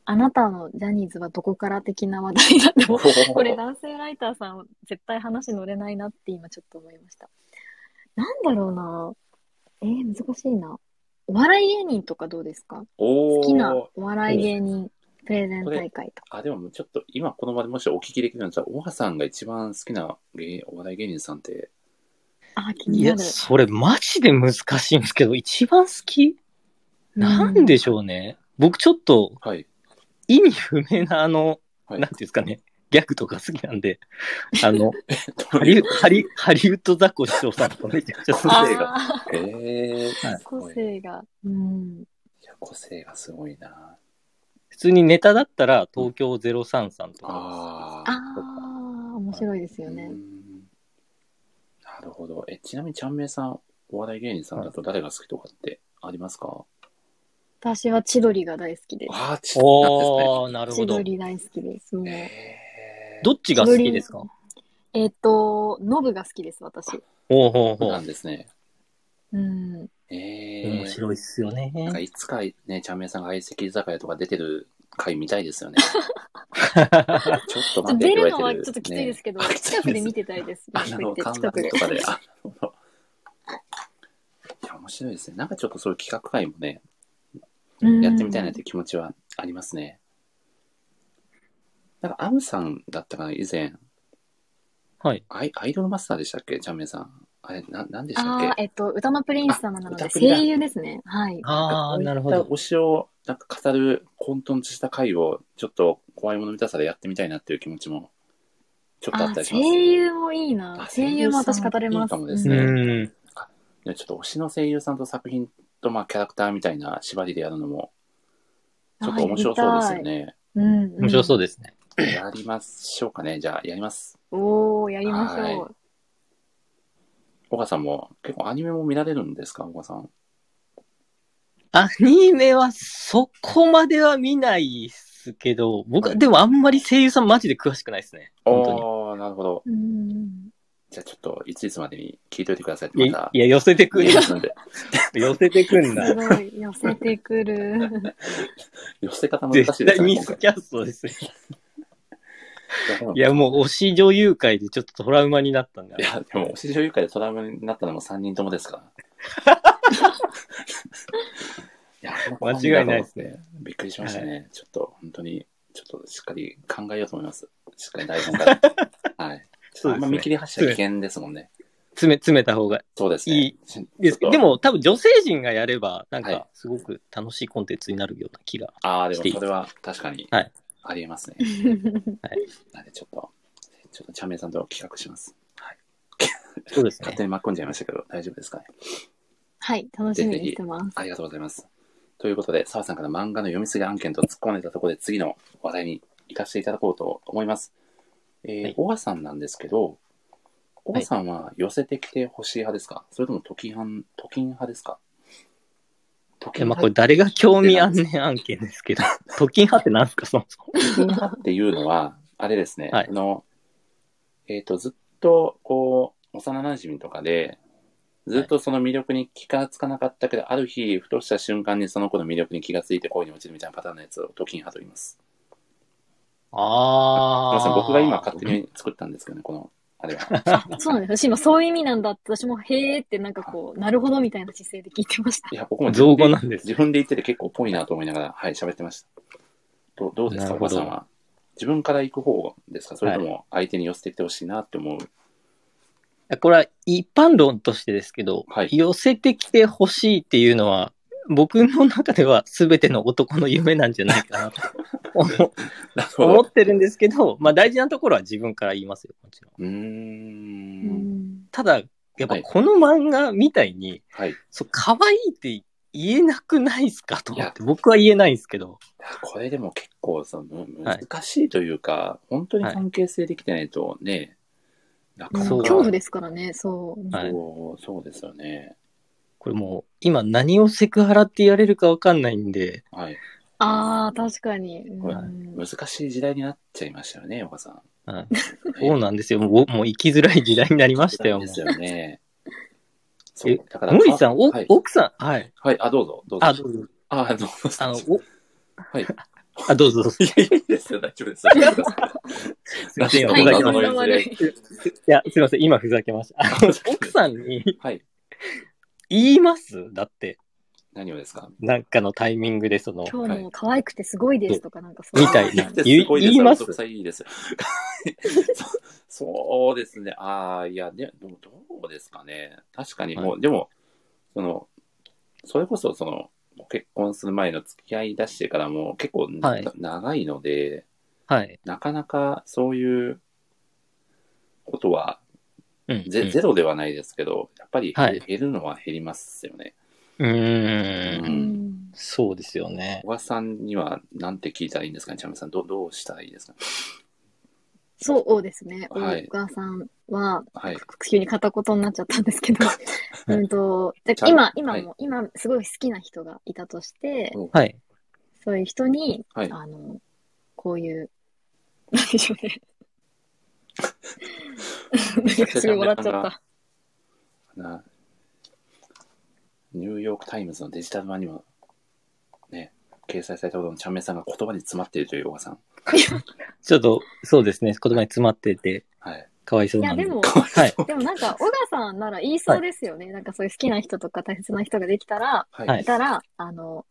S2: あなたのジャニーズはどこから的な話題だって、これ男性ライターさん絶対話乗れないなって今ちょっと思いました。なんだろうな。えー、難しいな。お笑い芸人とかどうですか
S1: お
S2: 好
S1: ー
S2: きなお笑い芸人プレゼン大会とか。
S1: あ、でもちょっと今この場でもしお聞きできるんですが、大橋さんが一番好きな芸お笑い芸人さんって、
S2: あ、気
S3: い
S2: にな
S3: や、
S2: る。
S3: それマジで難しいんですけど、一番好きなんでしょうね。僕ちょっと
S1: はい。
S3: 意味不明なあの、
S1: はい
S3: なんていうんですかね、ギャグとか好きなんで、あの、
S1: ど
S3: ハ
S1: うい
S3: リ
S1: う
S3: ウハリハリウッドザコシショウさんとかめちゃくちゃ好き
S1: あ
S3: で
S1: ーが
S2: あ
S1: えー、
S3: はい
S2: ー、 個性が。うん。
S1: いや個性がすごいな。
S3: 普通にネタだったら東京03さんとか。
S1: あ
S2: あ
S1: あ。
S2: あ、面白いですよね
S1: うー。んなるほど。え、ちなみにちゃんめいさん、お笑い芸人さんだと誰が好きとかってありますか、
S2: 私は千鳥が大好きです。
S1: ああ、ち
S3: おー、なるほ
S2: 千
S3: ど。
S2: 鳥大好きです。もう
S1: え
S2: え
S1: え
S3: どっちが好きですか
S2: っと、ノブが好きです、私。
S3: ほうほう
S1: そう
S3: ほ
S1: なん
S3: う。
S1: ですね。
S2: うん。
S1: ええ
S3: 面白いっすよね。
S1: なんかいつかね、ちゃんめいさんが相席居酒屋とか出てる回見たいですよね。ちょっと待ってって
S2: 出
S1: 言わ
S2: る
S1: れ
S2: の
S1: て
S2: は
S1: る。
S2: ちょっときついですけど、
S1: ね
S2: 近くで見てたいです。
S1: あなるほど、観
S2: 近
S1: 覧
S2: くで
S1: と。かで。あ、なるほど。いや、面白いですね。なんかちょっとそういう企画会もね、やってみたいなって気持ちはありますね。なんか、アムさんだったかな、以前。
S3: はい。
S1: アイアイドルマスターでしたっけチャンメンさん。あれ、な、なんでしたっけ
S2: ああ、えっと、歌のプリンス様な
S1: あ
S2: ので、
S1: 歌プリだ
S2: 声優ですね。はい。
S3: あー、なるほ
S1: なんか
S3: ど
S1: こ。ういった推しを、なんか語る混沌とした回を、ちょっと怖いもの見たさでやってみたいなっていう気持ちも、ちょっとあ
S2: あ
S1: ったりしま
S2: 声
S1: す、
S2: 優もいい
S1: あ
S2: な。声優も私語れます。
S1: 声優さんいいかもです
S3: う
S1: ね
S2: うん
S3: ん。
S1: でちょっと推しの声優さんと作品と、まあ、キャラクターみたいな縛りでやるのも、ちょっと面白そうですよ。ね。
S2: うんうん。
S3: 面白そうですね。
S1: やりましょうかね。じゃあ、やります。
S2: おー、やりましょ
S1: は
S2: う。
S1: 岡さんも、結構アニメも見られるんですか岡さん。
S3: アニメはそこまでは見ないっすけど、僕はでもあんまり声優さんマジで詳しくないですね。本当に。
S1: おー、なるほど。
S2: うん
S1: じゃあ、ちょっと、いついつまでに聞いといてくださいって。
S3: い
S1: また、
S3: や、寄せてく
S1: 言
S3: る
S1: い。ますんで。
S3: 寄せてくん
S2: す
S3: だ。
S2: ごい、寄せてくる。
S1: 寄せ方難しいです
S3: 絶
S1: ね
S3: 対。ミ
S1: 今
S3: ス
S1: 回
S3: キャストですね。い
S1: いや、
S3: や、もう推し女優会でちょっとトラウマになったんだ
S1: い。やでも、お尻女優会でトラブルになったのも3人ともですから。 いや、
S3: 間違いないです
S1: ね。びっくりしましたね。ちょっと、本当に、ちょっとしっかり考 えようと思います。しっかり台本から。はい。ちょっとあんま見切り発車危険ですもんね。
S3: 詰め、詰めた方が
S1: そうですね。
S3: いい
S1: し
S3: いいですけ
S1: ちょ
S3: ど、で
S1: っと、
S3: も多分女性陣がやれば、なん
S1: はい
S3: か、すごく楽しいコンテンツになるような気が。
S1: ああ、で
S3: していい
S1: もそれは確かに
S3: はい
S1: ありえますね。なんでちょっと、ちょっとチャンメイさんと企画します。はい。
S3: そうです
S1: 勝
S3: ね
S1: 手。に巻き込んじゃいましたけど、大丈夫ですかね。
S2: はい、楽しみにしてます。
S1: ありがとうございます。ということで、澤さんから漫画の読みすぎ案件と突っ込んでたところで、次の話題に行かせていただこうと思います。えー
S3: はい
S1: 小川さんなんですけど、小川さんは寄せてきてほしい派ですか、それともときはん、ときん派ですかとき
S3: え、
S1: ん
S3: まあ、こ
S1: 派
S3: れ誰が興味あんねん案件です けど、トキン派ってなんですか、そもそも。
S1: っていうのは、あれですね、
S3: はい
S1: あの、えっ、と、ずっと、こう、幼馴染とかで、ずっとその魅力に気がつかなかったけど、ある日、ふとした瞬間にその子の魅力に気がついて恋に落ちるみたいなパターンのやつを、ときん派と言います。
S3: あ
S1: まあ、僕が今勝手。に作ったんですけどね、この、あれ は。
S2: そうなんです。私今そういう意味なんだって、私もへーってなんかこう、なるほどみたいな姿勢で聞いてました。
S1: いや、僕も自分
S3: 造
S1: で
S3: 語なんです。
S1: 自分で言ってて結構ぽいなと思いながら、はい、喋ってました。どうどうです
S3: な
S1: か、
S3: る
S1: お
S3: ほ
S1: 母
S3: ど
S1: さんは。自分から行く方ですかそれとも相手に寄せてきてほしいなって思う。
S3: これは一般論としてですけど、
S1: はい
S3: 寄せてきてほしいっていうのは、僕の中では全ての男の夢なんじゃないかなと 思
S1: なるほ
S3: 思
S1: ど。
S3: ってるんですけど、まあ大事なところは自分から言いますよ、もちろ
S1: うー。
S3: ん。
S2: うんん。
S3: ただ、やっ
S1: は
S3: ぱ
S1: い
S3: この漫画みたいに、
S1: はい。い
S3: そう、可愛いって言えなくないですかと思っ
S1: や
S3: て、僕は言えないんですけど。
S1: やこれでも結構その、
S3: はい
S1: 難しいというか、本当に関係性できてないとね、なかなか
S3: そう
S2: 恐怖ですからね、そう。
S3: はい
S1: そうそうですよね。
S3: これもう、今何をセクハラって言われるかわかんないんで、
S1: はい。
S2: ああ、確かに。
S1: これ
S2: うん
S1: 難しい時代になっちゃいましたよね、お母さん。
S3: はい
S1: ね
S3: そうなんですよ。もう、もう生きづらい時代になりましたよ。
S1: で
S3: も
S1: すよ ね。そ
S3: え
S1: う、だか
S3: う
S1: ら。
S3: 森さん、お
S1: はい、
S3: 奥さん、はい。
S1: はい、あ、どうぞ、どうぞ。
S3: あ、どうぞ。
S1: あ、どうぞ。
S3: あの、お、
S1: はい。
S3: あ、どうぞ、どうぞ。
S1: いやいやいいですよ、大丈夫です。大丈夫 です
S3: ません
S1: ラ
S3: お
S1: ジ
S3: 互
S1: オ
S3: い
S1: の
S3: 様
S1: こ
S3: で
S1: の
S2: す
S1: ノイズで
S3: いや、すいません。今ふざけました。あの奥さんに
S1: はい。
S3: 言いますだって、
S1: 何をですか
S3: なんかのタイミングで、その、
S2: 今日も可愛くてすごいですとか、なんかそう。
S3: みたいな。
S1: す
S3: 言い
S1: ごいです
S3: 言います
S1: 男臭いです。 そそうですね。ああ、いや、ででもどうですかね。確かに、もう、でも、その、それこそ、その、結婚する前の付き合い出してからも結構な、
S3: はい
S1: 長いので、
S3: はい。
S1: なかなかそういうことは
S3: うん。
S1: ゼ,、
S3: うん
S1: ゼロではないですけど、やっぱり減,、
S3: はい
S1: るのは減りますよね。
S3: うー。
S1: うん
S2: うん
S3: そうですよね。
S1: 小川さんには何て聞いたらいいんですかね、チャンメさん。どどうしたらいいですかね。
S2: そうですね。お
S1: はい
S2: 母さんは、
S1: はい。
S2: 急に片言になっちゃったんですけど、
S3: い
S2: うんと、で
S1: ちゃん
S2: 今、今
S1: はい
S2: も、今、すごい好きな人がいたとして、
S1: うん
S3: はい。
S2: そういう人に、
S1: はい
S2: あの、こういう、なんでしょうね。なんかすごい笑っちゃった。
S1: なニューヨーク・タイムズのデジタル版にも、ね、掲載されたほどのチャンメさんが言葉に詰まっているという小川さん。
S3: ちょっと、そうですね。言葉に詰まってて、
S1: はい。
S3: かわいそ
S2: いう
S3: な
S2: や、
S3: んで。
S2: でも、
S3: はい。
S2: でもなんか、小川さんなら言いそうですよね。なんかそういう好きな人とか大切な人ができたら、
S1: はい。
S3: はい
S2: いたら、あの、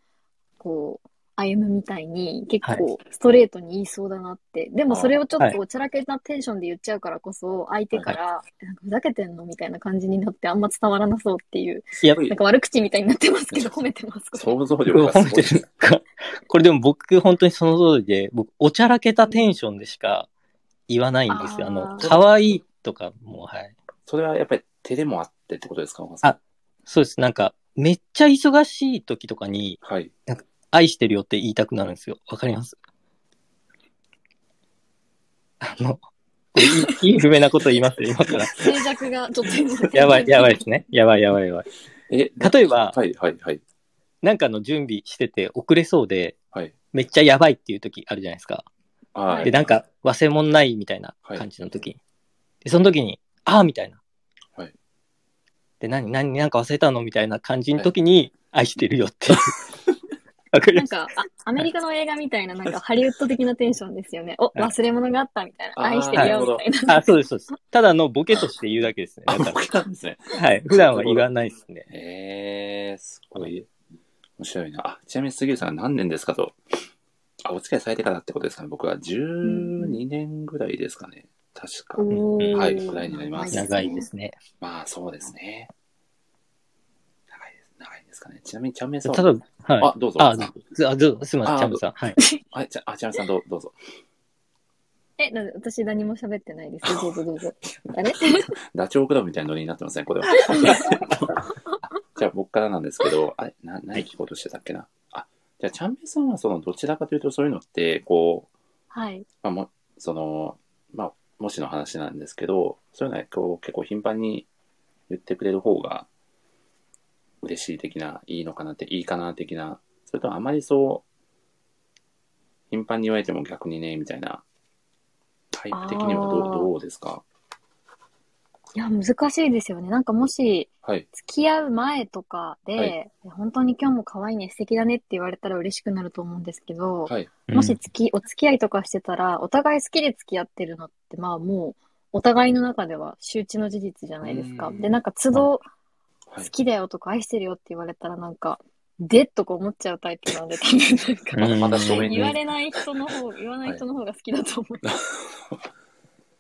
S2: こう、歩むみたいに結構ストレートに言いそうだなって。でもそれをちょっ
S3: はい
S2: とおちゃらけなテンションで言っちゃうからこそ、相手から、なんかふざけてんのみたいな感じになってあんま伝わらなそうっていう、
S3: いや、
S1: すごい
S2: なんか悪口みたいになってます けど、褒めてます。これ
S1: 想像力が
S3: 褒
S1: すご
S3: めて
S1: い。
S3: るんですかこれでも僕、本当にその通りで、僕、おちゃらけたテンションでしか言わないんですよ。あの、
S2: あー
S3: かわいいとかも、はい。
S1: それはやっぱり手でもあってってことですか、小川さん。
S3: あそうです。なんか、めっちゃ忙しい時とかに、
S1: はい。
S3: 愛してるよって言いたくなるんですよ。わかりますあの、これいい、いい不明なこと言いますよ、今から。
S2: 静寂がちょっと今
S3: やばい、やばいですね。やばい、やばい、やばい。
S1: え、
S3: 例えば
S1: はい、はい、はい。
S3: なんかの準備してて遅れそうで、
S1: はい
S3: めっちゃやばいっていう時あるじゃないですか。
S1: は
S3: で、
S1: い。
S3: なんか忘れ物ないみたいな感じの時に。で、その時に、ああみたいな。
S1: はい
S3: で、何、何、なんか忘れたのみたいな感じの時に、愛してるよっ ていう。わかり
S2: な
S3: ま
S2: ん
S3: す
S2: か、あアメリカの映画みたいな、なんかハリウッド的なテンションですよね。お、
S3: い
S2: 忘れ物があったみたいな。
S1: あー
S2: 愛してるよみたいな。
S3: あ、そうです、そうです。ただのボケとして言うだけですね。だ
S1: あ、
S3: から
S1: 僕なんですね。
S3: はい。普段は言わないですね。
S1: えー、すごい。面白いな。あ、ちなみに杉浦さんは何年ですかと。あ、お付き合いされてからってことですかね。僕は12年ぐらいですかね。確か。
S2: おー
S1: はいくらいになります
S3: 長いですね。
S1: まあ、そうですね。長いです。長いんですかね。ちなみに、キャンメイさん
S3: た
S1: は。
S3: だ、はい。
S1: あ、どうぞ。
S3: あ、ずあずすみません、
S1: あ
S3: チャムさん。 はい。
S1: あ、ちゃあ、ちなみさん、どうどうぞ。
S2: え、なんで私何も喋ってないです。どうぞどうぞ。あれ
S1: ダチョウクラブみたいなノリになってません、これは。 じゃあ、僕からなんですけど、あれ、な何聞こうとしてたっけな。あ、じゃあ、チャンメイさんは、その、どちらかというと、そういうのって、こう、
S2: はい。
S1: まあ、もその、まあ、もしの話なんですけど、そういうのはこう結構頻繁に言ってくれる方が嬉しい的な、いいのかなって、いいかな的な、それとあまりそう、頻繁に言われても逆にね、みたいな、タイプ的にはど
S2: あ
S1: う
S2: ー
S1: どうですか
S2: いや、難しいですよね。なんかもし、
S1: はい。
S2: 付き合う前とかで、
S1: はい
S2: 本当に今日も可愛いね、素敵だねって言われたら嬉しくなると思うんですけど、
S1: はい。
S2: もし付き、お付き合いとかしてたら、お互い好きで付き合ってるのって、まあもう、お互いの中では周知の事実じゃないですか。
S1: うん
S2: で、なんか都度、
S1: は
S2: 好
S1: い、
S2: きだよとか愛してるよって言われたら、なんか、でっとか思っちゃうタイプなんで、多分なんか、
S1: まだまだ
S3: うん
S1: ごめんね
S2: 言われない人の方、言わない人の方が好きだと思う。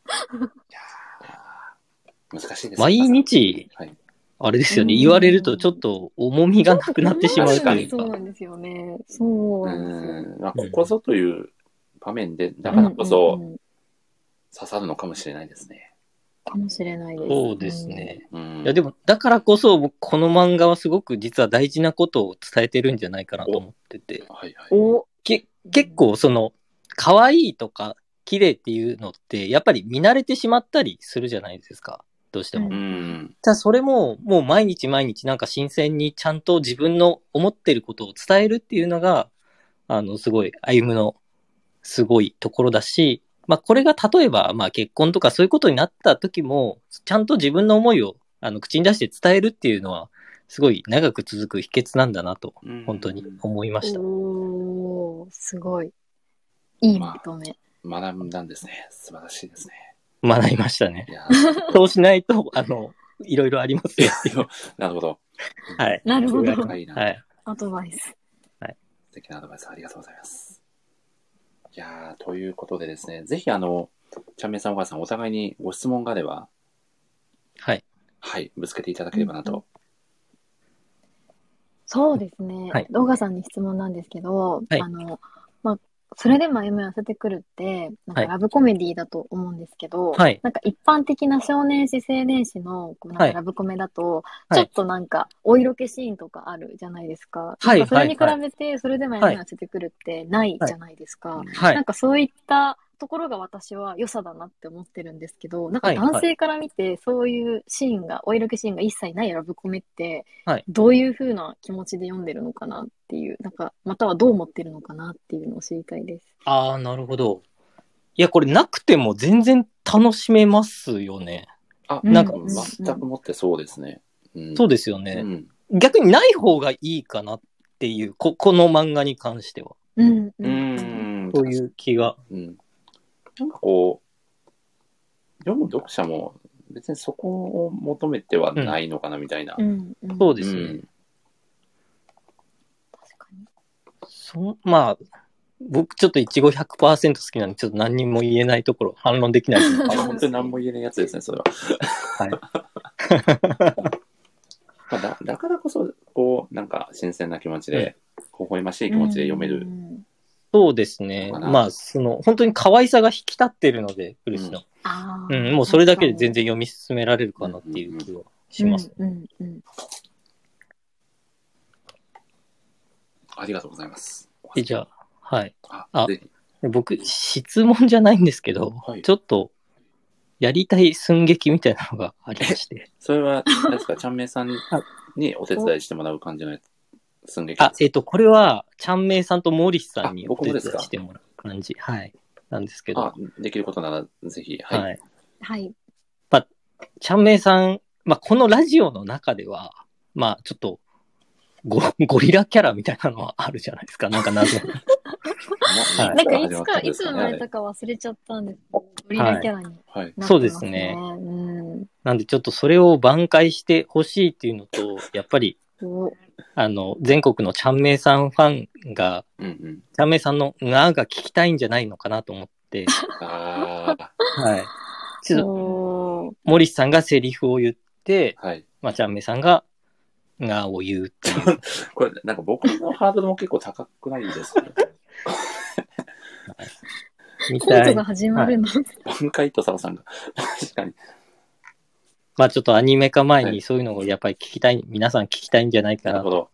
S1: あー難しいですね
S3: 毎日
S1: はい、
S3: あれですよね、
S2: うん
S3: 言われるとちょっと重みがなくなってしま うという
S2: そうな
S3: か。
S2: んですよね。そう
S1: う
S2: なんですよ。
S1: ん、まあ、ここぞという場面で、だからこそ
S2: うんうんうん
S1: 刺さるのかもしれないですね。
S2: かもしれないです。
S3: そうですね。
S1: うん、
S3: いやでも、だからこそ、僕、この漫画はすごく実は大事なことを伝えてるんじゃないかなと思ってて、
S1: はいはい。
S2: うん。お、
S3: け結構、その、可愛いとか、綺麗っていうのって、やっぱり見慣れてしまったりするじゃないですか、どうしても
S2: う。
S1: うんん。
S3: じゃあ、それも、もう毎日毎日、なんか新鮮にちゃんと自分の思ってることを伝えるっていうのが、あの、すごい、歩むの、すごいところだし、まあ、これが例えば、まあ、結婚とかそういうことになった時も、ちゃんと自分の思いを、あの、口に出して伝えるっていうのは、すごい長く続く秘訣なんだなと、
S1: うん
S3: 本当に思いました。
S2: おー、すごい。いいまとめ。
S1: 学んだんですね。素晴らしいですね。
S3: 学びましたね
S1: い。や
S3: そうしないと、あの、いろいろありますよっていう。
S1: なるほど。
S3: はい。
S2: なるほど。
S1: いいな、
S3: はい。
S2: アドバイス。
S1: 素敵なアドバイスありがとうございます。いやーということでですね、ぜひあの、ちゃんめいさんお母さんお互いにご質問があれば、
S3: はい。
S1: はい、ぶつけていただければなと。
S2: そうですね
S3: はい。
S2: 動画さんに質問なんですけど、
S3: はい
S2: あの、まあ、それでも歩みを寄せてくるって、なんか
S3: はい
S2: ラブコメディだと思うんですけど、
S3: はい
S2: なんか一般的な少年誌、青年誌のこうなん
S3: は
S2: か
S3: い
S2: ラブコメだと、
S3: は
S2: ち
S3: い
S2: ょっとなんかお色気シーンとかあるじゃないですか。
S3: はい
S2: なんかそれに比
S3: はい
S2: べて、それでも歩みを寄せてくるってないじゃないですか。
S3: は
S2: なん
S3: い。
S2: かそういったところが私は良さだなって思ってるんですけど、なんか男性から見てそういうシーンが、お色気シーンが一切ないラブコメって
S3: はい、
S2: どういう風な気持ちで読んでるのかなっていう、なんか、またはどう思ってるのかなっていうのを知りたいです。
S3: ああ、なるほど。いや、これなくても全然楽しめますよね。
S1: あ、
S2: なん
S3: か
S1: 全く持ってそうですね。うん
S3: そうですよ
S1: う
S3: ね。
S1: ん。
S3: 逆にない方がいいかなっていう、こ、この漫画に関しては。
S2: うん。
S1: う。ん。
S3: そういう気が。
S1: うん。なんかこう、読む読者も別にそこを求めてはないのかなみたいな。
S2: うん。うん
S3: そう
S1: う
S3: ですね。
S1: ん
S2: 確かに。
S3: そまあ、僕ちょっといちご100%好きなんで、ちょっと何にも言えないところ、反論できないです。
S1: あ本当に何も言えないやつですね、それは。
S3: はい。
S1: まあ、だだからこそ、こう、なんか新鮮な気持ちで、微笑ましい気持ちで読める。
S3: そうですね。まあ、その、本当に可愛さが引き立ってるので、嬉しの。
S2: ああ。
S3: うん、もうそれだけで全然読み進められるかなっていう気はします。
S2: うん。うん。うん。
S1: ありがとうございます。
S3: でじゃあ、はい。
S1: あ、
S3: あ
S1: ぜひ
S3: 僕、質問じゃないんですけど、
S1: はい
S3: ちょっと、やりたい寸劇みたいなのがありまして。
S1: それ は、あれですか、ちゃんめいさんにお手伝いしてもらう感じのやつ、寸劇
S3: あ
S1: で、す
S3: えっ、と、これは、ちゃんめいさんとモリスさんに
S1: あ
S3: お
S1: 僕
S3: 手
S1: もで
S3: 伝い
S1: すか
S3: してもらう感じ。はい。なんですけど、
S1: か
S3: は
S1: あ、できることなら、ぜひ、
S3: い。
S1: はい。
S2: はい。
S3: ちゃんめいさん、まあ、このラジオの中では、まあ、ちょっと、ゴゴリラキャラみたいなのはあるじゃないですか。なんか 謎の。はい
S2: なんかい
S1: 始ま
S2: つ
S1: った
S2: か、
S1: んで
S2: い
S1: す
S2: つ
S1: ね
S2: 生まれたか忘れちゃったんですけど、ゴリラキャラになって
S1: はい。
S2: ますね。
S3: そうですね
S2: うん。
S3: なんで、ちょっとそれを挽回してほしいっていうのと、やっぱり、
S2: お
S3: あの、全国のちゃんめいさんファンが、
S1: うんうん。
S3: ちゃんめいさんの「が」が聞きたいんじゃないのかなと思って、
S1: ああ、
S3: はい。ちょっと
S2: おー
S3: 森さんがセリフを言って、
S1: はい。
S3: まあ、ちゃんめさんが、がを言うっていう。
S1: これ、なんか僕のハードルも結構高くないです か、ね、
S3: み
S2: コン
S3: た
S2: ト
S3: い
S2: が。始まるの。
S1: 挽回と佐さんが。確かに。
S3: まあ、ちょっとアニメ化前
S1: はい
S3: にそういうのをやっぱり聞きたい、皆さん聞きたいんじゃないか
S1: な
S3: な
S1: るほ。ど。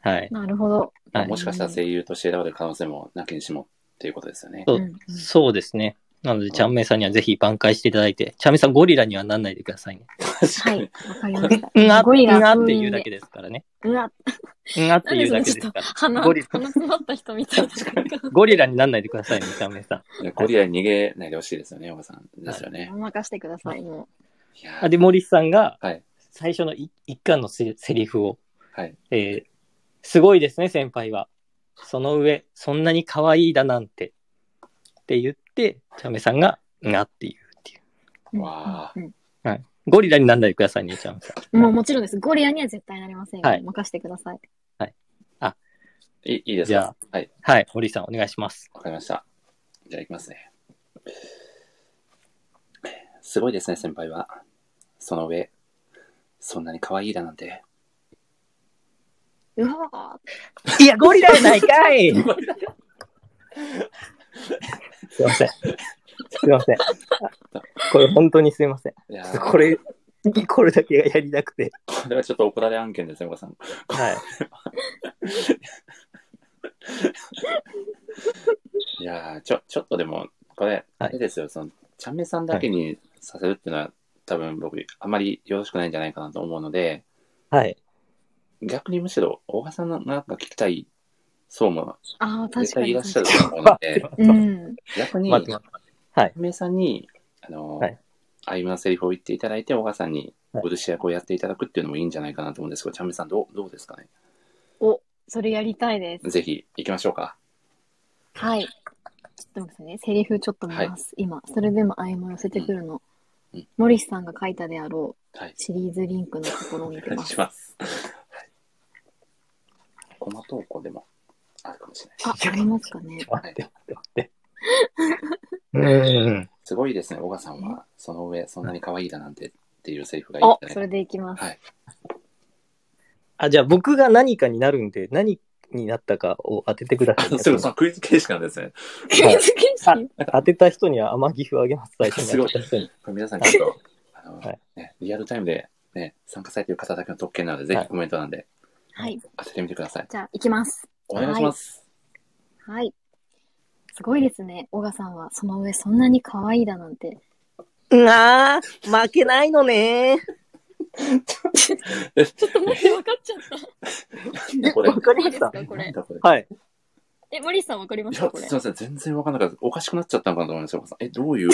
S3: はい。
S2: なるほど。
S3: はい
S1: もしかしたら声優として選ばれる可能性もなきにしもっていうことですよね。
S3: そう
S2: うん
S3: そうですね。なので、ちゃんめいさんにはぜひ挽回していただいて、ちゃんめいさんゴリラにはなんないでくださいね。
S1: 確
S2: は
S1: かに
S2: い。。わかりました。
S3: うんあ、
S2: ゴリラ
S3: うんあっていうだけですからね。
S2: うわ、
S3: うんあって
S2: 何
S3: いう
S2: そ
S3: だ
S2: れ
S3: け
S2: ち
S3: で
S2: ょっ
S3: すか
S2: と
S3: ら。
S2: 鼻、
S3: ゴリ
S2: 鼻
S3: ラ
S2: 詰まった人みたい な。
S3: ゴリラになんないでくださいね、ちゃんめいさん。
S1: ゴリラに逃げないでほしいですよね、おばさん。ですよね。
S2: お任せてください、も。
S1: いや
S3: あ
S1: ー
S3: で、森さんが
S1: はい。
S3: 最初のい一巻のせセリフを、
S1: はい。
S3: えーすごいですね、先輩は。その上、そんなに可愛いだなんて。って言って、ちゃんめいさんが、うんあっていうっていう
S1: わ
S2: うん
S3: う。ゴリラになんないでくださいね、ちゃんめいさん。
S2: もうもちろんです。ゴリラには絶対なりません。
S3: はい
S2: 任せてください。
S1: いいいです
S3: じゃ
S1: かはい。
S3: はい、森さんお願いします。
S1: わかりました。じゃあ行きますね。すごいですね、先輩は。その上、そんなに可愛いだなんて。
S2: うわ
S3: いや、ゴリラやないかい すいません。すいません。これ本当にすいません。
S1: いやー
S3: これ、これだけがやりたくて。
S1: これはちょっと怒られ案件ですね、おばさん。
S3: はい。
S1: いやーちょ、ちょっとでも、これ、あれですよ、その、ちゃんめさんだけにさせるっていうのは、多分僕、あまりよろしくないんじゃないかなと思うので、
S3: はい。
S1: 逆にむしろ、大賀さんのなんか聞きたい層も
S2: ーああ、確
S1: 絶
S2: か
S1: 対い
S2: に
S1: らっ。しゃると思うので、
S2: うん。
S1: 逆に、
S3: 待って
S1: ちゃ
S3: 待って。
S1: んめさんに、あの、
S3: はい
S1: あいまのセリフを言っていただいて、大賀さんに
S3: はい
S1: 漆役をやっていただくっていうのもいいんじゃないかなと思うんですけど、ちゃんめさんどう、どうですかね
S2: お、それやりたいです。
S1: ぜひ、行きましょうか。
S2: はい。ちょっと待ってくださいね。セリフちょっと見ます。今、それでも愛も寄せてくるの。
S1: うんうん
S2: モリスさんが書いたであろ
S1: はい。
S2: うシリーズリンクのところを見
S1: お
S2: て
S1: 願
S2: ま
S1: い
S2: す
S1: し。ます。はい。コマ投稿でもあるかもしれない。
S2: あ、ありますかね。
S3: 待って待って待って。うん。
S1: すごいですね、小川さんは、その上、そんなに可愛いだなんてっていうセリフがいい
S2: お
S1: じ、ゃ
S2: そ
S1: ない
S2: れでいきます。
S1: はい。
S3: あ、じゃあ僕が何かになるんで、何になったかを当ててくださ
S1: あ
S3: い、
S1: すごい、そのクイズ形式なんですね。
S2: ク イズ形式
S3: 当てた人には甘ギフをあげます、最初に。
S1: すごい
S3: 当てた人に
S1: これ皆さん、ちょっと、あの、
S3: はい
S1: ね、リアルタイムで、ね、参加されている方だけの特権なので、ぜ
S3: は
S1: ひ
S3: い
S1: コメント欄で
S2: はい。
S1: 当ててみてください。
S2: じゃあ、いきます。
S1: お願いします。
S2: はい。すごいですね。オガさんは、その上そんなに可愛いだなんて。
S3: うわー負けないのね
S2: ちょっと待って、分かっちゃった。
S1: これ
S3: わかりました
S2: いいですかこれ
S1: なん。だこれ。
S3: はい。
S2: え、モリスさん分かりま
S1: い
S2: し
S1: や
S2: た、これ
S1: すい。ません、全然わかんなかった。おかしくなっちゃったのかなと思いました、小川さん。え、どういう。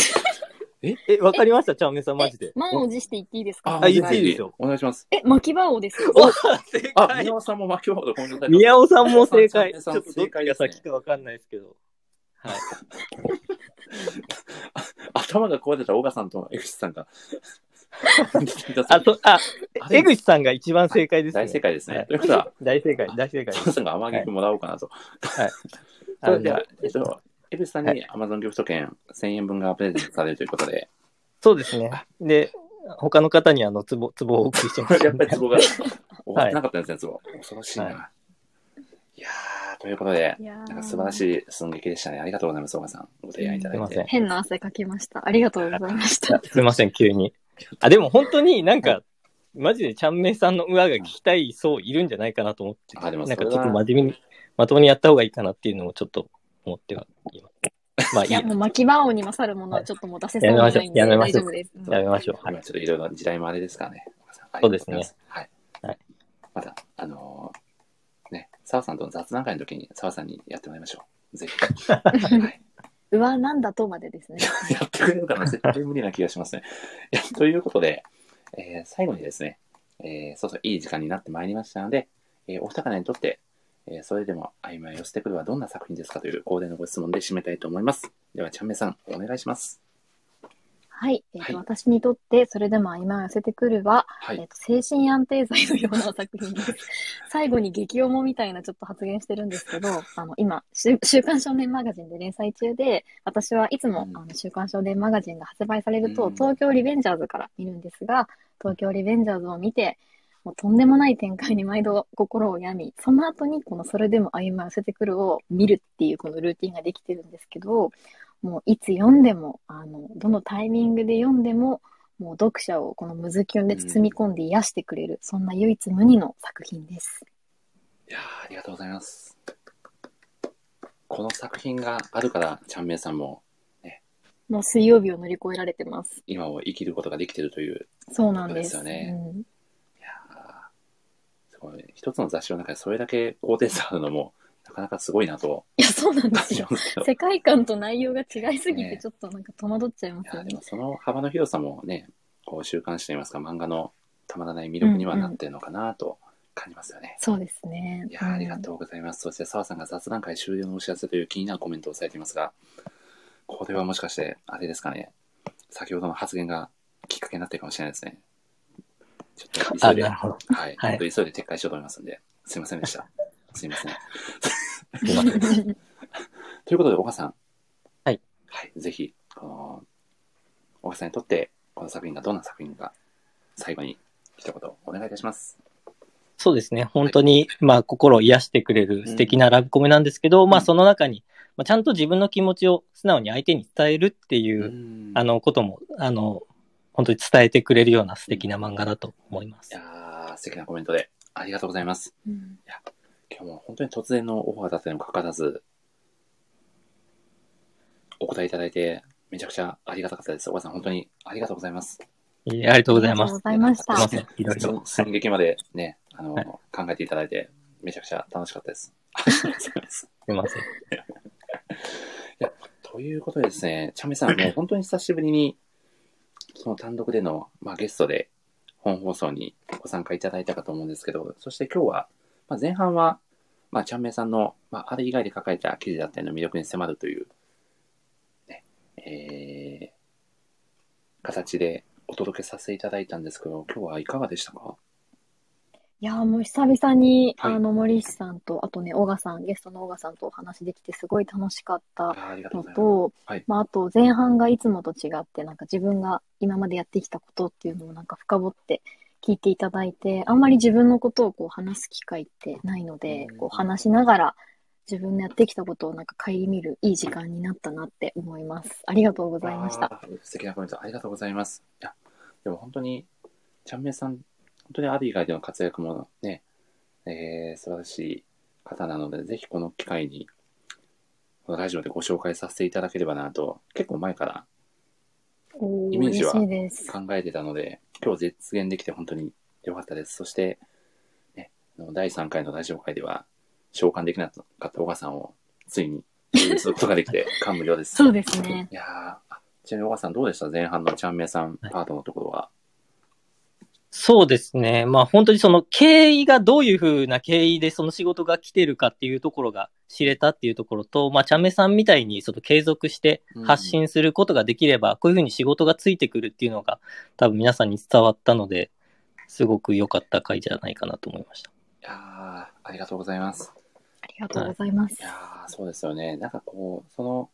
S3: え、わかりました、ちゃんめさん、マジで
S2: え。満を持して言っていいですか
S3: あいいですいいですよ。
S1: お願いします。
S2: え、巻き場王ですよ。
S3: お正
S1: あ、
S3: 解
S1: 宮尾さんも巻き終わるとコメントされて
S3: 宮尾さんも正解。
S1: 宮尾
S3: ち
S1: さん
S3: ょっとどっ
S1: 正
S3: ちが
S1: 解です
S3: 先
S1: ね
S3: かわかんないですけど。はい。
S1: 頭が壊れた小川さんと江口さんが。
S3: あと、あ、
S1: あれ
S3: 江口さんが一番正解ですね。
S1: 大正解です
S3: は
S1: ね
S3: い。
S1: ということは、
S3: 大正解、大正解
S1: ト。ムさんが甘ギフもらおうかなと。
S3: あ
S1: それ
S3: の
S1: では、えっと、エブさん
S3: は
S1: に Amazon ギフト券1000円分がプレゼントされるということ で、
S3: そうですね。で、他の方にあの、ツボ、ツボをお送りしてます。
S1: やっぱりツ ボが終わってなかったんですね、ツボ。恐ろしいな。、
S3: はい
S1: やー、ということで、
S2: いやー
S1: なんか素晴らしい寸劇でしたね。ありがとうございます、岡さん。ご提案いただい
S3: すいませ
S1: て
S3: ん。
S2: 変な汗かきました。ありがとうございました。
S3: すいません、急に。あ、でも本当になんか、マジでちゃんめいさんの裏が聞きたい層いるんじゃないかなと思って、
S1: あでもそ
S3: な
S1: れ
S3: ん
S1: は
S3: かちょっと真面目に、まともにやった方がいいかなっていうのもちょっと思ってはいます。まあい
S2: い
S3: いや
S2: や、もう巻き場王に勝るものはちょっともう出せそうにないんで、
S3: やめましょ
S2: 大
S3: う
S2: 丈夫です。うん
S3: やめましょう。はい
S1: 今ちょっといろいろ時代もあれですからね。岡さんあり
S3: そ
S1: が
S3: うで
S1: と
S3: す
S1: ござ
S3: ね
S1: いますはい。
S3: はい
S1: また、あのーね、澤さんとの雑談会の時に澤さんにやってもらいましょう。ぜひ。はい。
S2: うわ、なんだとまでですね。
S1: やってくれるかな絶対無理な気がしますね。いやということで、えー最後にですね、えーそうそう、いい時間になってまいりましたので、えーお二方にとって、えーそれでも曖昧を捨てくるはどんな作品ですかという恒例のご質問で締めたいと思います。では、ちゃんめさん、お願いします。
S2: はい。えっ、
S1: は
S2: と、
S1: い
S2: 私にとって、それでも今寄せてくるは、
S1: は
S2: えっ
S1: い。
S2: と、精神安定剤のような作品です。 最後に激重みたいなちょっと発言してるんですけど、あの、今、週週刊少年マガジンで連載中で、私はいつも、
S1: うん
S2: あの週刊少年マガジンが発売されると、
S1: うん
S2: 東京リベンジャーズから見るんですが、東京リベンジャーズを見て、もうとんでもない展開に毎度心を病み、その後にこのそれでも歩みを寄せてくるを見るっていうこのルーティンができてるんですけど、もういつ読んでも、あの、どのタイミングで読んでも、もう読者をこのムズキュンで包み込んで癒してくれる、そんな唯一無二の作品です。
S1: いやーありがとうございます。この作品があるから、ちゃんめいさんも
S2: もう水曜日を乗り越えられてます。
S1: 今を生きることができてるという、
S2: そうなんです。
S1: そうですよね
S2: うん
S1: いやーすごい。一つの雑誌の中でそれだけ高低差あるのも、なかなかすごいなと
S2: いや、そうなんで
S1: 感
S2: す
S1: じ
S2: よ
S1: ま。すけど。
S2: 世界観と内容が違いすぎて、
S1: ね
S2: ちょっとなんか戸惑っちゃいま
S1: い
S2: す
S1: や
S2: よ
S1: で
S2: ね
S1: も。その幅の広さもね、こう週刊誌といいますか、漫画のたまらない魅力にはなってるのかなと感じますよね。
S2: そうですね。
S1: いやーありがとうございます。そして澤さんが雑談会終了のお知らせという気になるコメントをされていますが、これはもしかして、あれですかね、先ほどの発言がきっかけになってるかもしれないですね。ちょっと急
S3: あ、
S1: いで、
S3: なる
S1: は
S3: ほど。
S1: い、
S3: はい
S1: 本当に急いで撤回しようと思いますんで、すいませんでした。すいません。
S3: すいませ
S2: う
S3: ん。
S2: ん。
S1: ということで、岡さん。
S3: はい。
S1: はい。ぜひ、この、岡さんにとって、この作品がどんな作品か、最後に一言お願いいたします。
S3: そうですね。本当に、まあ、心を癒してくれる素敵なラブコメなんですけど、ま
S1: う
S3: あ、
S1: ん
S3: その中に、まあ、ちゃんと自分の気持ちを素直に相手に伝えるっていう、
S1: ん
S3: あ、の、ことも、あの、本当に伝えてくれるような素敵な漫画だと思いま
S1: い
S3: す
S1: や。ー素敵なコメントで、ありがとうございます。
S2: うん
S1: 今日も本当に突然のオファーだったにもかかわらず、お答えいただいて、めちゃくちゃありがたかったです。岡さん、本当にありがとうございます。
S3: いやありがとうございます。
S2: ありがとう
S3: す
S2: ござ
S1: あ
S2: いまし
S3: い
S1: り
S3: ま
S1: が
S2: た。
S1: とうん
S3: せ。いろいろ。
S1: 寸劇までね、あの、
S3: はい
S1: 考えていただいて、めちゃくちゃ楽しかった です。ありがとうございます。
S3: すいません。
S1: ということでですね、チャメさん、もう本当に久しぶりに、その単独での、まあ、ゲストで本放送にご参加いただいたかと思うんですけど、そして今日は、まあ、前半は、まあ、チャンメイさんの、まあ、あれ以外で書かれた記事だったりの魅力に迫るという、ね、えー、形でお届けさせていただいたんですけど、今日はいかがでしたか
S2: いやーもう久々に、
S1: はい
S2: あの、森氏さんと、あとね、小賀さん、ゲストの小賀さんとお話できて、すごい楽しかった
S1: あーありがとうご
S2: の
S1: ざいます。
S2: と、
S1: はい
S2: まあ、あと前半がいつもと違ってなんか自分が今までやってきたことっていうのをなんか深掘って聞いていただいてあんまり自分のことをこう話す機会ってないので
S1: うん
S2: こう話しながら自分のやってきたことをなんか顧みるいい時間になったなって思います。ありがとうございました。
S1: あー。素敵なコメントありがとうございます。いや、でも本当に、ちゃんめいさん、本当にアビ以外での活躍もね、えー、素晴らしい方なので、ぜひこの機会に、このラジオでご紹介させていただければなと、結構前から
S2: おー
S1: イメージは
S2: 嬉しいです。
S1: 考えてたので、今日実現できて本当に良かったです。そして、ね、あの第3回のラジオ会では、召喚できなかった小川さんを、ついに、することがで きて、感無量です。
S2: そうですね。
S1: いやーあちなみに、お母さん、どうでした前半のちゃんめいさん
S3: はい
S1: パートのところは。
S3: そうですね。まあ本当にその経緯がどういうふうな経緯でその仕事が来てるかっていうところが知れたっていうところと、まあチャンメさんみたいにその継続して発信することができれば、こういうふうに仕事がついてくるっていうのが多分皆さんに伝わったので、すごく良かった回じゃないかなと思いました。
S1: いやーありがとうございます。
S2: ありがとうございます
S1: い。やーそうですよね。なんかこう、その、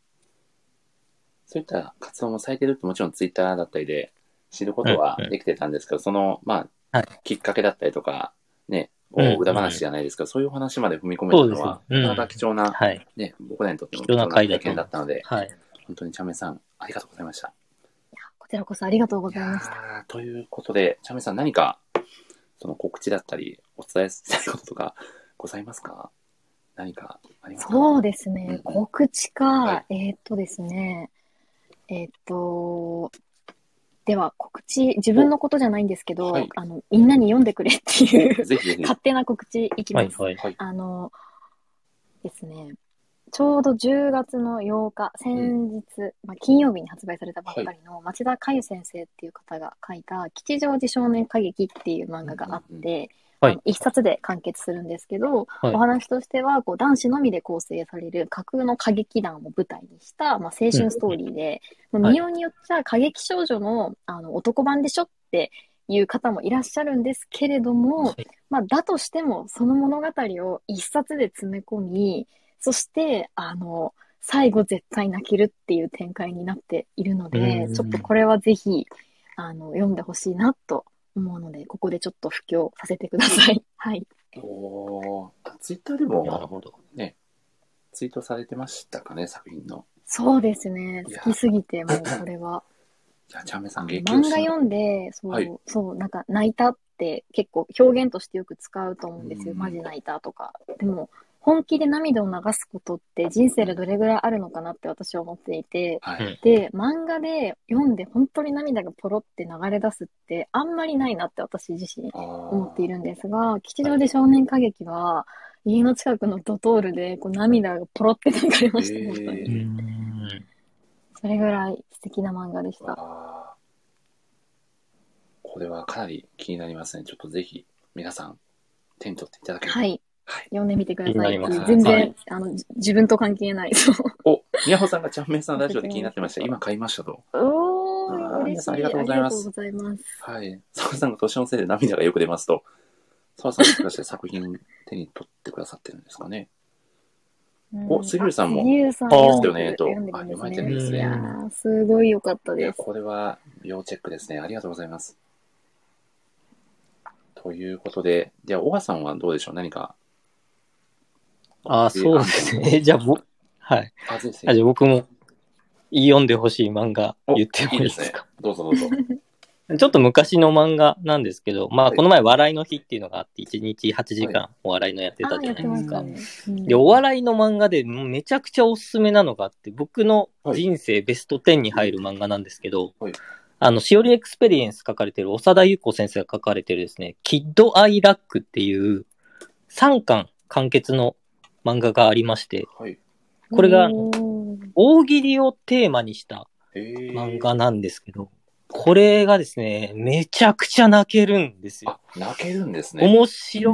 S1: そういった活動もされてるってもちろんツイッターだったりで知ることは
S3: うんうん
S1: できてたんですけど、その、まあ、
S3: はい
S1: きっかけだったりとか、ね、こ
S3: うんうん
S1: う裏話じゃないですけど、そういうお話まで踏み込めたのは、
S3: そうですねうん
S1: なかなか貴重な、
S3: はい。
S1: ね、僕らにとっても
S3: 貴重な回だ
S1: 体
S3: と
S1: 験だったので、
S3: はい。
S1: 本当にちゃんめいさん、ありがとうございました。
S2: こちらこそありがとうご
S1: い
S2: ざい
S1: や
S2: ました。
S1: ーということで、チャメさん何か、その告知だったり、お伝えしたいこととか、ございますか何かありますか
S2: そう
S1: で
S2: です
S1: うんう
S2: ね
S1: ん。
S2: 告知か。
S1: は
S2: えーっとですね。えーっと、では告知、自分のことじゃないんですけど、
S1: はい
S2: あの、みんなに読んでくれっていう
S1: ぜひぜひ。
S2: 勝手な告知いき
S3: は
S2: ま
S3: い。
S2: す。
S3: はい。
S1: はい。
S2: あのですね、ちょうど10月の8日、先日、まあ、金曜日に発売されたばっかりの町田佳ゆ先生っていう方が書いた、吉祥寺少年歌劇っていう漫画があって、
S3: は
S2: あ
S3: い
S2: の一冊で完結するんですけど、
S3: はい
S2: お話としてはこう男子のみで構成される架空の歌劇団を舞台にした、まあ、青春ストーリーで、
S3: ん
S2: まあ、見ようによっちゃ過激少女のあの男版でしょっていう方もいらっしゃるんですけれども、
S3: はい
S2: まあ、だとしてもその物語を一冊で詰め込みそしてあの最後絶対泣けるっていう展開になっているので
S3: うん
S2: ちょっとこれはぜひあの読んでほしいなと思うのでここでちょっと布教させてください。はい、
S1: おーツイッターで
S3: なる
S1: も
S3: ほど。
S1: ツイートされてましたかね、作品の。
S2: そうですね
S1: いや
S2: 好きすぎてもうこれは。
S1: じゃあ、チャンメさん、激
S2: 漫画
S1: し
S2: 読んで、そう、
S1: はい
S2: そう、なんか泣いたって結構表現としてよく使うと思うんですよ。
S1: うん
S2: マジ泣いたとか。でも、本気で涙を流すことって人生でどれぐらいあるのかなって私は思っていて、
S1: は
S3: うん
S1: い。
S2: で、漫画で読んで本当に涙がポロって流れ出すってあんまりないなって私自身思
S1: 思
S2: ってい
S1: る。
S2: るんですが、吉祥寺少年歌劇は、家の近くのドトールでこう涙がポロって流れました、
S1: へー
S2: 本当に。
S3: うん
S2: それぐらい素敵な漫画でした。
S1: あーこれはかなり気になりますね。ちょっとぜひ、皆さん、手に取っていただければ。
S2: は。い。
S1: はい、
S2: 読んでみてくだ
S3: 気に
S2: さ
S3: ないります
S1: ね
S2: 全然、
S1: はい
S2: あのじ自分と関係ない。そう
S1: お、宮穂さんがチャンメイさんラジオで気になってました。今買いましたと。
S2: お
S1: ー
S2: ー、嬉しい。
S1: ありがとうございます
S2: ありがとうございます。
S1: はい。澤さんが年のせいで涙がよく出ますと。澤さんもしかして作品手に取ってくださってるんですかね。お杉浦さんも
S2: 杉浦さん
S3: あー
S2: 読んでく
S1: ですよ
S2: 読ん
S1: ね
S2: で
S1: と
S2: くれて
S3: あ読まれてるんですね
S2: いやーすごい良かった
S1: いや、
S2: です。
S1: これは要チェックですね。ありがとうございます。ということで、じゃあ、小川さんはどうでしょう何か。
S3: ああ、そうですね。 じゃあ、ぼはい。
S1: あ、ぜひ
S3: あじゃあ僕も読んでほしい漫画言ってもいいですか
S1: おね。どうぞどうぞ。
S3: ちょっと昔の漫画なんですけど、ま
S1: は
S3: あ
S1: い
S3: この前笑いの日っていうのがあって、1日8時間お笑いのやって
S2: あ
S3: た
S2: ー
S3: じ
S2: や
S3: ゃ
S2: って
S3: ないで
S2: ますし
S3: か
S2: た。ね。うん
S3: で、お笑いの漫画でめちゃくちゃおすすめなのがあって、僕の人生ベスト10に入る漫画なんですけど、
S1: はい
S3: あの、しおりエクスペリエンス書かれてる、長田優子先生が書かれてるですね、キッドアイラックっていう3巻完結の漫画がありまして、
S1: はい。
S3: これが
S2: おー
S3: 大喜利をテーマにした
S1: えー、
S3: 漫画なんですけど、これがですね、めちゃくちゃ泣けるんですよ。
S1: あ、泣けるんですね。
S3: 面白、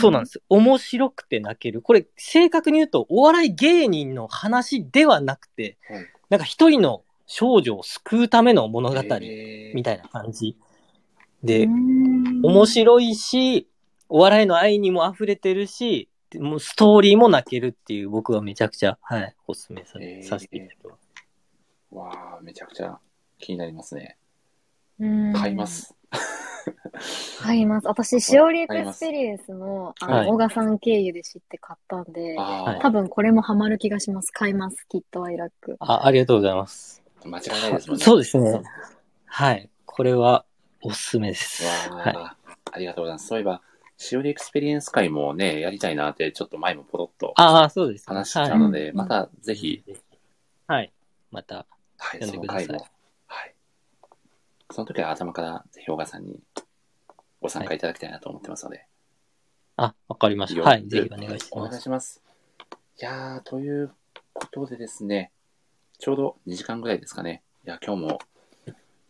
S3: そうなんです。面白くて泣ける。これ、正確に言うと、お笑い芸人の話ではなくて、
S1: はい
S3: なんか一人の少女を救うための物語
S1: えー
S3: みたいな感じ。
S2: う
S3: で、
S2: ん
S3: 面白いし、お笑いの愛にも溢れてるし、でもうストーリーも泣けるっていう、僕はめちゃくちゃ、はい、おすすめさ,、
S1: えー
S3: させていただきます。
S1: わあ、めちゃくちゃ気になりますね。
S2: うん
S1: 買いま。す。
S2: 買います。私、しおりエ
S1: 買いま
S2: ク
S1: す
S2: スペリエンスの、あ
S3: はい
S2: の、小賀さん経由で知って買ったんで、
S1: ああ、
S3: はい
S2: 多分これもハマる気がします。買います。きっとアイラック。
S3: あありがとうございます。
S1: 間違いないですもんね。
S3: そうですね。はい。これは、おすすめです。
S1: わ
S3: はい。
S1: あ、ありがとうございます。そういえば、しおりエクスペリエンス会もね、やりたいなって、ちょっと前もポロッと
S3: ああ、そうです、ね。
S1: 話したので、
S2: はい
S1: またぜひ、
S3: はい。また、
S1: はい、そ
S3: 読ん
S1: の
S3: でください
S1: 回も、はい。その時は頭から、ぜひ、小川さんにご参加いただきたいなと思ってますので、
S3: あ、わかりました。
S1: よ
S3: はい。ぜひお願いし
S1: お
S3: ま
S1: 願い
S3: す。
S1: します。いやー、ということでですね、ちょうど2時間ぐらいですかね。いや、今日も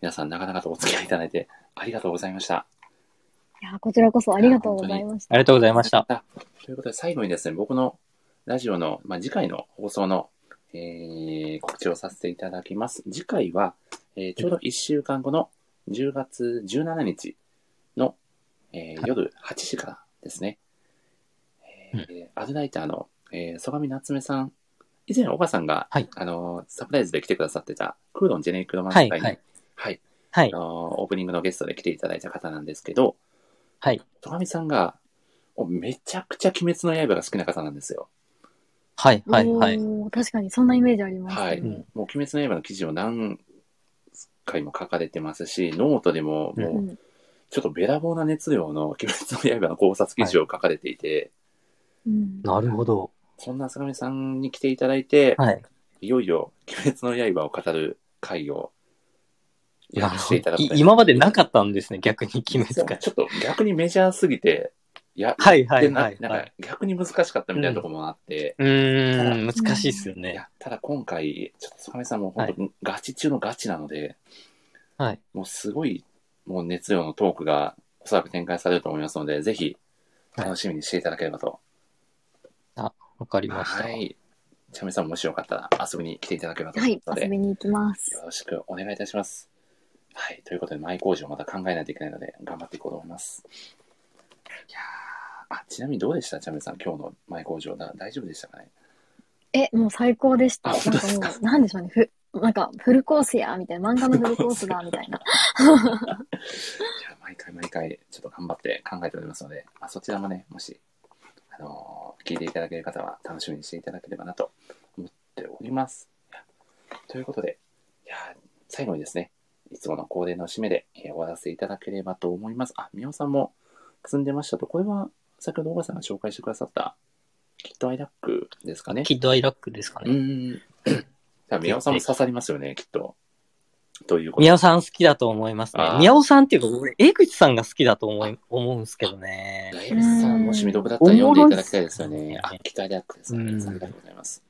S1: 皆さん、なかなかとお付き合いいただいて、ありがとうございました。
S2: いや、こちらこそありがとうございました。
S3: ありがとうございました。
S1: ということで、最後にですね、僕のラジオの、まあ、次回の放送の、えー告知をさせていただきます。次回は、えーちょうど1週間後の10月17日の、えー
S3: はい
S1: 夜8時からですね、えーアルライターの、えー、曽我夏目さん、以前、おばさんが、
S3: はい
S1: あのーサプライズで来てくださってた、クーロンジェネリックロマンス
S3: は
S1: 会に、
S3: い。はい。
S1: はい、
S3: はい
S1: あ。のーオープニングのゲストで来ていただいた方なんですけど、
S3: はい。
S1: 戸上さんが、おめちゃくちゃ鬼滅の刃が好きな方なんですよ。
S3: はい。はい。はい。
S2: おー確かに、そんなイメージあります、
S1: はい。
S3: うん
S1: もう鬼滅の刃の記事を何回も書かれてますし、ノートでもも
S2: う
S1: う、
S2: ん
S1: ちょっとべらぼうな熱量の鬼滅の刃の考察記事を書かれていて、
S2: うん
S3: なるほど。
S1: そんな坂上さんに来ていただいて、
S3: はい。
S1: い、よいよ鬼滅の刃を語る会を
S3: な
S1: や
S3: る
S1: らせ
S3: ほ
S1: て
S3: ど
S1: いただ。く
S3: い今までなかったんですね。逆に決めつか。
S1: ちょっと逆にメジャーすぎて、や、
S3: はい。はい。
S1: でな
S3: はい。
S1: なん
S3: は
S1: か
S3: い。
S1: 逆に難しかったみたいなところもあって、
S3: うーん、難しいっすよ
S1: い
S3: ね。
S1: や、ただ今回、ちょっと坂上さんも本当、ガチ中のガチなので、
S3: はい。
S1: もうすごい、もう熱量のトークがおそらく展開されると思いますので、ぜひ、楽しみにしていただければと。
S3: わかりました。
S1: はい。ちゃめさんももしよかったら遊びに来ていただければと
S2: は
S1: 思う
S2: い、
S1: ので、
S2: 遊びに行きます
S1: よ。ろしくお願いいたします。はい。ということで、前工事をまた考えないといけないので、頑張っていこうと思います。いやーあ、ちなみにどうでしたちゃめさん、今日の前工場だ、大丈夫でしたかね
S2: え、もう最高でした。
S1: あ
S2: なん
S1: 本当ですか
S2: かもう、なんでしょうね。ふなんか、フルコースや、みたいな。漫画のフルコースだ、みたいな。
S1: いや毎回毎回、ちょっと頑張って考えておりますので、まあ、そちらもね、もし、あのー聞いていただける方は楽しみにしていただければなと思っております。いやということで、いやー最後にですね、いつもの恒例の締めで、えー終わらせていただければと思います。あ、みおさんも積んでましたと、これは先ほど小川さんが紹介してくださった、キットアイラックですかね。
S3: キッドアイラックですか
S1: う
S3: ね。
S1: ーん。 多分、みおさんも刺さりますよね、きっと。ということで
S3: 宮尾さん好きだと思いますね
S1: あー。
S3: 宮尾さんっていうか、俺、江口さんが好きだと思い思うんですけどね。
S1: 大仏さん、もし未読だったら読んでいただきたいですよ
S3: うん
S1: ね。あ、期待であってですね。あ
S3: うん
S1: りがとうございます。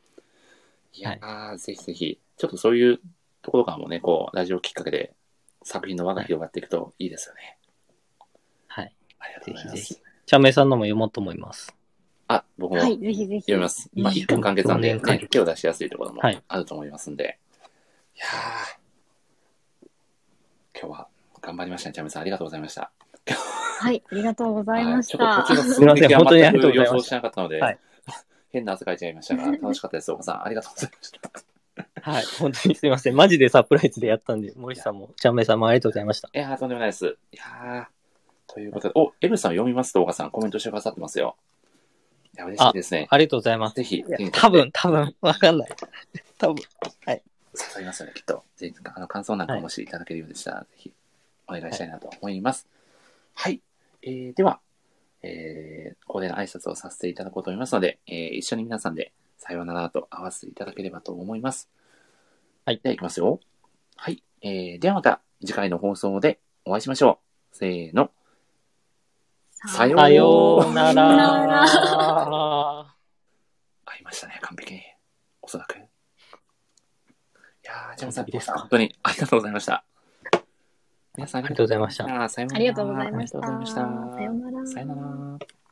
S1: いやー、ぜひぜひ、ちょっとそういうところからもね、こう、ラジオきっかけで作品の輪が広がっていくといいですよね。
S3: はい。
S1: ありがとうございま
S3: ぜひ
S1: す。
S3: チャンメイさんのも読もうと思います。
S1: あ、僕も
S2: は
S1: 読
S2: い、ぜひぜひ。
S1: みます。まあ、
S3: いい
S1: 一巻完結なんで、
S3: どんどん書い
S1: ね
S3: て、
S1: 手を出しやすいところも
S3: はい
S1: あると思いますんで。いやー、今日は頑張りましたね、チャンメさん。ありがとうございました。
S2: はい、ありがとうございまし
S1: は
S2: た。
S1: ちょっと途中
S3: すみません本当にありがとうございました
S1: 予想しなかったので、
S3: はい
S1: 変な汗かいちゃいましたが、楽しかったです。お子さん、ありがとうございました。
S3: はい。本当にすいません。マジでサプライズでやったんで、森さんも、チャンメイさんもありがとうございました。
S1: いやー、とんでもないです。いやー、ということで、お、エブさん読みますと、お母さん、コメントしてくださってますよ。いや、嬉しいですね。
S3: ありがとうございます。
S1: ぜひ、手に取って
S3: 多分、多分、わかんない。多分。
S1: 刺さりますよね、きっと。ぜひ、あの、感想なんか
S3: はい
S1: もしいただけるようでしたら、ぜひ、お願いしたいなと思います。はい。えー、では、えー、恒例の挨拶をさせていただこうと思いますので、えー、一緒に皆さんで、さようならと合わせていただければと思います。
S3: はい
S1: では、いきますよ。はい。えー、ではまた、次回の放送でお会いしましょう。せーの。さよう
S3: さような
S2: さような
S3: ら。
S1: 合いましたね、完璧に。おそらく。いやー、ジャムさん、
S3: 完璧ですか
S1: 本当にありがとうございました。皆さん
S3: ありがとうございました
S1: ありがとうございました。さようなら
S2: ありがとうございました。
S1: ありがとうございました
S2: さようなら。
S1: さようなら。